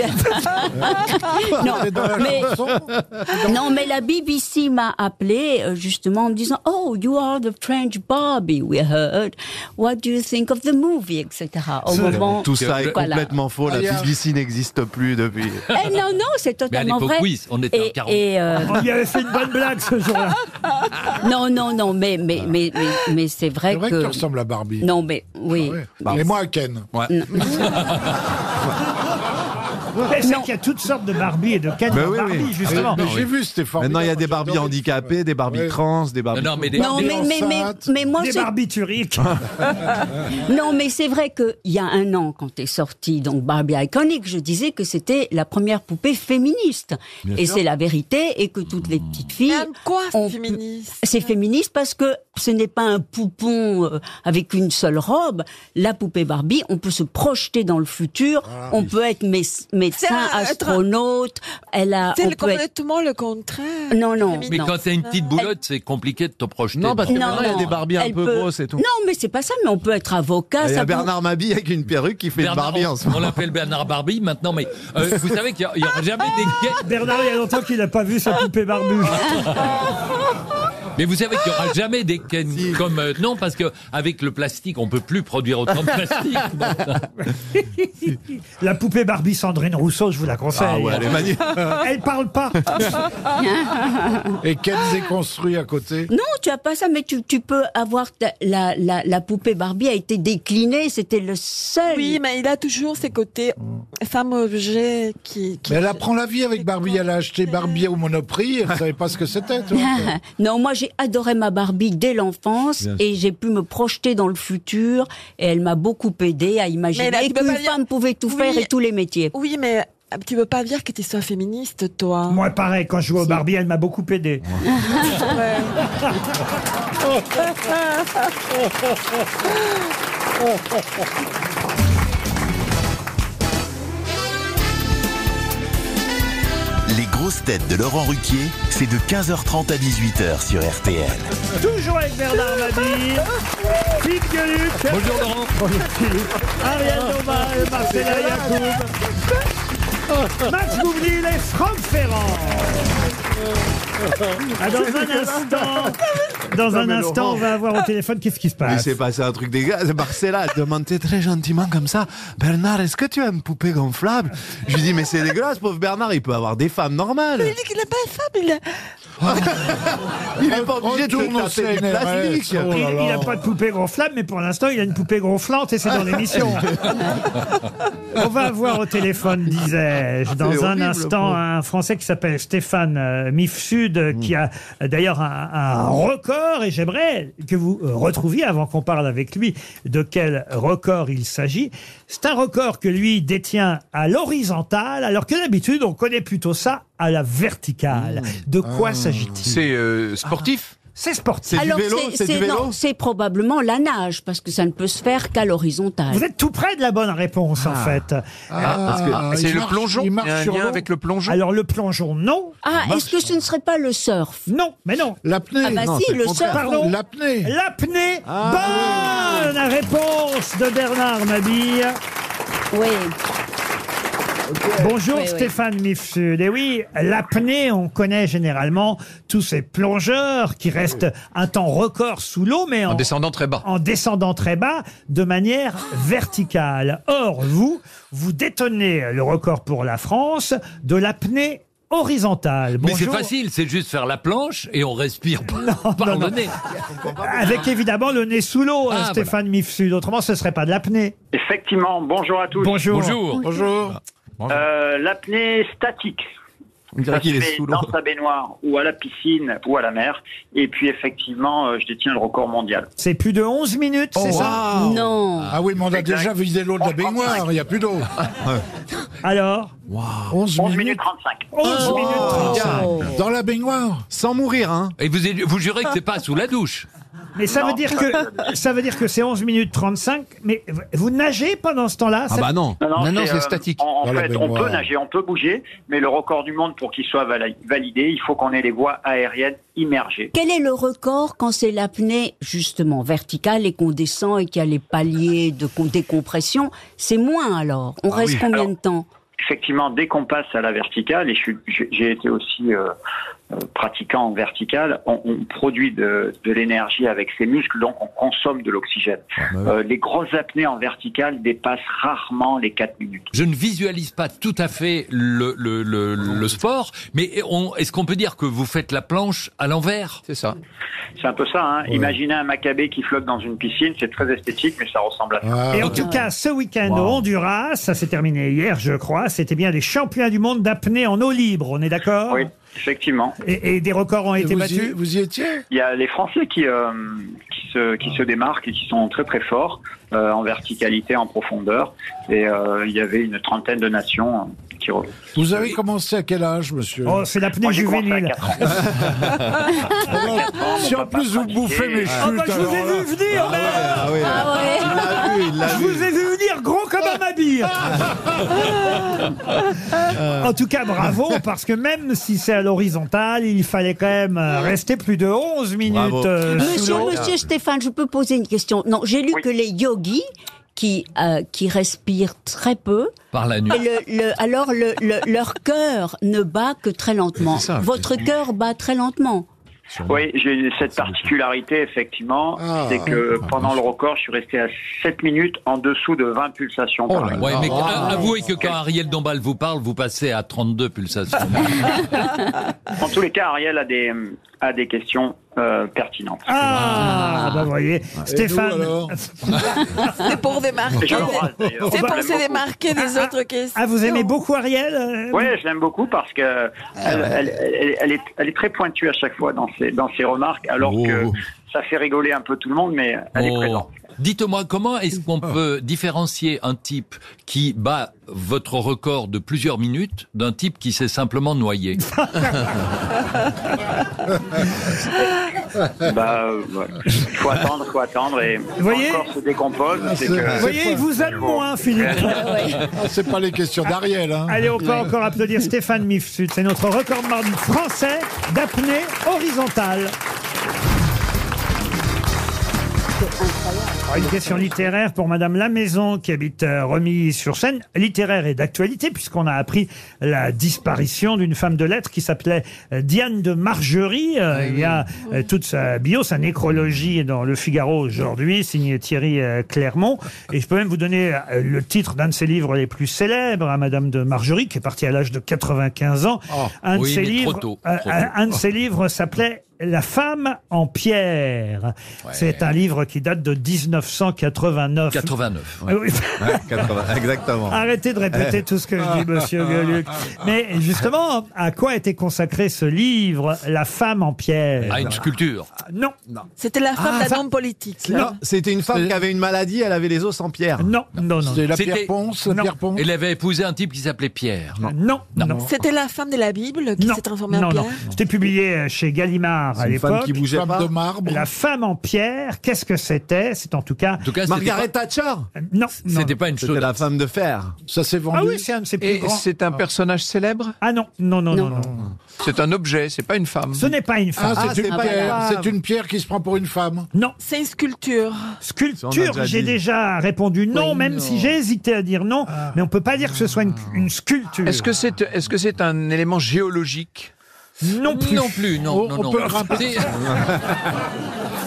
S8: non,
S15: C'est dans la
S8: mais,
S15: chanson.
S8: <laughs> non, mais la BBC m'a appelé euh, justement en me disant Oh, you are the French Barbie, we heard. What do you think of the movie, etc. Au moment.
S5: Tout ça est
S8: Voilà.
S5: complètement faux. La BBC n'existe plus depuis.
S8: Eh non, non, c'est totalement vrai. Et- et, euh,
S5: On y avait
S2: fait une bonne blague ce jour-là.
S8: <laughs> non, non, non, mais, mais, mais, mais, mais c'est vrai
S4: C'est vrai
S8: que.
S4: que tu ressembles à Barbie.
S8: Non, mais oui.
S4: Et moi, à Ken.
S2: Mais c'est qu'il y a toutes sortes de Barbie et de cadres
S5: Ben oui,
S2: Barbie,
S5: oui.
S2: justement.
S5: Mais j'ai vu,
S4: c'était
S5: Maintenant, il y a des Barbies handicapées, des Barbies trans, des Barbies.
S7: Non, mais
S8: Non, mais, mais, mais, mais moi,
S2: Des
S8: c'est-
S2: barbituriques.
S8: <laughs> non, mais c'est vrai qu'il y a un an, quand est sorti donc Barbie Iconic, je disais que c'était la première poupée féministe.
S6: Bien
S8: et
S6: sûr.
S8: c'est la vérité, et que toutes les petites filles.
S6: quoi,
S8: ont-
S6: féministe
S8: C'est féministe parce que ce n'est pas un poupon euh, avec une seule robe. La poupée Barbie, on peut se projeter dans le futur,
S7: Ah
S8: on peut être mé- médecin,
S6: C'est un- être-
S8: astronaute. Elle a,
S6: C'est
S8: on
S6: le-
S8: peut être-
S6: complètement le contraire. Ah.
S8: Non, non.
S7: Mais quand t'as une petite boulotte, c'est compliqué de te projeter. Non,
S8: elle peut- Non, mais c'est pas ça, mais on peut être avocat. ça peut-
S7: Mabille avec une perruque qui fait Barbie en ce moment. On l'appelle Bernard Barbie maintenant, mais euh, vous savez qu'il n'y aura jamais des gays.
S2: Ah Bernard, il y a longtemps qu'il n'a pas vu sa poupée Barbie.
S7: Mais vous savez qu'il n'y aura jamais des Ken comme euh, non parce que avec le plastique on peut plus produire autant
S2: <laughs>
S7: de plastique.
S2: Ah, La poupée Barbie Sandrine Rousseau, je vous la conseille.
S5: Ah ouais, elle est magnifique.
S2: <laughs> Elle parle pas.
S4: Et Ken s'est construit à côté.
S8: Non, tu as pas ça, mais tu, tu peux avoir ta- la, la, la poupée Barbie a été déclinée, c'était le seul.
S6: Oui, mais il a toujours ses côtés femme objet qui. qui-
S4: Mais elle apprend la vie avec Barbie. Elle a acheté Barbie au Monoprix. Elle ne savait pas ce que c'était.
S8: <laughs>
S4: tu vois.
S8: non, moi j'ai adoré ma Barbie dès l'enfance
S4: Bien
S8: et j'ai pu me projeter dans le futur et elle m'a beaucoup aidé à imaginer
S6: Mais là, tu peux
S8: qu'une
S6: pas dire-
S8: femme pouvait tout
S6: Oui.
S8: faire et tous les métiers.
S6: Oui, mais euh, tu veux pas dire que tu sois féministe, toi.
S2: Moi, pareil, quand je jouais au Barbie, elle m'a beaucoup aidé.
S1: <laughs> Les grosses têtes de Laurent Ruquier, c'est de 15h30 à 18h sur RTL.
S2: Toujours avec Bernard Mabille, Philippe Gueluc.
S7: Bonjour Laurent.
S2: Bonjour Philippe. Ariel Dombal, Marcella Yacoub. Max Boublil et Franck Ferrand. Ah, dans un instant, dans
S5: Non,
S2: un
S5: mais
S2: instant,
S5: Laurent.
S2: on va avoir au téléphone qu'est-ce qui se
S5: Il
S2: passe.
S5: s'est passé un truc dégueulasse. Marcella elle demandait très gentiment comme ça Bernard, est-ce que tu as une poupée gonflable Je lui dis Mais c'est dégueulasse, pauvre Bernard, il peut avoir des femmes normales.
S6: Il dit qu'il n'a pas de femme, il a-
S5: Il est pas obligé de
S4: Retourne au
S5: se taper du
S4: CNRS.
S5: plastique.
S4: Oh là là.
S2: Il n'a pas de poupée gonflable, mais pour l'instant, il a une poupée gonflante et c'est dans l'émission. On va avoir au téléphone, disais-je, dans
S15: C'est
S2: un
S15: horrible,
S2: instant,
S15: pauvre.
S2: un Français qui s'appelle Stéphane euh, Mifsud, euh, qui a euh, d'ailleurs un, un record, et j'aimerais que vous euh, retrouviez, avant qu'on parle avec lui, de quel record il s'agit. C'est un record que lui détient à l'horizontale, alors que d'habitude, on connaît plutôt ça à la verticale.
S9: Mm.
S2: De quoi s'agit-il
S9: C'est euh, sportif
S2: C'est sportif.
S8: Alors, non, c'est probablement la nage parce que ça ne peut se faire qu'à l'horizontale.
S2: Vous êtes tout près de la bonne réponse, hein. en fait. Euh,
S9: parce que Ah, c'est il le marche- plongeon il marche Il y a un sur lien l'eau avec le plongeon
S2: Alors, le plongeon, non.
S8: Ah, est-ce que ce ne serait pas le surf
S2: Non, mais non.
S4: L'apnée.
S8: Ah bah Non, si, c'est le le contraire. surf.
S2: Pardon
S4: L'apnée.
S2: L'apnée.
S9: Ah,
S2: bonne réponse de Bernard Mabille.
S8: Oui.
S2: Bonjour
S8: Oui, oui.
S2: Stéphane Mifsud. Et oui, l'apnée, on connaît généralement tous ces plongeurs qui restent un temps record sous l'eau, mais en,
S9: En descendant très bas.
S2: en descendant très bas de manière verticale. Or, vous, vous détenez le record pour la France de l'apnée horizontale.
S7: Mais c'est
S2: Bonjour.
S7: facile, c'est juste faire la planche et on respire par, par
S2: non,
S7: le
S2: non.
S7: nez.
S2: Avec évidemment le nez sous l'eau, hein,
S7: Ah,
S2: Stéphane Mifsud. Autrement, ce serait pas de l'apnée.
S16: Effectivement, bonjour à tous.
S2: Bonjour. Bonjour. Ah,
S16: Bonjour. Euh, L'apnée statique.
S5: On dirait
S16: Ça se
S5: qu'il est
S16: fait
S5: sous l'eau.
S16: dans sa baignoire ou à la piscine ou à la mer. Et puis effectivement, euh, je détiens le record mondial.
S2: C'est <laughs> plus de 11 minutes, c'est ça
S8: Non.
S4: Oh, Ah oui, mais on a déjà visé l'eau de la baignoire. Il n'y a plus d'eau.
S5: Ah,
S2: Ah, Alors
S4: 11 minutes.
S16: 35.
S9: Oh.
S2: 11 minutes 35. Oh.
S4: Dans la baignoire.
S5: Sans mourir, hein.
S7: Et vous, vous jurez que c'est pas sous la douche
S2: Mais ça veut
S16: Non.
S2: dire que ça veut dire que c'est 11 minutes 35. Mais vous- vous nagez pendant ce
S5: Ah,
S2: temps-là
S16: Ah
S2: ça-
S5: bah
S16: euh, En, en
S2: Dans la
S16: fait, on
S2: baignoire.
S16: peut nager, on peut bouger, mais le record du monde, pour qu'il soit vala- validé, il faut qu'on ait les voies aériennes immergées.
S8: Quel est le record quand c'est l'apnée justement verticale et qu'on descend et qu'il y a les paliers de con- décompression C'est moins alors. On
S16: Ah
S8: reste
S16: oui.
S8: combien
S16: Alors-
S8: de temps
S16: Effectivement, dès qu'on passe à la verticale, et je suis- j'ai j'ai été aussi euh, euh, pratiquant en verticale, on, on produit de, de l'énergie avec ses muscles, donc on consomme de l'oxygène. Euh, les grosses apnées en verticale dépassent rarement les 4 minutes.
S7: Je ne visualise pas tout à fait le, le, le, le sport, mais on- est-ce qu'on peut dire que vous faites la planche à l'envers
S9: C'est ça.
S16: C'est un peu ça. Hein. Imaginez un macabé qui flotte dans une piscine, c'est très esthétique, mais ça ressemble à ça.
S2: Et en tout cas, ce week-end au Honduras, ça s'est terminé hier, je crois, c'était bien les champions du monde d'apnée en eau libre, on est d'accord
S16: Oui, effectivement.
S2: Et, et des records ont été
S16: vous y-
S2: battus
S4: Vous y étiez
S16: Il y a les Français qui, euh, qui, se, qui se démarquent et qui sont très très forts euh, en verticalité, en profondeur. Et euh, il y avait une trentaine de nations euh, qui... re-
S4: Vous avez commencé à quel âge, monsieur
S2: Oh, c'est l'apnée juvénile.
S4: <laughs> Si en plus vous bouffez mes chutes.
S2: Ah bah, je vous ai
S4: alors là.
S2: vu venir, merde Je vous ai vu venir gros comme un mabille
S3: Ah.
S2: En tout cas, bravo, parce que même si c'est à l'horizontale, il fallait quand même euh, rester plus de 11 minutes euh, sous
S8: Monsieur,
S2: l'eau.
S8: monsieur Stéphane, je peux poser une question. Non, j'ai lu que les yogis qui, euh, qui respirent très peu,
S7: Par la nuit.
S8: et le- le- alors le- le- leur cœur ne bat que très lentement.
S7: C'est ça,
S8: Votre cœur bat très lentement.
S16: Oui, j'ai cette particularité, effectivement,
S8: Ah.
S16: c'est que pendant le record, je suis resté à 7 minutes en dessous de 20 pulsations par minute.
S7: Ouais, mais
S2: Ah.
S7: a-
S16: ah.
S7: avouez que quand Ariel Dombal vous parle, vous passez à 32 pulsations.
S16: En tous les cas, Ariel a des, a des questions euh, pertinentes.
S2: Ah, bah vous voyez, Stéphane.
S6: C'est pour démarquer.
S16: Je l'embrasse, d'ailleurs.
S6: Ah, C'est pour
S16: Je l'aime
S6: se
S16: beaucoup.
S6: démarquer des autres questions.
S2: Ah, vous aimez beaucoup Ariel euh,
S16: Oui, je l'aime beaucoup parce que
S2: Ah
S16: elle, elle- elle- elle est, elle est très pointue à chaque fois dans ses, dans ses remarques, alors
S2: Oh.
S16: que ça fait rigoler un peu tout le monde, mais elle est
S7: Oh.
S16: présente. Ah.
S7: Dites-moi, comment est-ce qu'on peut différencier un type qui bat votre record de plusieurs minutes d'un type qui s'est
S16: <laughs>
S7: simplement noyé
S16: bah, euh, ouais. faut attendre, faut attendre et
S2: Vous voyez
S16: quand le corps se décompose.
S2: Ah,
S16: c'est
S2: c'est-
S16: que-
S2: Vous voyez, il vous aime moins, Philippe.
S16: <laughs>
S4: Ah, C'est pas les questions d'Ariel. Hein.
S2: Allez, on peut encore applaudir Stéphane Mifsud. C'est notre recordman français d'apnée horizontale. Alors, Ah, une question littéraire pour Madame Lamaison qui habite euh, Remilly-sur-Seine. Littéraire et d'actualité puisqu'on a appris la disparition d'une femme de lettres qui s'appelait euh, Diane de Margerie. Euh,
S7: Ah
S2: il y a euh, toute sa bio, sa nécrologie dans Le Figaro aujourd'hui, signé Thierry euh, Clermont. Et je peux même vous donner euh, le titre d'un de ses livres les plus célèbres à Madame de Margerie qui est partie à l'âge de 95 ans. un, de
S7: Ah, oui,
S2: ses
S7: mais trop
S2: livres,
S7: tôt,
S2: euh,
S7: trop
S2: un-
S7: tôt.
S2: un de ses livres s'appelait La femme en pierre. C'est un livre qui date de 1989.
S7: 89.
S2: Ah oui. <laughs>
S5: Exactement.
S2: Arrêtez de répéter tout ce que je dis, monsieur Gueuluc. Mais justement, à quoi était consacré ce livre, La femme en pierre
S7: À une sculpture.
S2: Non.
S6: C'était la femme
S2: Ah,
S6: d'un
S2: ça-
S6: homme politique.
S5: Non, c'était une femme qui avait une maladie, elle avait les os en pierre.
S2: Non, non, non.
S7: C'était- Elle avait épousé un type qui s'appelait Pierre.
S2: Non, non.
S6: C'était la femme de la Bible qui s'est transformée en
S2: Non,
S6: pierre
S2: non. C'était publié euh, chez Gallimard
S5: C'est
S2: à
S5: une
S2: l'époque.
S5: femme qui bougeait Femme pas. de marbre.
S2: La femme en pierre, qu'est-ce que c'était C'est en tout cas.
S7: cas, c'était Margaret pas-
S2: Thatcher Non.
S7: C'était pas une chose.
S5: C'était la femme de fer.
S4: Ça s'est vendu.
S2: Ah oui, c'est un de ses plus
S9: Et
S2: grands.
S9: c'est un personnage célèbre
S2: Ah non, non, non, non. non.
S9: C'est un objet, c'est pas une femme.
S2: Ce n'est pas une
S4: Ah,
S2: femme.
S4: c'est une pierre. C'est une pierre qui se prend pour une femme.
S2: Non.
S6: C'est une sculpture.
S2: Sculpture, j'ai déjà répondu non, même si j'ai hésité à dire non, mais on peut pas dire que ce soit une,
S5: Ah.
S2: une sculpture.
S9: Est-ce que c'est est-ce que c'est un élément géologique
S2: Non plus. Oh,
S7: Non plus, non,
S5: Oh,
S9: On-
S7: non,
S9: on
S7: non.
S9: peut le rappeler.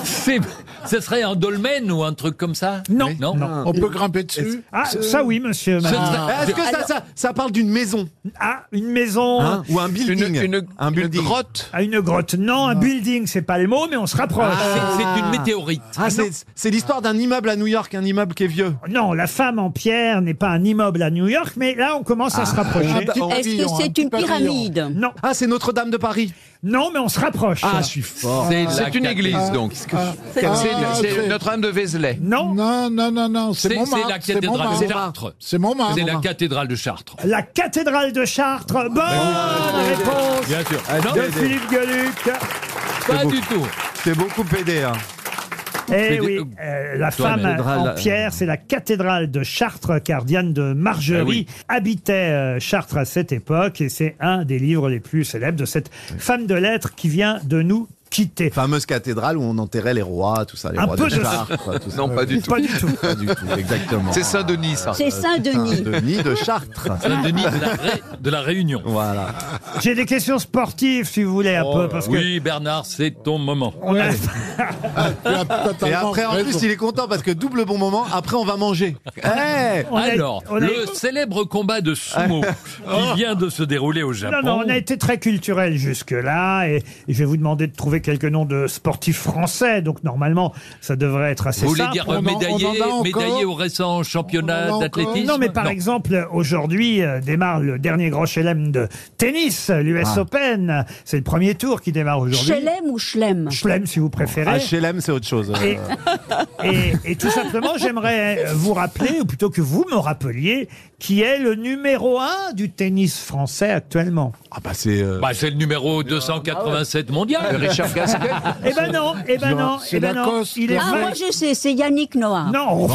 S7: C'est- <laughs> c'est- Ce serait un dolmen ou un truc comme ça
S2: Non.
S7: non.
S4: On peut grimper dessus
S2: Ah, ça oui, monsieur.
S7: Ce
S2: madame.
S7: serait-
S5: Est-ce que ça-
S7: Alors-
S5: ça, ça parle d'une maison
S2: Ah, une maison.
S5: hein, ou un building
S9: Une- une-
S5: Un building.
S9: grotte
S2: Ah, une grotte. Non, un building, c'est pas le mot, mais on se rapproche.
S9: Ah,
S7: C'est- C'est une météorite.
S5: Ah, c'est- c'est l'histoire d'un immeuble à New York, un immeuble qui est vieux.
S2: Ah, Non, la femme en pierre n'est pas un immeuble à New York, mais là, on commence à se rapprocher.
S5: bah,
S8: Est-ce que c'est une pyramide
S2: Non.
S5: Ah, c'est Notre-Dame de Paris.
S2: Non, mais on se rapproche.
S5: Ah, je suis fort.
S7: C'est la
S9: C'est une
S7: cathédrale.
S9: église donc. C'est
S4: Ah,
S9: c'est
S4: c'est-
S9: Notre-Dame de Vézelay.
S2: Non,
S4: Non, non, non, non.
S7: C'est
S4: C'est mon
S7: c'est la cathédrale de Chartres.
S4: C'est mon marbre.
S7: C'est la cathédrale de Chartres.
S2: la cathédrale de Chartres. Bonne réponse
S9: Ah,
S7: Bien sûr.
S2: de Philippe Gueluc.
S7: Pas du tout.
S5: T'es beaucoup aidé. hein.
S2: Eh
S7: C'est
S2: oui,
S7: des-
S2: euh, la
S7: Toi,
S2: femme
S7: mais- euh,
S2: en pierre, c'est la cathédrale de Chartres, car Diane de Margerie
S7: Ah oui.
S2: habitait euh, Chartres à cette époque, et c'est un des livres les plus célèbres de cette femme de lettres qui vient de nous quitter.
S5: Fameuse cathédrale où on enterrait les rois, tout ça, les
S2: Un
S5: rois
S2: peu
S5: de
S2: de-
S5: Chartres. tout ça.
S9: Non, pas du tout.
S2: Pas du tout.
S5: Pas du tout, exactement.
S9: C'est Saint-Denis,
S2: Ah.
S9: ça.
S8: C'est Saint-Denis.
S5: Euh, Saint-Denis de Chartres.
S7: Saint-Denis
S5: <laughs>
S7: de, la Ré- de la Réunion. Oh,
S5: Voilà.
S2: J'ai des questions sportives, si vous voulez, un
S5: Oh,
S2: peu, parce que...
S7: Oui, Bernard, c'est ton moment.
S2: on a-
S5: Et après, en plus, il est content parce que double bon moment, après, on va manger. Eh
S2: <laughs> On a-
S7: Alors,
S2: on a- Eh.
S7: le célèbre combat de sumo qui vient de se dérouler au Japon.
S2: Non, non, on a été très culturel jusque-là et je vais vous demander de trouver quelques noms de sportifs français. Donc normalement, ça devrait être assez
S7: Vous voulez
S2: simple.
S7: dire
S2: On en-
S7: euh,
S2: on en a
S7: médaillé,
S2: encore.
S7: médaillé au récent championnat
S2: Non,
S7: d'athlétisme
S2: Non, mais par exemple, aujourd'hui euh, démarre le dernier grand chelem de tennis, l'US
S5: Ah.
S2: Open. C'est le premier tour qui démarre aujourd'hui.
S8: Chelem ou Chelem
S2: Chelem, si vous
S7: Ah,
S2: préférez.
S5: HLM, c'est autre chose.
S2: Et, et- et tout simplement, j'aimerais euh, vous rappeler, ou plutôt que vous me rappeliez, qui est le numéro un du tennis français actuellement.
S5: Ah, bah, c'est. euh,
S7: Bah, c'est le numéro 287 mondial.
S9: Richard Gasquet.
S2: <laughs> Eh ben non, eh ben non, eh ben non.
S8: <laughs>
S2: Il est
S8: Ah,
S2: vrai-
S8: moi je sais, c'est Yannick Noah.
S2: Non.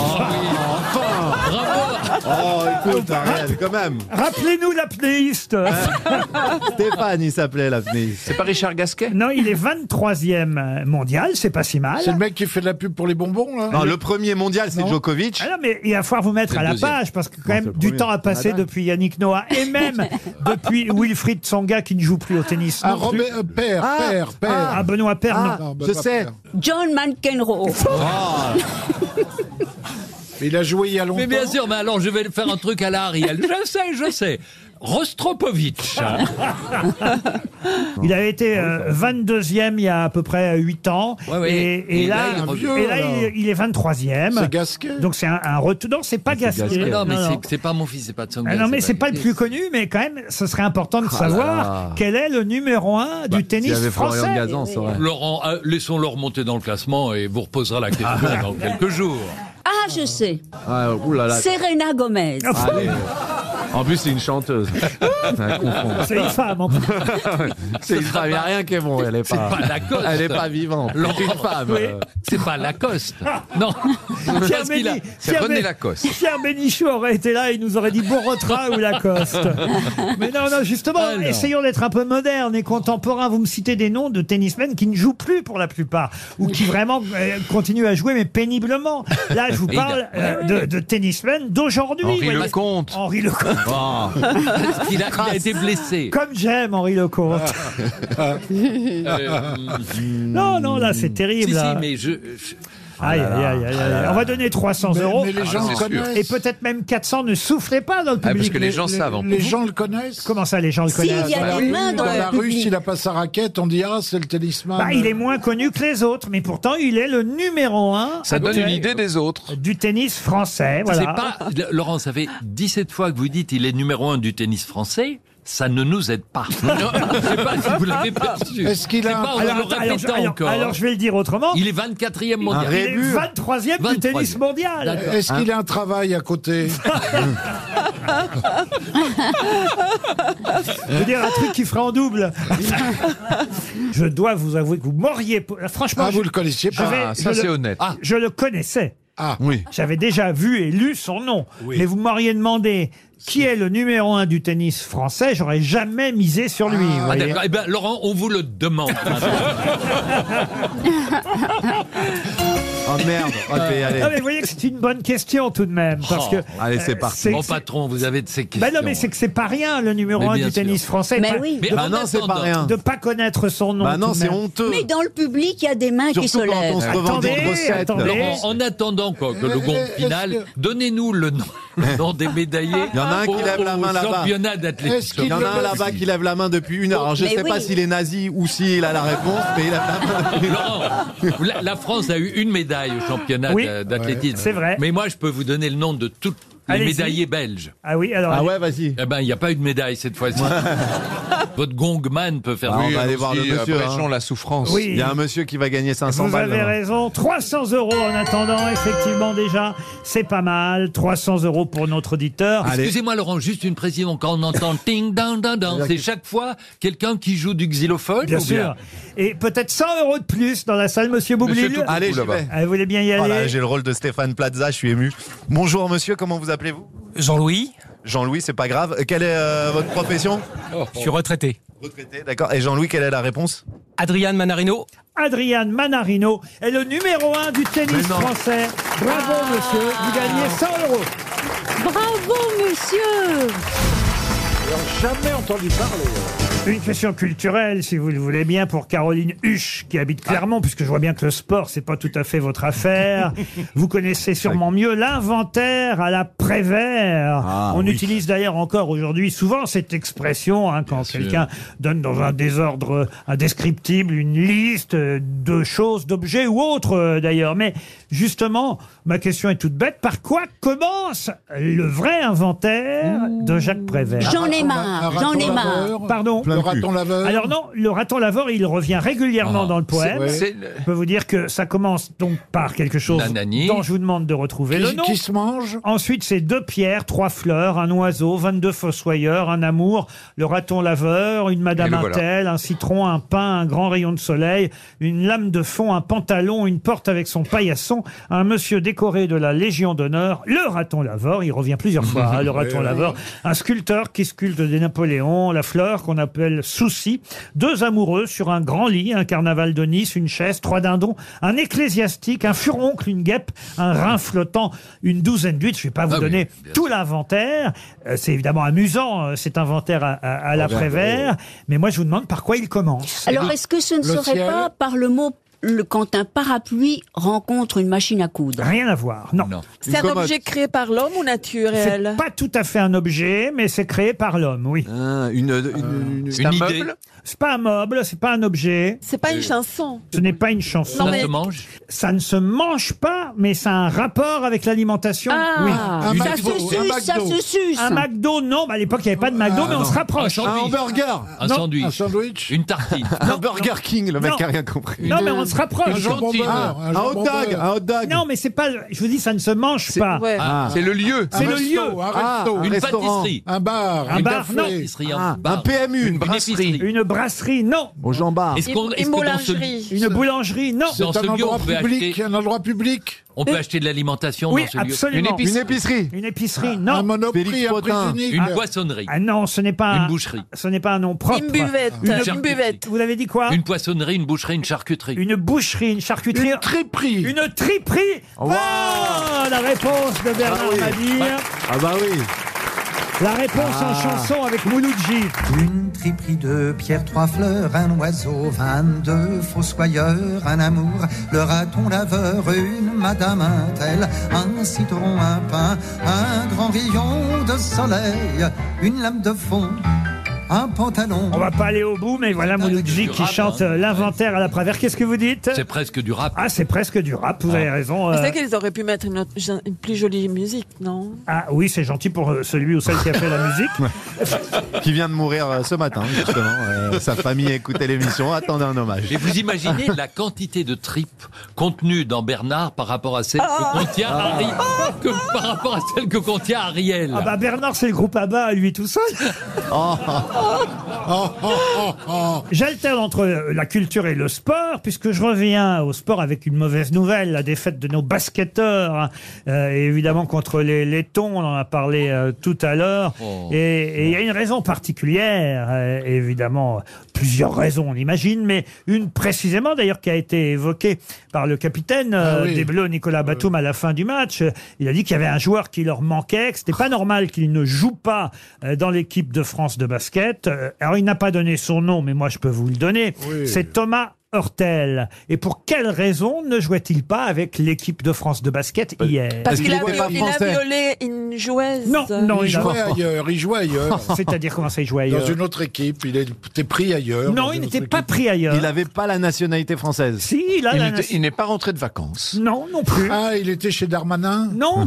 S5: Oh, écoute, arrête, quand
S2: <laughs>
S5: même.
S2: <laughs> Rappelez-nous l'apnéiste.
S5: <laughs> Stéphane, il s'appelait l'apnéiste.
S9: C'est pas Richard Gasquet
S2: non, il est 23e mondial, c'est pas si mal.
S4: C'est le mec qui fait de la pub pour les bonbons, là
S5: Non, le premier mondial, c'est
S4: Non.
S5: Djokovic.
S2: Ah non, mais il va falloir vous mettre
S7: C'est
S2: à
S7: le
S2: la
S7: deuxième.
S2: page parce que quand
S5: Non,
S2: même
S5: c'est le
S2: du
S5: premier.
S2: temps a passé
S5: Canada.
S2: depuis Yannick Noah et
S5: <laughs>
S2: même depuis Wilfried Tsonga qui ne joue plus au tennis.
S4: Ah,
S2: non plus.
S4: Robert, euh, père,
S5: Ah,
S4: père, père.
S2: Ah, Benoît Père,
S5: Ah,
S2: non.
S4: Non, bah,
S5: je
S4: pas
S5: sais.
S4: père.
S8: John McEnroe.
S2: Oh.
S4: Il a joué il y a longtemps.
S7: Mais bien sûr, mais alors je vais le faire un truc à la Ariel. Je sais, je sais.
S2: <laughs>
S7: Rostropovitch.
S2: <laughs> Il avait
S5: Ah
S2: été euh, 22e il y a à peu près 8 ans.
S7: Ouais, ouais.
S2: Et, et
S7: Et
S2: là,
S7: là, il
S2: et
S4: revient.
S2: là, il, il est 23e.
S4: C'est Gasquet.
S2: Donc c'est un, un retour. Non, c'est pas Gasquet.
S7: Ah non, mais
S2: Non, non.
S7: c'est- c'est pas mon fils, c'est pas de son
S2: Ah
S7: gars,
S2: non, mais c'est pas le
S7: lui.
S2: plus connu, mais quand même, ce serait important de savoir quel est le numéro un du
S5: Il y
S2: tennis
S5: avait Florian
S2: français.
S5: Gazan, c'est vrai.
S7: Laurent, euh, laissons-leur monter dans le classement et vous reposera la question dans quelques jours.
S8: Ah, je sais.
S5: Ah, oulala.
S8: Serena Gomez.
S2: Ah,
S5: Allez. En plus, c'est une chanteuse. Un confond.
S2: C'est une femme. en plus.
S7: <laughs>
S5: Ah C'est une femme, il n'y a rien qui est bon. Elle n'est pas,
S7: pas Lacoste.
S5: Elle est pas vivante. C'est une
S7: Laurent.
S5: femme.
S7: Oui.
S5: euh.
S7: C'est pas Lacoste. Non.
S2: Pierre
S7: Parce qu'il a-
S2: Béni-
S9: c'est
S2: Pierre
S9: René
S2: Bé-
S9: Lacoste.
S2: Si Pierre Bénichou aurait été là, il nous aurait dit bon retrait ou
S7: <laughs>
S2: Lacoste. Mais non, non, justement,
S7: Alors.
S2: essayons d'être un peu moderne et contemporain. Vous me citez des noms de tennismen qui ne jouent plus pour la plupart ou qui vraiment euh, continuent à jouer mais péniblement. Là, je vous
S7: Et il a-
S2: parle euh, de, de tennismen d'aujourd'hui.
S9: Henri
S2: voyez.
S9: Lecomte.
S2: Henri
S7: <laughs>
S2: Lecomte. <laughs>
S9: Ah.
S7: Il a, il a été blessé. Ah.
S2: Comme j'aime Henri Lecomte.
S7: Euh,
S2: Ah Non, non, là, c'est terrible.
S7: si, si,
S2: là.
S7: mais je. je-
S2: Aïe, aïe, aïe,
S5: Ah
S2: aïe, aïe. On va donner 300
S4: Mais-
S2: euros. Ah,
S4: mais les gens
S9: c'est sûr.
S4: connaissent.
S2: Et peut-être même 400 ne soufflez pas dans le
S9: Ah,
S2: public.
S9: parce que les
S4: Les-
S9: gens
S4: les-
S9: savent. en
S4: Les gens le connaissent.
S2: Comment ça, les gens le
S8: Si,
S2: connaissent
S8: il y a
S4: Bah
S8: des
S4: oui,
S8: mains dans le
S4: la rue,
S8: public.
S4: s'il a pas sa raquette, on dit ah c'est le tennisman.
S2: Bah, il est moins connu que les autres, mais pourtant, il est le numéro un
S9: Ça donne une idée des autres.
S2: du tennis français.
S7: C'est
S2: Voilà.
S7: pas, Laurent, ça fait 17 fois que vous dites il est numéro un du tennis français. Ça ne nous aide
S5: <laughs>
S7: pas. Je sais pas si vous
S2: <laughs> Ah,
S7: l'avez perçu.
S4: Est-ce qu'il a
S7: C'est
S4: un-
S7: pas en le
S2: Alors, attends, alors,
S7: répétant
S2: alors,
S7: encore.
S2: alors, je vais le dire autrement.
S7: Il est 24e mondial.
S2: Il est
S5: rébut.
S2: 23e du
S7: 23e.
S2: tennis mondial.
S7: D'accord.
S4: Est-ce qu'il a un travail à
S6: <laughs>
S4: côté
S2: Je veux dire un truc qui fera en double. je dois vous avouer que vous m'auriez. euh, Franchement,
S4: Ah,
S2: je,
S4: vous le connaissiez
S2: je
S4: pas.
S2: vais-
S9: Ah, ça,
S2: je
S9: c'est
S2: le-
S9: honnête.
S7: Ah.
S2: je le connaissais.
S4: Ah,
S5: Oui.
S2: J'avais déjà vu et lu son nom. Mais vous m'auriez demandé qui est le numéro un du tennis français, j'aurais jamais misé sur lui. vous
S7: Ah,
S2: voyez.
S7: d'accord. Eh ben, Laurent, on vous
S2: <laughs>
S7: le demande.
S5: Oh merde. Ok, allez.
S2: Ah, mais vous voyez que c'est une bonne question tout de même. Parce que,
S7: Oh,
S5: allez, c'est
S2: euh,
S5: parti.
S2: c'est-
S7: Mon
S2: c'est-
S7: patron, vous avez de ces questions.
S2: Bah non, mais c'est que c'est pas rien, le numéro
S7: Mais
S2: un du
S7: bien sûr.
S2: tennis français.
S8: Mais
S2: Pas-
S8: oui.
S7: Mais
S2: De,
S7: en
S5: Bah non, c'est pas
S7: attendant,
S5: rien.
S2: de pas connaître son nom.
S5: Bah non,
S2: tout de
S5: c'est
S2: même.
S5: honteux.
S8: Mais dans le public, il y a des mains qui se
S5: Surtout quand
S8: lèvent.
S5: on se revendique
S2: Attendez,
S5: recette.
S2: attendez.
S7: Laurent, en attendant quoi, que le gong final, donnez-nous le nom, le nom des médaillés.
S5: Il y en a un qui
S7: au-
S5: lève la
S7: au
S5: main là-bas.
S7: Championnat
S4: Est-ce
S7: d'athlétisme.
S4: qu'il
S5: Il y en a un là-bas qui lève la main depuis une heure. Alors, je ne
S8: Mais
S5: sais pas
S8: oui.
S5: s'il est nazi ou s'il a la réponse, mais il a la main depuis une heure.
S7: Laurent, la, la France a eu une médaille au championnat
S2: Oui.
S7: d'a- d'athlétisme.
S2: c'est vrai.
S7: Mais moi, je peux vous donner le nom de toutes les
S2: Allez-y.
S7: médaillés belges.
S2: Ah oui, alors. allez-
S7: vas-y. Eh ben, il n'y a pas eu de médaille cette fois-ci. <laughs> Votre gongman peut faire.
S5: Ah, on
S7: mieux
S5: va aller voir le
S7: aussi, euh,
S5: monsieur.
S7: Bréchon,
S5: hein.
S7: la souffrance.
S2: Oui.
S5: Il y a un hein. monsieur qui va gagner 500
S2: Vous
S5: balles.
S2: avez
S5: demain.
S2: raison, 300 euros en attendant, effectivement déjà, c'est pas mal, 300 euros pour notre auditeur.
S7: Excusez-moi Laurent, juste une précision. Quand on entend ting dang dang dang, c'est chaque fois quelqu'un qui joue du xylophone
S2: Bien
S7: ou
S2: sûr. Et peut-être 100 euros de plus dans la salle, monsieur Boublil.
S5: Toutou, Allez, j'y là-bas. vais.
S2: Ah, Vous voulez bien y aller
S5: Voilà, j'ai le rôle de Stéphane Plaza, je suis ému. Bonjour monsieur, comment vous appelez-vous Jean-Louis. Jean-Louis, c'est pas grave. Euh, Quelle est euh, votre profession
S17: Je suis retraité.
S5: Retraité, d'accord. Et Jean-Louis, quelle est la réponse
S17: Adriane Manarino.
S2: Adriane Manarino est le numéro 1 du tennis
S5: Mais non.
S2: français. Bravo, monsieur. Vous gagnez 100 euros.
S8: Bravo, monsieur
S4: Jamais entendu parler. hein.
S2: Une question culturelle, si vous le voulez bien, pour Caroline Huche, qui habite Clermont, puisque je vois bien que le sport, c'est pas tout à fait votre affaire. vous connaissez sûrement mieux l'inventaire à la Prévert. On utilise d'ailleurs encore aujourd'hui souvent cette expression, hein, quand quelqu'un donne dans un désordre indescriptible une liste euh, de choses, d'objets ou autres euh, d'ailleurs. Mais justement, ma question est toute bête. Par quoi commence le vrai inventaire de Jacques Prévert
S8: J'en ai marre, j'en ai marre.
S2: Pardon
S4: Le raton laveur.
S2: alors non, le raton laveur, il revient régulièrement
S4: Ah,
S2: dans le poème.
S4: c'est- c'est le-
S2: Je peux vous dire que ça commence donc par quelque chose
S7: L'ananis.
S2: dont je vous demande de retrouver
S4: Qui-
S2: le nom.
S4: qui se mange
S2: Ensuite, c'est deux pierres, trois fleurs, un oiseau, 22 fossoyeurs, un amour, le raton laveur, une madame
S17: Et le voilà.
S2: Intel, un citron, un pain, un grand rayon de soleil, une lame de fond, un pantalon, une porte avec son paillasson, un monsieur décoré de la Légion d'honneur, le raton laveur, il revient plusieurs fois,
S4: <laughs>
S2: hein, le raton
S17: Ouais,
S2: laveur, un sculpteur qui sculpte des Napoléons, la fleur qu'on appelle souci, deux amoureux sur un grand lit, un carnaval de Nice, une chaise, trois dindons, un ecclésiastique, un furoncle, une guêpe, un rein flottant, une douzaine d'huîtres. Je ne vais pas vous
S17: Ah oui,
S2: donner
S17: bien
S2: tout l'inventaire. Euh, c'est évidemment amusant euh, cet inventaire à, à- à la
S17: Regarde,
S2: Prévert, mais moi je vous demande par quoi il commence.
S17: Eh
S8: Alors, est-ce que ce ne serait pas par le mot le, quand un parapluie rencontre une machine à coudre
S2: Rien à voir, non.
S8: C'est un commode. objet
S6: Créé par l'homme ou naturel
S2: C'est pas tout à fait un objet, mais c'est créé par l'homme, oui.
S5: Ah,
S2: Euh,
S5: une
S7: c'est un idée. meuble
S2: C'est pas un meuble, c'est pas un objet.
S6: C'est
S5: Euh,
S6: pas une chanson.
S2: Ce n'est pas une chanson.
S6: Non, mais- Ça se
S7: mange
S2: Ça ne se mange pas, mais ça a un rapport avec l'alimentation.
S8: Ah,
S2: oui.
S8: Un ça McDo, se suce, un McDo. ça se suce.
S2: Un McDo, non. bah, à l'époque, il n'y avait pas de
S5: Ah,
S2: McDo, mais on se rapproche.
S7: Un hamburger. Un
S2: Non.
S7: sandwich. Une tartine.
S5: Un Burger King, le mec qui a rien compris.
S2: Non, mais on se rapproche.
S5: Une cantine. un hot dog, un hot dog.
S2: Non, mais c'est pas. Je vous dis, ça ne se mange pas.
S5: Ouais. Ah. C'est le lieu.
S2: C'est
S5: Un
S2: le
S5: resto,
S2: lieu.
S5: un resto. Ah, Une restaurant. pâtisserie.
S4: Un bar. hein.
S2: Un
S5: Une
S2: bar, non.
S5: café.
S7: hein.
S5: Ah, un PMU, une, brasserie.
S2: Une brasserie, non.
S5: Au Jean Bar.
S7: Est-ce qu'on- est-ce que dans ce-
S2: Une boulangerie, non.
S7: Dans ce lieu, on peut acheter,
S4: Un endroit public.
S7: on peut acheter de l'alimentation
S2: Oui,
S7: dans ce lieu.
S2: absolument. Une épicerie, non. Un
S4: Monoprix, Ah, un prix unique.
S7: Une poissonnerie.
S2: Ah non, ce n'est pas
S7: Une
S2: un-
S7: boucherie.
S2: Ce n'est pas un nom propre.
S7: Une buvette, une charcuterie.
S2: Vous l'avez dit quoi
S7: Une poissonnerie, une boucherie, une charcuterie.
S2: Une boucherie, une charcuterie. Une triperie. Une triperie.
S7: Wow.
S2: Oh, la réponse de Bernard
S7: Ah oui.
S2: Mabille.
S5: Ah bah oui.
S2: La réponse en
S18: Ah.
S2: chanson avec Mouloudji.
S18: Une triperie de pierre, trois fleurs, un oiseau, 22 fossoyeurs, un amour, le raton laveur, une madame intel, un citron, un pain, un grand rayon de soleil, une lame de fond, un pantalon.
S2: On va pas aller au bout, mais voilà Mouloudji
S7: du
S2: qui
S7: rap,
S2: chante
S7: hein.
S2: euh, l'inventaire à la Prévert. Qu'est-ce que vous dites
S7: C'est presque du rap.
S2: Ah, c'est presque du rap, vous avez raison. euh.
S6: C'est vrai qu'ils auraient pu mettre une, autre- une plus jolie musique, non
S2: Ah oui, c'est gentil pour euh, celui ou celle qui a fait la musique.
S5: <laughs> Qui vient de mourir euh, ce matin, justement. Euh, sa famille écoutait l'émission, attendait un hommage.
S7: Et vous imaginez <laughs> la quantité de tripes contenues dans Bernard par rapport à celle
S2: Ah.
S7: que contient
S2: Ah.
S7: Harry, que- par rapport à celle que contient Ariel.
S2: Ah bah Bernard, c'est le groupe ABBA, lui tout seul.
S4: Oh.
S2: <laughs> J'alterne entre euh, la culture et le sport, puisque je reviens au sport avec une mauvaise nouvelle, la défaite de nos basketteurs, hein. Euh, évidemment contre les Lettons, on en a parlé euh, tout à l'heure.
S17: Oh.
S2: Et et il y a une raison particulière, euh, évidemment, plusieurs raisons, on imagine, mais une précisément d'ailleurs qui a été évoquée par le capitaine euh,
S17: Ah oui.
S2: des Bleus, Nicolas Batum, à la fin du match. Euh, Il a dit qu'il y avait un joueur qui leur manquait, que c'était pas normal qu'il ne joue pas euh, dans l'équipe de France de basket. Euh, Alors il n'a pas donné son nom, mais moi je peux vous le donner.
S17: Oui.
S2: C'est Thomas Hurtel. Et pour quelle raison ne jouait-il pas avec l'équipe de France de basket hier
S6: Parce qu'il a, il a violé une joueuse.
S2: Non, non,
S4: il
S2: il a-
S4: jouait euh, ailleurs, il jouait ailleurs.
S2: <laughs> C'est-à-dire comment ça, il jouait
S4: Dans
S2: ailleurs
S4: une autre équipe, il était pris ailleurs.
S2: Non,
S4: dans
S2: il
S4: une
S2: n'était
S4: autre
S2: pas
S4: équipe.
S2: pris ailleurs.
S5: Il n'avait pas la nationalité française.
S2: Si, il a
S5: il
S2: la
S5: était-
S2: nation-
S5: il n'est pas rentré de vacances.
S2: Non, non plus.
S4: Ah, il était chez Darmanin
S2: Non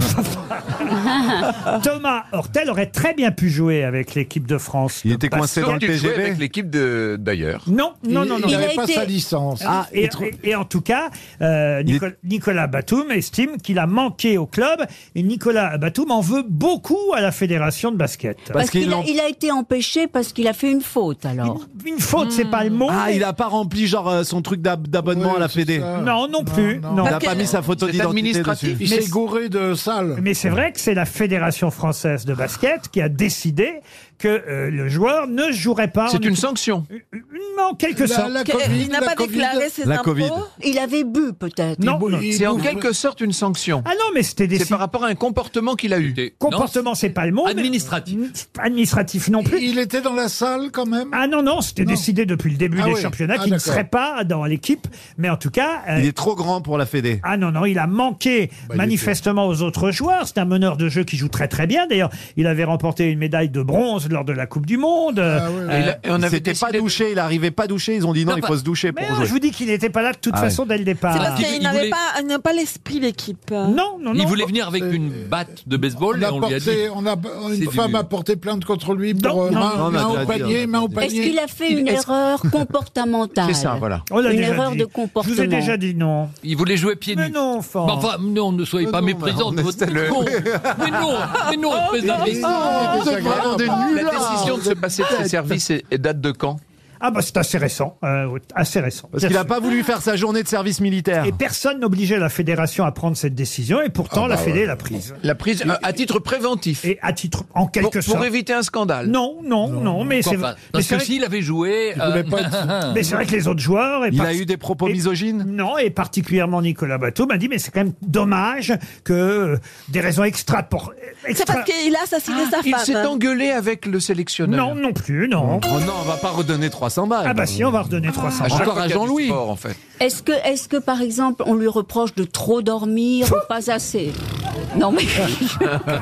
S2: <laughs> Thomas Hortel aurait très bien pu jouer avec l'équipe de France. Il était
S9: Donc, tu jouais avec l'équipe de- d'ailleurs.
S2: Non, non, non, non.
S9: Il avait pas sa licence.
S2: Ah, et, et- et en tout cas, euh, Nico- Nicolas Batum estime qu'il a manqué au club. Et Nicolas Batum en veut beaucoup à la fédération de basket.
S8: Parce qu'il a, il a été empêché parce qu'il a fait une faute, alors.
S2: Une, faute, c'est pas le mot.
S5: Ah, il a pas rempli genre euh, son truc d'ab- d'abonnement à la Fédé.
S2: Non, non plus. Non,
S5: Il n'a pas mis sa photo d'identité dessus.
S4: Il s'est gouré de salle.
S2: Mais c'est vrai que c'est la Fédération française de basket qui a décidé que euh, le joueur ne jouerait pas.
S9: C'est
S2: en
S9: une
S2: équipe- Euh,
S9: sanction.
S2: Non, quelque sorte.
S8: il n'a pas déclaré ses impôts. Il avait bu, peut-être.
S2: Non, non.
S9: C'est en quelque sorte une sanction.
S2: Ah non, mais c'était des.
S9: C'est par rapport à un comportement qu'il a eu.
S2: Comportement, c'est pas le mot. Administratif. Administratif non plus.
S4: Il était dans la salle quand même
S2: Ah non, non, c'était décidé depuis le début
S4: Ah
S2: des
S4: oui.
S2: championnats
S4: Ah,
S2: qu'il ne
S4: d'accord.
S2: serait pas dans l'équipe. Mais en tout cas. euh,
S5: Il est trop grand pour la Fédé.
S2: Ah non, non, il a manqué
S5: Bah,
S2: manifestement aux autres joueurs. C'est un meneur de jeu qui joue très très bien. D'ailleurs, il avait remporté une médaille de bronze lors de la Coupe du Monde. Euh,
S5: Et Ah il a- et on avait C'était pas douché, il arrivait pas douché. Ils ont dit non,
S2: Non,
S5: il
S2: pas-
S5: faut se doucher pour
S2: Mais
S5: jouer.
S2: je vous dis qu'il n'était pas là de toute
S5: Ah ouais.
S2: façon dès le départ.
S6: C'est parce
S7: Il-
S6: qu'il
S7: il
S6: n'avait
S7: voulait-
S6: pas, il n'a pas l'esprit d'équipe.
S2: Non, non,
S7: Il voulait venir avec une batte de baseball
S4: Euh, On
S7: et
S4: a
S7: on lui a dit.
S4: porté, on a,
S7: C'est
S4: une
S7: du-
S4: femme a porté plainte contre lui pour euh,
S7: non,
S4: main,
S7: non,
S4: main
S7: on a
S4: au
S7: déjà
S4: panier,
S7: dit,
S4: main au
S8: Est-ce
S4: panier.
S8: qu'il a fait une
S4: Est-ce-
S2: <laughs>
S8: erreur comportementale
S9: C'est ça, voilà.
S2: On l'a
S8: Une
S2: déjà
S8: erreur
S2: dit.
S8: de
S2: Je
S8: comportement.
S2: vous ai déjà dit non.
S7: Il voulait jouer pieds nus.
S2: Mais non, enfin.
S7: Mais enfin, non, ne soyez pas méprisant de votre con. Mais non, mais non,
S2: Oh,
S7: président.
S3: mais non,
S2: vous êtes vraiment des
S9: La
S2: nullards.
S9: décision de se passer de ses services est- est- date de quand
S2: Ah bah c'est assez récent, euh, assez récent.
S5: Parce qu'il
S2: Bien
S5: n'a
S2: sûr.
S5: pas voulu faire sa journée de service militaire.
S2: Et personne n'obligeait la fédération à prendre cette décision, et pourtant
S9: Ah
S2: la
S9: bah
S2: Fédé
S9: ouais.
S2: l'a prise.
S9: La prise euh, à titre préventif.
S2: Et à titre, en quelque
S9: pour,
S2: sorte.
S9: Pour éviter un scandale.
S2: Non, non, non, mais
S7: Quoi,
S2: c'est
S7: enfin,
S2: vrai. mais
S7: Parce
S2: c'est
S7: que
S2: vrai
S7: s'il avait joué.
S2: Il
S7: euh,
S2: voulait pas
S9: <laughs>
S2: être- <laughs> Mais c'est vrai que les autres joueurs.
S5: Il a eu des propos
S2: misogynes Non, et particulièrement Nicolas Bateau m'a dit mais c'est quand même dommage que euh, des raisons extra. Ah, Pour,
S6: C'est parce qu'il a assassiné sa
S9: Il
S6: femme.
S9: s'est engueulé avec le sélectionneur.
S2: Non, non plus, non.
S5: Oh non, on va pas redonner 300 balles.
S2: Ah bah si, on va redonner 300
S7: Ah,
S2: balles.
S5: Encore à Jean-Louis.
S9: Or, en fait.
S8: Est-ce que, est-ce que, par exemple, on lui reproche de trop dormir ou pas assez Non, mais. <laughs>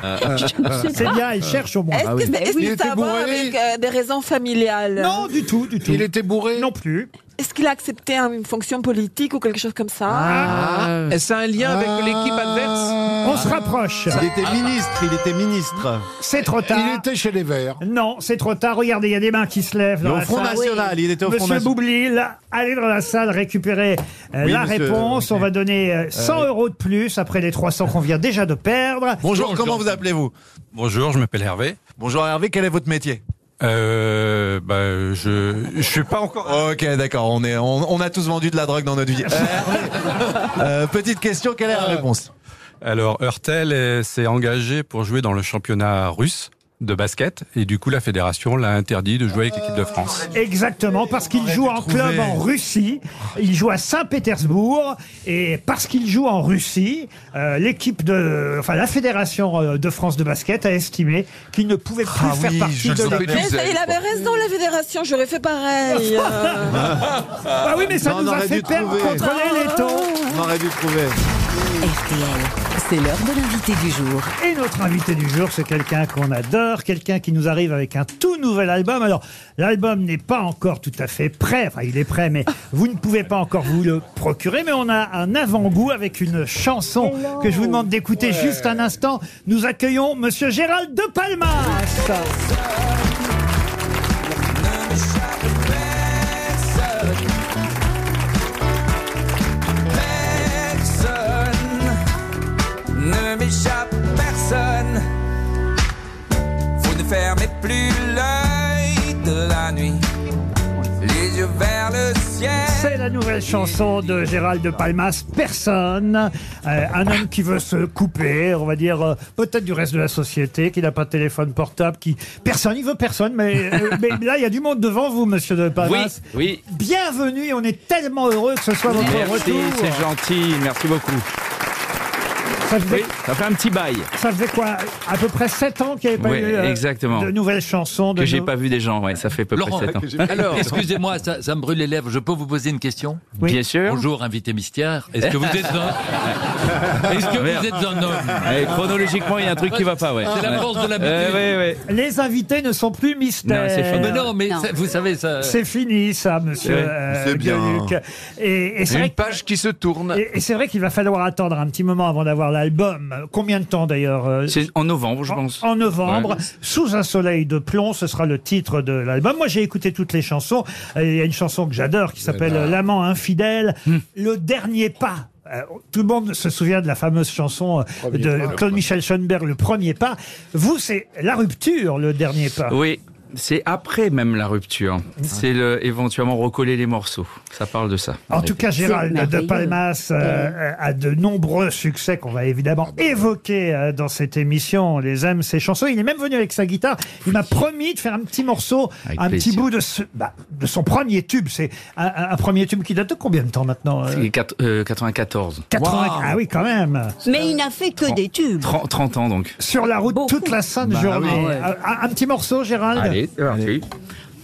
S2: C'est bien, il cherche au moins.
S6: Est-ce que, Ah est-ce que
S4: Il était
S6: ça va
S4: bourré.
S6: avec euh, des raisons familiales
S2: Non, du tout, du tout.
S4: Il était bourré
S2: Non plus.
S6: Est-ce qu'il a accepté hein, une fonction politique ou quelque chose comme ça
S9: Ah, Est-ce un lien avec l'équipe
S19: Ah
S9: adverse
S2: On se rapproche.
S5: Il était ministre, il était ministre.
S2: C'est trop tard.
S4: Il était chez les Verts.
S2: Non, c'est trop tard. Regardez, il y a des mains qui se lèvent.
S5: Mais
S2: Dans
S5: au
S2: la
S5: Front
S2: salle.
S5: National, il était au Front
S2: Monsieur
S5: National.
S2: Boublil, allez dans la salle récupérer euh,
S5: Oui,
S2: la
S5: monsieur,
S2: réponse.
S5: oui.
S2: On va donner euh, 100 euros de plus après les 300 qu'on vient déjà de perdre.
S5: Bonjour, comment vous appelez-vous
S19: Bonjour, je m'appelle Hervé.
S5: Bonjour Hervé, quel est votre métier
S19: Euh, bah, je, je suis pas encore.
S5: Ok, d'accord, on, est, on, on a tous vendu de la drogue dans notre vie. Euh, euh, petite question, quelle est la réponse
S19: Alors, Hurtel euh, s'est engagé pour jouer dans le championnat russe de basket et du coup, la fédération l'a interdit de jouer avec l'équipe de France.
S2: Exactement, parce qu'il joue en
S19: trouver.
S2: club en Russie, il joue à Saint-Pétersbourg, et parce qu'il joue en Russie, euh, l'équipe de, enfin la fédération euh, de France de basket a estimé qu'il ne pouvait plus
S19: Ah
S2: faire
S19: oui,
S2: partie
S19: je le
S2: de
S19: savais.
S2: l'équipe.
S6: Mais ça, il avait raison, la fédération, j'aurais fait pareil.
S9: <laughs>
S6: euh.
S2: Ah oui, mais ça
S5: Non, on
S2: nous a
S5: aurait
S2: fait
S5: dû
S2: perdre
S5: trouver.
S2: contre les Lettons.
S5: On aurait dû trouver.
S13: RTL, c'est l'heure de l'invité du jour.
S2: Et notre invité du jour, c'est quelqu'un qu'on adore, quelqu'un qui nous arrive avec un tout nouvel album. Alors, l'album n'est pas encore tout à fait prêt, enfin il est prêt, mais vous ne pouvez pas encore vous le procurer, mais on a un avant-goût avec une chanson que je vous demande d'écouter juste un instant. Nous accueillons Monsieur Gérald De Palmas.
S20: Personne ne m'échappe, personne. Vous ne fermez plus l'œil de la nuit, les yeux vers le <laughs> ciel.
S2: C'est la nouvelle chanson de Gérald de Palmas, Personne. Euh, un homme qui veut se couper, on va dire, euh, peut-être du reste de la société, qui n'a pas de téléphone portable, qui. Personne, il veut personne, mais,
S20: <laughs>
S2: euh, mais là, il y a du monde devant vous, monsieur de Palmas.
S10: Oui,
S2: Bienvenue, et on est tellement heureux que ce soit votre
S10: merci,
S2: retour.
S10: c'est gentil, merci beaucoup.
S2: Ça faisait,
S20: Ça fait un petit bail
S2: ça faisait quoi À peu près 7 ans qu'il n'y avait pas
S20: Oui,
S2: eu euh,
S20: exactement.
S2: de nouvelles chansons. De
S20: que j'ai
S2: nou-
S20: pas vu des gens. Ouais, ça fait peu
S7: Laurent,
S20: près sept ans.
S7: alors, excusez-moi, ça, ça me brûle les lèvres. Je peux vous poser une question
S20: Oui. Bien sûr.
S7: Bonjour, invité mystère. Est-ce que vous êtes
S20: <laughs>
S7: un, Est-ce que
S20: Ah, Merde.
S7: vous êtes un homme
S20: Eh, chronologiquement, il y a un truc qui va pas, ouais.
S7: C'est la force de l'habitude.
S20: Eh, ouais, ouais.
S2: Les invités ne sont plus mystères.
S20: Non, c'est fini.
S7: Mais non, mais ça- vous savez, ça.
S2: C'est fini, ça, monsieur
S7: Oui,
S2: euh,
S7: c'est bien.
S2: Gueluc. Et, et c'est
S7: Une
S2: vrai que-
S21: page qui se tourne.
S2: Et, et c'est vrai qu'il va falloir attendre un petit moment avant d'avoir l'album. Combien de temps d'ailleurs euh,
S20: C'est en novembre, je pense.
S2: En novembre,
S20: Ouais.
S2: Sous un soleil de plomb, ce sera le titre de l'album. Moi, j'ai écouté toutes les chansons. Et Il y a une chanson que j'adore qui s'appelle
S16: Voilà.
S2: L'amant infidèle,
S20: Hmm.
S2: le dernier pas. Euh, Tout le monde se souvient de la fameuse chanson euh,
S20: Premier
S2: de
S20: pas.
S2: Claude Michel Schoenberg, Le premier pas. Vous, c'est la rupture, le dernier pas.
S20: Oui, c'est après même la rupture.
S2: Ah.
S20: C'est le, éventuellement recoller les morceaux. Ça parle de ça.
S2: En tout cas, Gérald de Palmas euh, a de nombreux succès qu'on va évidemment évoquer euh, dans cette émission. On les aime, ces chansons. Il est même venu avec sa guitare. Il m'a promis de faire un petit morceau,
S20: Avec
S2: un petit
S20: plaisir.
S2: bout de, ce- bah, de son premier tube. C'est un, un- un premier tube qui date de combien de temps maintenant euh
S20: C'est quat- euh, 94.
S2: 80 Ah oui, quand même.
S3: Mais il n'a fait que des tubes.
S20: 30, 30 ans donc.
S2: Sur la route toute la sainte
S20: Bah
S2: journée.
S20: oui.
S2: Un- Un, un petit morceau, Gérald
S20: Allez, c'est parti.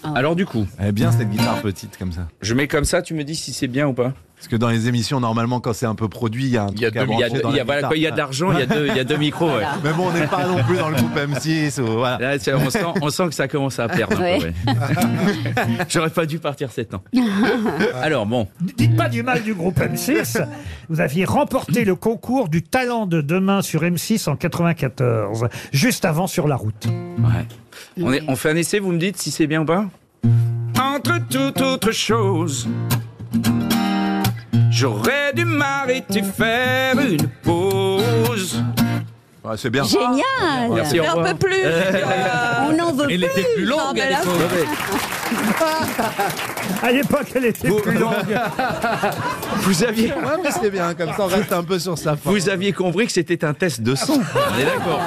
S2: Ah.
S20: Alors du coup.
S5: Elle est bien cette guitare petite comme ça.
S20: Je mets comme ça, tu me dis si c'est bien ou pas.
S5: Parce que dans les émissions, normalement, quand c'est un peu produit, il y a un truc
S20: y a
S5: à
S20: deux- il y a
S5: brancher
S20: deux-
S5: dans
S20: il y a-
S5: la
S20: voilà,
S5: guitare.
S20: quand il y a de l'argent, il y a deux- il y a deux micros, ouais.
S5: Mais bon, on n'est pas non plus dans le groupe M6. Ou, voilà.
S20: Là, c'est- on, sent, on sent que ça commence à perdre. un peu,
S5: Ouais.
S20: ouais.
S2: <laughs>
S20: J'aurais pas dû partir 7 ans. Alors bon.
S2: Dites pas du mal du groupe M6. Vous aviez remporté le concours du talent de demain sur M6 en 94, juste avant sur la route.
S20: Ouais. On, est- on fait un essai, vous me dites si c'est bien ou pas Entre toute autre chose, j'aurais dû m'arrêter faire une pause.
S5: c'est bien.
S3: Génial
S20: Merci, au
S3: Mais on
S20: revoir.
S3: peut
S20: <laughs>
S3: plus, Euh, on n'en veut
S20: Elle
S3: plus.
S20: était plus longue
S3: Non, mais
S20: à
S3: là-
S20: l'époque.
S2: Ah. À l'époque, elle était plus
S5: <laughs>
S2: longue.
S20: Vous aviez.
S5: Ouais, mais c'est bien, comme ça on reste un peu sur sa forme.
S20: Vous aviez compris que c'était un test de son.
S2: Ah
S20: On est d'accord.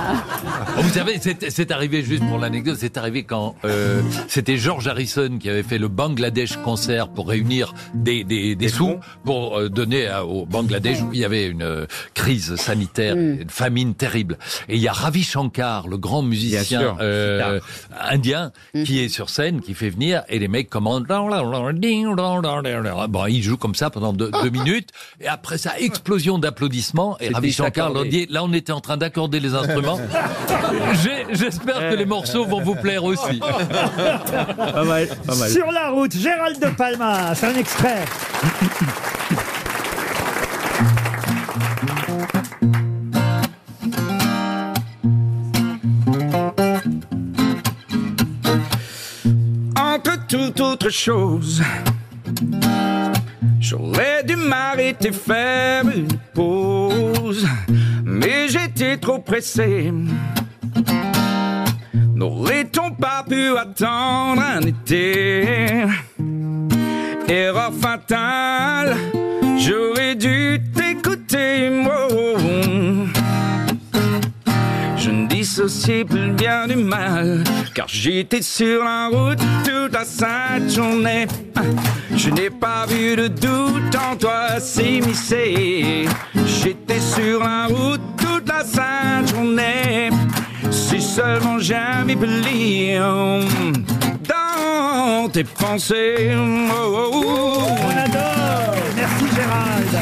S7: Oh, Vous savez, c'est c'est arrivé juste pour l'anecdote, c'est arrivé quand euh, c'était George Harrison qui avait fait le Bangladesh concert pour réunir des, des, des, sous pour euh, donner à- au Bangladesh où il y avait une euh, crise sanitaire, une famine terrible. Et il y a Ravi Shankar, le grand
S20: Bien sûr,
S7: musicien euh, indien, qui est sur scène, qui fait venir et les mecs commandent. Bon, il joue comme ça pendant deux,
S20: <laughs>
S7: deux minutes et après ça, explosion d'applaudissements et
S20: C'était
S7: Ravi Shankar leur
S20: accordé.
S7: dit, là on était en train d'accorder les instruments. <laughs> J'ai- J'espère que les morceaux vont vous plaire aussi.
S20: Pas mal, pas mal.
S2: Sur la route, Gérald de Palma, c'est un extrait.
S20: Ah. Entre toute autre chose, j'aurais dû m'arrêter faire une pause, mais j'étais trop pressé. N'aurait-on pas pu attendre un été Erreur fatale, j'aurais dû t'écouter. oh. Je ne dissociais plus le bien du mal, car j'étais sur la route toute la sainte journée. Je n'ai pas vu de doute en toi s'immiscer. J'étais sur la route toute la sainte journée. Si seulement j'avais pu lire dans tes pensées. Oh, oh, oh.
S2: On adore Merci Gérald.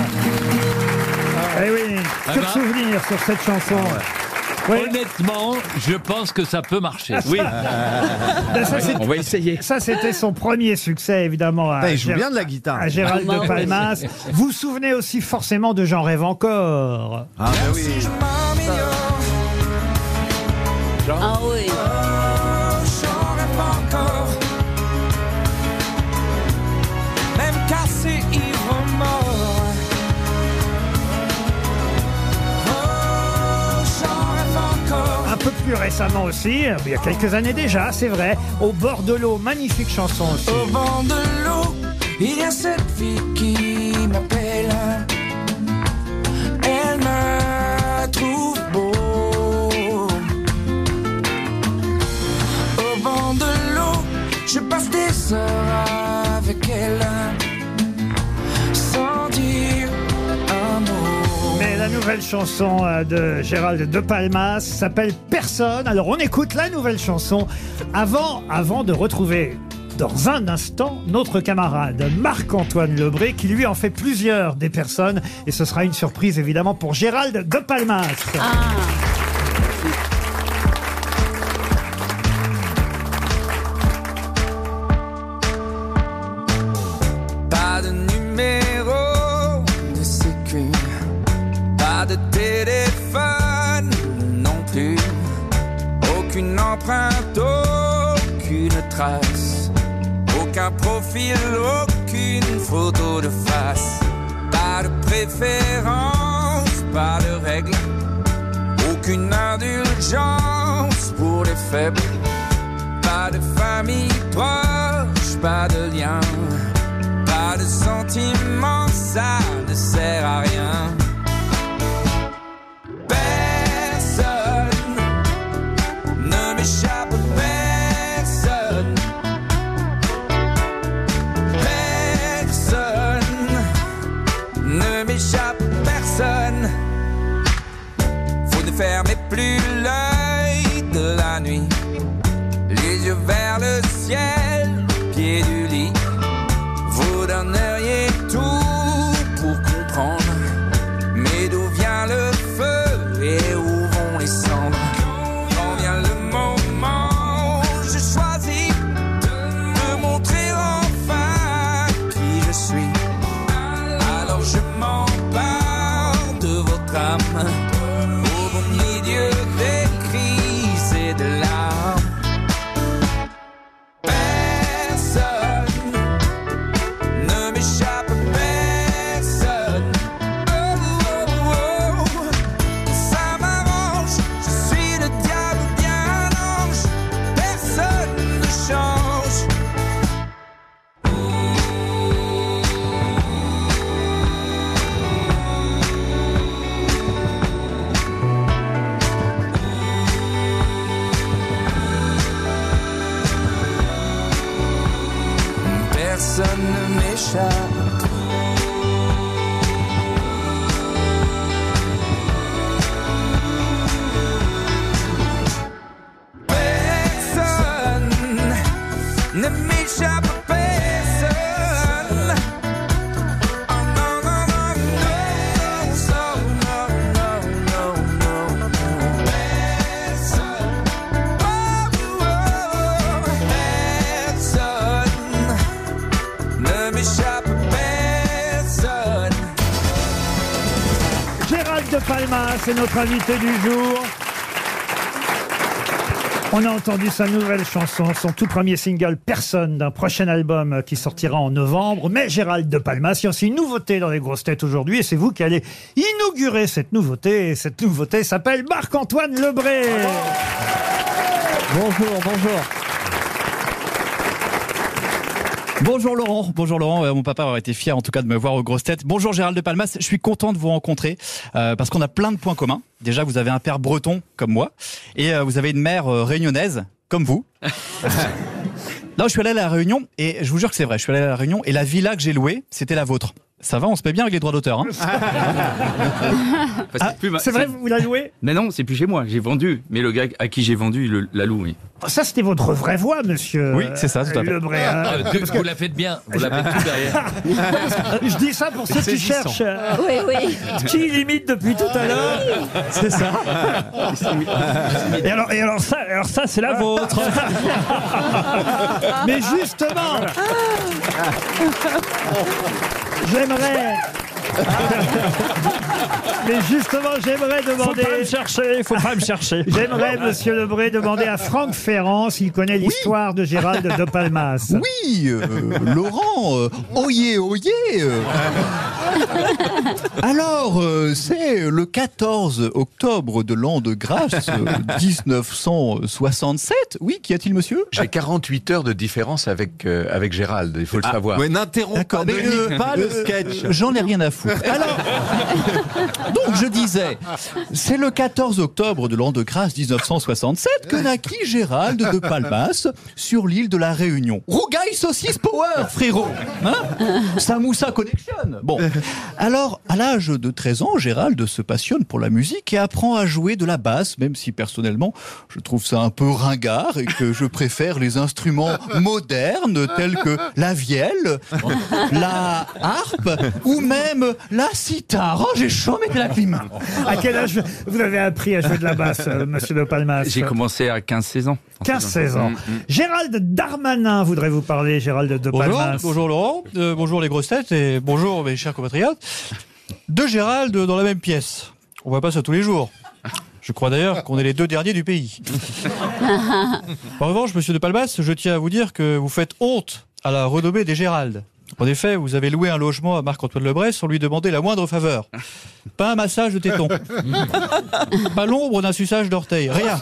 S2: Eh oui,
S7: Ah
S2: que de
S7: bah.
S2: souvenirs sur cette chanson.
S20: Ah
S7: Honnêtement, je pense que ça peut marcher.
S20: Oui.
S2: Ben, ça, c'est-
S20: On va essayer.
S2: Ça, c'était son premier succès, évidemment. À
S5: Putain, il joue
S2: Gér-
S5: bien de la guitare.
S2: À Gérald
S5: Ah,
S2: de
S5: ouais.
S2: Palmas.
S20: <laughs>
S2: Vous vous souvenez aussi forcément de J'en rêve encore.
S5: Ah, bah oui.
S3: Ah oui.
S22: J'aurais pas encore, même cassé ivre mort. Oh, j'aurais pas encore.
S2: Un peu plus récemment aussi, il y a quelques années déjà, c'est vrai, Au bord de l'eau, magnifique chanson aussi.
S22: Au vent de l'eau, il y a cette fille qui m'appelle. Elle me trouve beau. Au vent de l'eau, je passe des heures avec elle. Sans dire un mot.
S2: Mais la nouvelle chanson euh, de Gérald De Palmas s'appelle Personne. Alors on écoute la nouvelle chanson avant, avant de retrouver dans un instant notre camarade Marc-Antoine Lebré qui lui en fait plusieurs des personnes et ce sera une surprise évidemment pour Gérald De Palmas.
S20: Pas de numéro de sécu, pas de téléphone non plus, aucune empreinte, aucune trace, aucun profil, aucune photo de face, pas de préférence, pas de règle, aucune indulgence pour les faibles, pas de famille proche, pas de lien. Pas de sentiments, ça ne sert à rien. Personne ne m'échappe, personne. Personne ne m'échappe, personne. Faut ne fermer plus l'œil de la nuit. Les yeux vers le ciel, au pied du lit. Vous donneriez tout pour comprendre. Mais d'où vient le feu et où vont les cendres Quand vient le moment, je choisis de montrer enfin qui je suis. Alors je m'empare de votre âme. Au bon milieu des crises et de larmes. Personne ne m'échappe personne. Oh, oh, oh. Ça m'arrange, je suis le diable bien ange. Personne ne change. Personne ne m'échappe. Personne ne m'échappe. Personne. Oh, non, non, non, non, so, non, non, non, non, non. Personne. Oh, oh, personne ne m'échappe personne.
S2: Gérald de Palmas est notre invité du jour. On a entendu sa nouvelle chanson, son tout premier single Personne d'un prochain album qui sortira en novembre. Mais Gérald de Palmas, il y a aussi une nouveauté dans les grosses têtes aujourd'hui et c'est vous qui allez inaugurer cette nouveauté. Et cette nouveauté s'appelle Marc-Antoine Lebré.
S15: Bonjour, bonjour. Bonjour Laurent, bonjour Laurent. Euh, Mon papa aurait été fier en tout cas de me voir aux grosses têtes. Bonjour Gérald de Palmas, je suis content de vous rencontrer euh, parce qu'on a plein de points communs. Déjà, vous avez un père breton comme moi et euh, vous avez une mère euh, réunionnaise comme vous.
S9: <laughs>
S15: Là, je suis allé à la Réunion et je vous jure que c'est vrai, je suis allé à la Réunion et la villa que j'ai louée, c'était la vôtre. Ça va, on se paie bien avec les droits d'auteur. hein
S9: <laughs>
S2: Ah, c'est vrai, vous la louez
S17: Mais non, c'est plus chez moi, j'ai vendu. Mais le gars à qui j'ai vendu, il le- la loue, oui.
S2: <laughs> Ça, c'était votre vraie voix, monsieur.
S17: Oui, c'est ça, tout à fait. <laughs>
S2: Lebré, hein.
S7: Ah, de-
S2: Parce que-
S7: vous la faites bien, vous la faites tout derrière.
S2: Je dis ça pour ceux qui
S7: Saisissant.
S2: cherchent. euh,
S7: Oui, oui.
S2: Qui limite depuis tout à l'heure C'est ça. Et alors, et alors ça, alors ça c'est la vôtre. Mais justement, j'aimerais. Mais justement, j'aimerais demander. Faut pas me chercher, faut pas me chercher. J'aimerais, monsieur Lebré, demander à Franck Ferrand s'il connaît l'histoire de Gérald de Palmas.
S23: Oui, <laughs> euh, Laurent, euh, oyez, oyez. <laughs> euh. Alors, euh, c'est le 14 octobre de l'an de grâce <laughs> euh, 1967. Oui, qu'y a-t-il, monsieur
S9: J'ai 48 heures de différence avec, euh, avec Gérald, il faut le savoir.
S23: Ah, ouais, D'accord, mais euh, pas le J'en ai rien à <laughs> foutre. Alors, donc je disais, c'est le 14 octobre de l'an de grâce 1967 que naquit Gérald de Palmas sur l'île de la Réunion. Rougaille saucisse power, frérot. Hein Samoussa connection. Bon. Alors, à l'âge de 13 ans, Gérald se passionne pour la musique et apprend à jouer de la basse, même si personnellement, je trouve ça un peu ringard et que je préfère les instruments modernes tels que la vielle, la harpe ou même la sitar. Oh, j'ai chaud, mais de la clim.
S2: À quel âge vous avez appris à jouer de la basse, euh, monsieur De Palmas
S17: J'ai commencé à 15-16 ans.
S2: 15-16 ans.
S17: Mm, mm.
S2: Gérald Darmanin voudrait vous parler, Gérald De
S23: Bonjour,
S2: Palmas.
S23: bonjour Laurent, euh, bonjour les grosses têtes et bonjour mes chers compatriotes. Deux Gérald dans la même pièce. On voit pas ça tous les jours. Je crois d'ailleurs qu'on est les deux derniers du pays. En revanche, monsieur de Palmas, je tiens à vous dire que vous faites honte à la renommée des Gérald. En effet, vous avez loué un logement à Marc-Antoine Lebret sans lui demander la moindre faveur. Pas un massage de téton. Pas l'ombre d'un suçage d'orteil. Rien.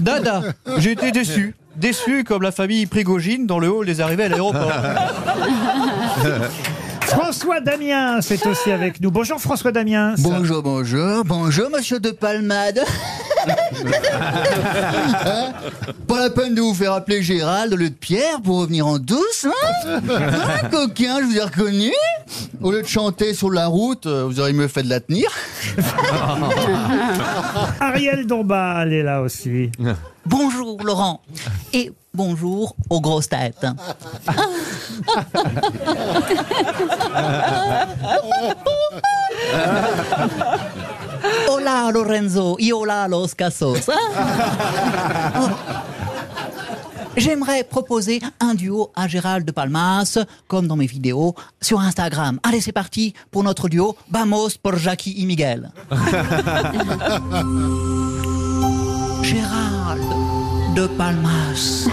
S23: Dada. J'ai été déçu. Déçu comme la famille Prigogine dans le hall des arrivées à l'aéroport.
S8: <laughs>
S2: François Damien, c'est aussi avec nous. Bonjour François Damien.
S12: Bonjour, bonjour, bonjour, monsieur de
S2: <laughs>
S12: Palmade. Hein pas la peine de vous faire appeler Gérald au lieu de Pierre pour revenir en douce, hein Hein, coquin, je vous ai reconnu. Au lieu de chanter sur la route, euh, vous auriez mieux fait de la tenir.
S23: <laughs>
S2: Ariel Dombal elle est là aussi.
S12: <laughs> Bonjour Laurent et bonjour aux grosses têtes. Hola Lorenzo y hola los casos. J'aimerais proposer un duo à Gérald de Palmas, comme dans mes vidéos, sur Instagram. Allez, c'est parti pour notre duo Vamos por Jackie y Miguel. Gérald de Palmas.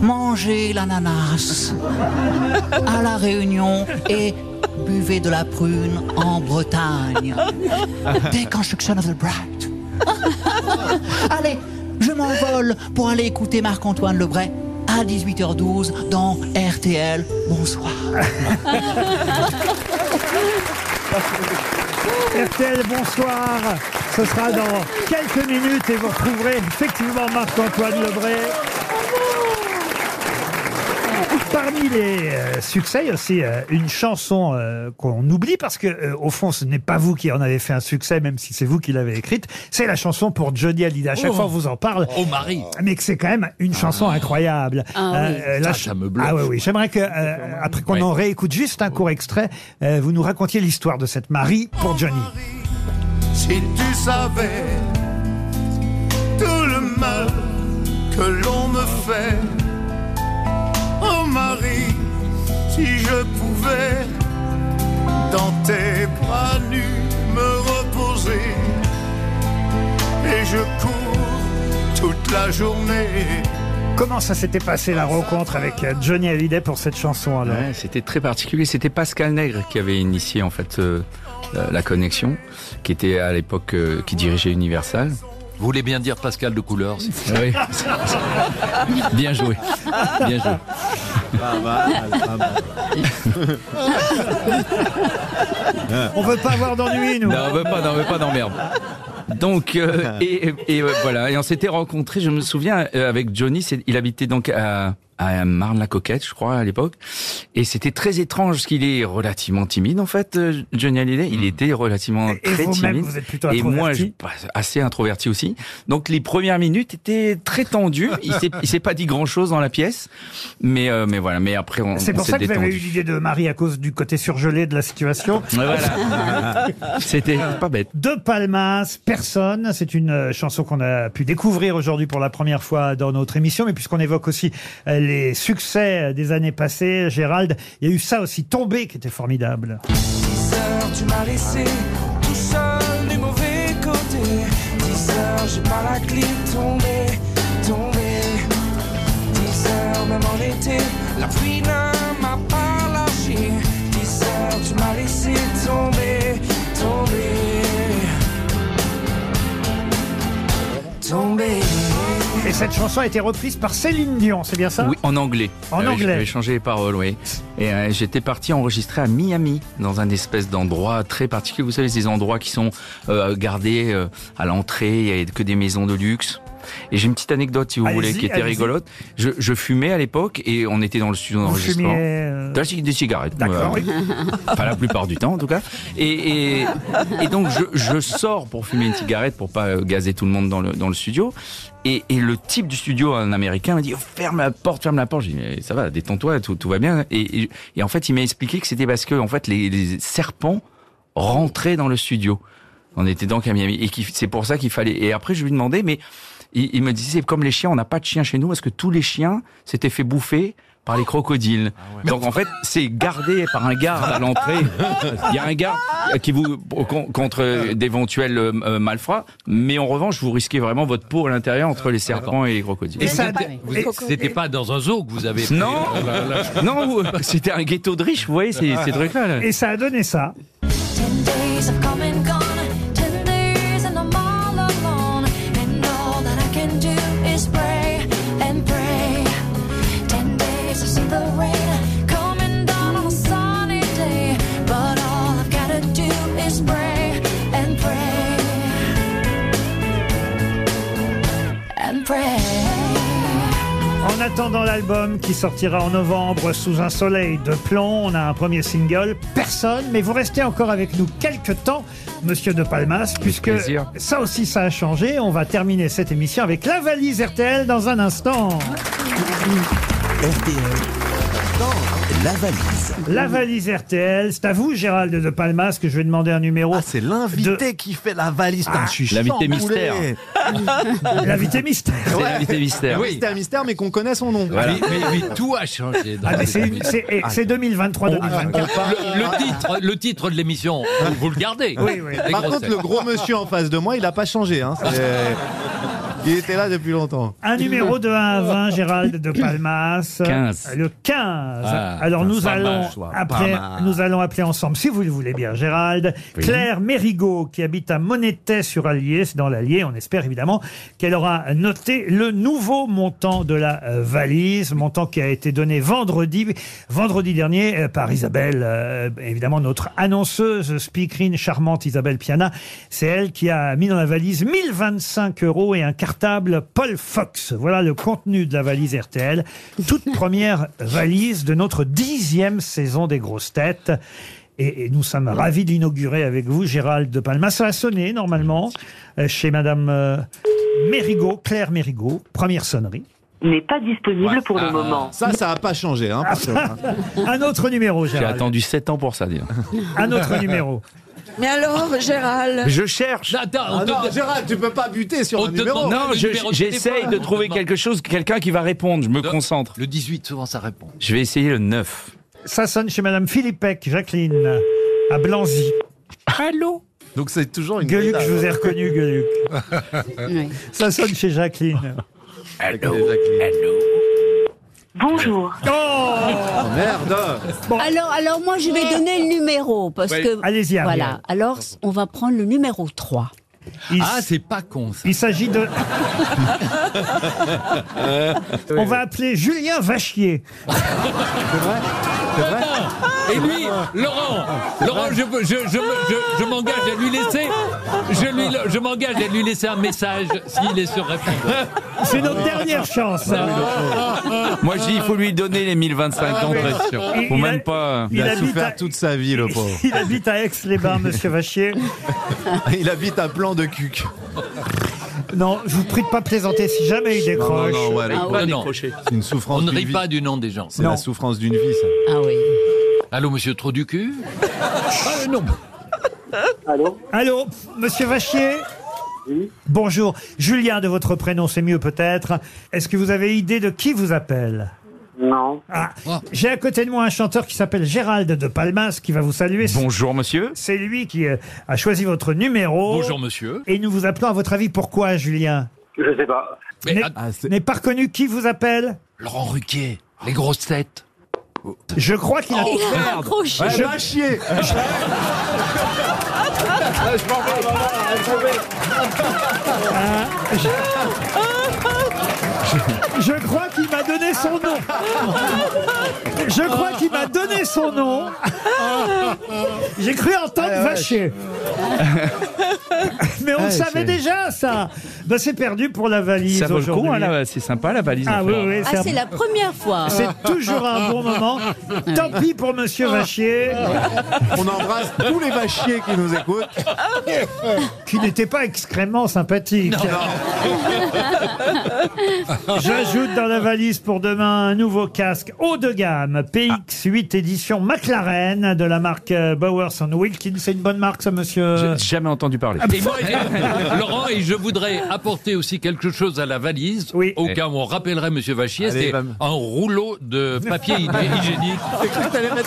S12: Mangez l'ananas à La Réunion et buvez de la prune en Bretagne. Deconstruction of the Bride. <laughs> Allez, je m'envole pour aller écouter Marc-Antoine Lebray à 18h12 dans RTL. Bonsoir.
S2: RTL, bonsoir. Ce sera dans quelques minutes et vous retrouverez effectivement Marc-Antoine Lebray. Parmi les euh, succès, il y a aussi euh, une chanson euh, qu'on oublie parce que, euh, au fond, ce n'est pas vous qui en avez fait un succès, même si c'est vous qui l'avez écrite. C'est la chanson pour Johnny Hallyday. À chaque
S7: Oh.
S2: fois, on vous en parle.
S7: Oh, Marie.
S2: Mais que c'est quand même une chanson incroyable.
S7: Ah, oui.
S2: la
S7: Ah,
S2: ch-
S7: ça me bluffe.
S2: Ah, oui, oui. J'aimerais que, euh, après qu'on en réécoute juste un court extrait, euh, vous nous racontiez l'histoire de cette Marie pour Johnny.
S24: Si tu savais tout le mal que l'on me fait, <laughs> oh Marie, si je pouvais dans tes bras nus me reposer, et je cours toute la journée.
S2: Comment ça s'était passé la rencontre avec euh, Johnny Hallyday pour cette chanson alors
S17: Ouais, c'était très particulier. C'était Pascal Nègre qui avait initié en fait euh, la, la connexion, qui était à l'époque euh, qui dirigeait Universal.
S7: Vous voulez bien dire Pascal de couleur si-
S17: Oui. Ah Bien joué. Bien joué.
S3: bah, ah,
S17: <laughs>
S2: On veut pas avoir d'ennui, nous.
S17: Hein. Non, on veut pas, non, on veut pas d'emmerde.
S2: <laughs>
S17: Donc, euh, et, et, euh, voilà, et on s'était rencontrés, je me souviens, euh, avec Johnny, c'est- il habitait donc à, à Marne-la-Coquette, je crois, à l'époque. Et c'était très étrange, parce qu'il est relativement timide, en fait, euh, Johnny Hallyday. Il était relativement
S2: Hmm. et
S17: très
S2: vous-même,
S17: timide.
S2: vous êtes plutôt
S17: et moi, je,
S2: introverti.
S17: bah, assez introverti aussi. Donc, les premières minutes étaient très tendues. Il s'est- il s'est pas dit grand-chose dans la pièce. Mais, euh, mais voilà, mais après, on,
S2: C'est
S17: on
S2: pour
S17: s'est
S2: ça que vous avez eu
S17: détendu.
S2: l'idée de Marie à cause du côté surgelé de la situation.
S17: Ouais,
S2: <laughs>
S17: voilà. C'était pas bête.
S2: De Palmas, Personne, c'est une euh, chanson qu'on a pu découvrir aujourd'hui pour la première fois dans notre émission. Mais puisqu'on évoque aussi euh, les succès euh, des années passées, Gérald, il y a eu ça aussi, Tomber, qui était formidable.
S20: 10 heures, tu m'as laissé tout seul du mauvais côté. 10 heures, j'ai pas la clé tombée, tombée. 10 heures, même en été, la pluie ne m'a pas lâché. 10 heures, tu m'as laissé tomber, tomber, tomber.
S2: Et cette chanson a été reprise par Céline Dion, c'est bien ça
S17: Oui, en anglais. Ah
S2: En
S17: oui,
S2: anglais.
S17: J'avais changé les paroles, oui. Et euh, j'étais parti enregistrer à Miami, dans un espèce d'endroit très particulier. Vous savez, ces endroits qui sont euh, gardés euh, à l'entrée, il n'y a que des maisons de luxe. Et j'ai une petite anecdote, si vous
S11: Allez-y,
S17: voulez, qui était
S11: allez-y.
S17: rigolote. Je, je fumais à l'époque et on était dans le studio d'enregistrement.
S11: fumiez, euh,
S17: Des cig- Des cigarettes. Euh,
S11: D'accord,
S17: Ouais.
S11: oui.
S17: Enfin, la plupart du temps, en tout cas. Et, et, et donc, je, je sors pour fumer une cigarette pour pas euh, gazer tout le monde dans le, dans le studio. Et, et le type du studio, un américain, m'a dit Oh, Ferme la porte, ferme la porte. J'ai dit Mais Ça va, détends-toi, tout, tout va bien. Et, et- et en fait, il m'a expliqué que c'était parce que en fait, les, les serpents rentraient dans le studio. On était donc à Miami. Et qu'il- c'est pour ça qu'il fallait. Et après, je lui demandais Mais il, il me disait C'est comme les chiens, on n'a pas de chien chez nous. Est-ce que tous les chiens s'étaient fait bouffer par les crocodiles.
S7: Ah
S17: Donc en fait, c'est gardé par un garde à l'entrée. Il y a un garde qui vous con- contre euh, d'éventuels euh, euh, malfrats, mais en revanche, vous risquez vraiment votre peau à l'intérieur entre les serpents et les crocodiles.
S7: Et ça- vous- c'était pas dans un zoo que vous avez. pris,
S17: Non,
S7: euh, la- la-
S17: non, vous- c'était un ghetto de riches, vous voyez
S2: Ah.
S17: ces, ces trucs-là. là.
S11: Et ça a donné ça.
S3: days have come and gone, ten days and I'm all alone. And all that I can do is pray and pray. Ten days I've seen the rain coming down on a sunny day. But all I've gotta do is pray and pray and pray.
S2: En attendant l'album qui sortira en novembre sous un soleil de plomb, on a un premier single, personne, mais vous restez encore avec nous quelques temps, monsieur De Palmas, puisque
S17: plaisir.
S2: ça aussi ça a changé. On va terminer cette émission avec la valise RTL dans un instant.
S1: La valise.
S2: La valise RTL, c'est à vous Gérald De Palmas que je vais demander un numéro. c'est l'invité
S5: Ah, qui fait la valise. Putain, je suis
S2: l'invité
S5: chamboulé.
S2: mystère. <laughs> L'invité mystère.
S5: Ouais.
S17: l'invité mystère.
S5: Oui, c'était un mystère, mais qu'on connaît son nom.
S7: Mais, mais- mais tout a changé. dans
S2: Ah, mais
S7: la
S2: c'est-
S7: vie.
S2: c'est- eh, c'est 2023, 2024.
S7: Le, le titre, le titre de l'émission, vous, vous le gardez. Les
S5: Par
S7: grosses
S5: contre, le
S7: têtes.
S5: gros monsieur en face de moi, il n'a pas changé. hein. C'est- Il était là depuis longtemps.
S2: Un numéro de 1 à 20, Gérald de Palmas.
S5: 15.
S2: Le 15.
S5: Ah,
S2: Alors nous
S5: pas
S2: allons,
S5: mal, soit,
S2: après,
S5: pas mal.
S2: nous allons appeler ensemble, si vous le voulez bien, Gérald, Claire Mérigot, qui habite à Monétais sur Allier, c'est dans l'Allier, on espère évidemment qu'elle aura noté le nouveau montant de la euh, valise, montant qui a été donné vendredi, vendredi dernier euh, par Isabelle, euh, évidemment notre annonceuse speakerine charmante Isabelle Piana. C'est elle qui a mis dans la valise 1025 euros et un cartable Paul Fox. Voilà le contenu de la valise RTL. Toute première valise de notre dixième saison des grosses têtes. Et, et nous sommes ravis de l'inaugurer avec vous, Gérald de Palma. Ça a sonné normalement euh, chez Madame euh, Mérigot, Claire Mérigot. Première sonnerie.
S14: N'est pas disponible pour
S17: Ah,
S14: le moment.
S5: Ça, ça n'a pas changé. Hein, par contre, hein.
S2: Un autre numéro,
S17: J'ai
S2: Gérald.
S17: attendu 7 ans pour ça, dire.
S2: Un autre numéro.
S6: Mais alors, Gérald
S17: Je cherche.
S5: Ah non, Gérald, tu peux pas buter sur un numéro.
S17: Non, je- j'essaye de trouver quelque chose, quelqu'un qui va répondre. Je me concentre.
S7: Le 18, souvent, ça répond.
S17: Je vais essayer le 9.
S2: Ça sonne chez Madame Philippec, Jacqueline, à Blanzy.
S17: Allô
S5: Donc c'est toujours une.
S2: Gueuluc,
S5: médaille.
S2: je vous ai reconnu, Gueuluc. Ça sonne chez Jacqueline.
S17: Allô
S14: Bonjour.
S2: Oh
S5: Merde
S8: Alors, alors moi, je vais donner le numéro parce
S7: Ouais.
S8: que
S7: Allez-y, Ariel.
S8: voilà. Alors, on va prendre le numéro
S2: <laughs>
S8: 3.
S7: Ah, c'est pas con ça.
S2: Il s'agit de. On va appeler Julien Vachier.
S7: Et lui, Laurent, Laurent, je, veux- je, je, je- je m'engage à lui laisser, je, lui, je m'engage à lui laisser un message s'il est sur répondeur.
S2: C'est notre dernière chance.
S7: Ah,
S2: hein.
S17: Moi, je dis, il faut lui donner les 1025
S5: Ah
S17: ans
S5: oui.
S17: de rétention.
S5: Il-
S17: Faut
S5: il
S17: même
S5: a-
S17: pas.
S5: il Il a habite souffert à- toute sa vie, le pauvre.
S2: Il habite à Aix-les-Bains, monsieur Vachier.
S5: <laughs> Il habite un plan de cuc.
S2: Non, je vous prie de pas plaisanter si jamais il décroche.
S8: Ah,
S5: Ah C'est une souffrance.
S7: On ne
S5: d'une
S7: rit
S5: vie.
S7: pas du nom des gens.
S5: C'est la souffrance d'une vie, ça.
S8: Ah oui.
S7: Allô, monsieur Trou du cul Ah, non.
S2: Allô Allô, monsieur Vachier Bonjour. Julien, de votre prénom, c'est mieux peut-être. Est-ce que vous avez idée de qui vous appelle Ah,
S14: Non.
S5: Ah.
S2: J'ai à côté de moi un chanteur qui s'appelle Gérald de Palmas qui va vous saluer.
S17: Bonjour monsieur.
S2: C'est lui qui euh, a choisi votre numéro.
S7: Bonjour, monsieur.
S2: Et nous vous appelons à votre avis pourquoi Julien
S14: Je sais pas.
S2: N'est n'est pas reconnu qui vous appelle
S7: ah, Laurent Ruquier, les grosses têtes.
S2: Je crois qu'il a
S7: Oh,
S2: trouvé.
S7: merde.
S2: Je-
S7: Ouais,
S2: Je- <laughs>
S7: va
S5: chier.
S2: Ah, je- Je crois qu'il m'a donné son nom. Je crois qu'il m'a donné son nom.
S17: Eh,
S2: J'ai cru entendre Vachier. Mais on ne savez
S17: c'est-
S2: déjà ça ben, C'est perdu pour la valise
S17: Ça vaut le coup, hein,
S2: aujourd'hui.
S17: là, c'est sympa la valise.
S2: Ah
S17: en
S2: oui,
S17: fleurs.
S2: oui,
S8: Ah, c'est la première fois.
S2: C'est toujours un bon moment. Tant pis pour Monsieur Vachier.
S5: On embrasse tous les vachiers qui nous écoutent.
S2: Qui n'était pas extrêmement sympathique. Ah. <laughs> J'ajoute dans la valise pour demain un nouveau casque haut de gamme, PX8 édition McLaren de la marque euh, Bowers Wilkins. C'est une bonne marque, ça, monsieur Ah,
S17: J'ai jamais entendu parler.
S7: Et moi, et- Ah, bah, <laughs> Laurent, et je voudrais apporter aussi quelque chose à la valise, au cas où on rappellerait Monsieur Vachier,
S5: Allez,
S7: c'est
S5: Vam.
S7: un rouleau de papier hy- hygiénique.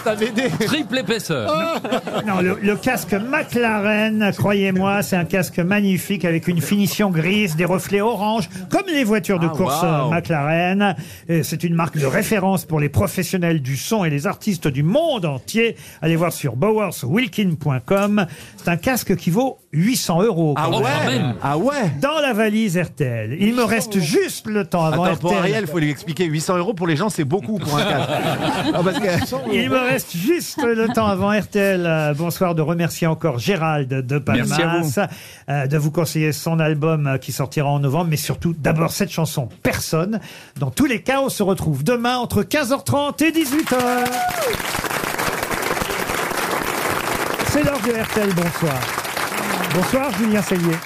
S7: Triple
S2: Oh,
S7: épaisseur.
S2: <laughs> Non, le, le casque McLaren, croyez-moi, c'est un casque magnifique avec une finition grise, des reflets orange, comme les voitures de
S11: Ah,
S2: course
S11: waouh.
S2: euh, McLaren. Et C'est une marque de référence pour les professionnels du son et les artistes du monde entier. Allez voir sur bowerswilkin.com. C'est un casque qui vaut 800 euros.
S5: Ah
S2: quand
S5: ouais
S2: même.
S5: Ah ouais Oh.
S2: Dans la valise RTL. Il me reste juste le temps avant
S5: Attends, pour
S2: RTL.
S5: Ariel, il faut lui expliquer 800 euros pour les gens, c'est beaucoup pour un
S2: <laughs>
S5: casque. <laughs> Ah, parce que-
S2: Il me reste juste le temps avant RTL. euh, Bonsoir de remercier encore Gérald de Palmas,
S17: Merci à vous.
S2: euh, de vous conseiller son album euh, qui sortira en novembre, mais surtout d'abord cette chanson Personne. Dans tous les cas, on se retrouve demain entre 15h30 et 18h. C'est l'heure de RTL. Bonsoir. Bonsoir Julien Cellier.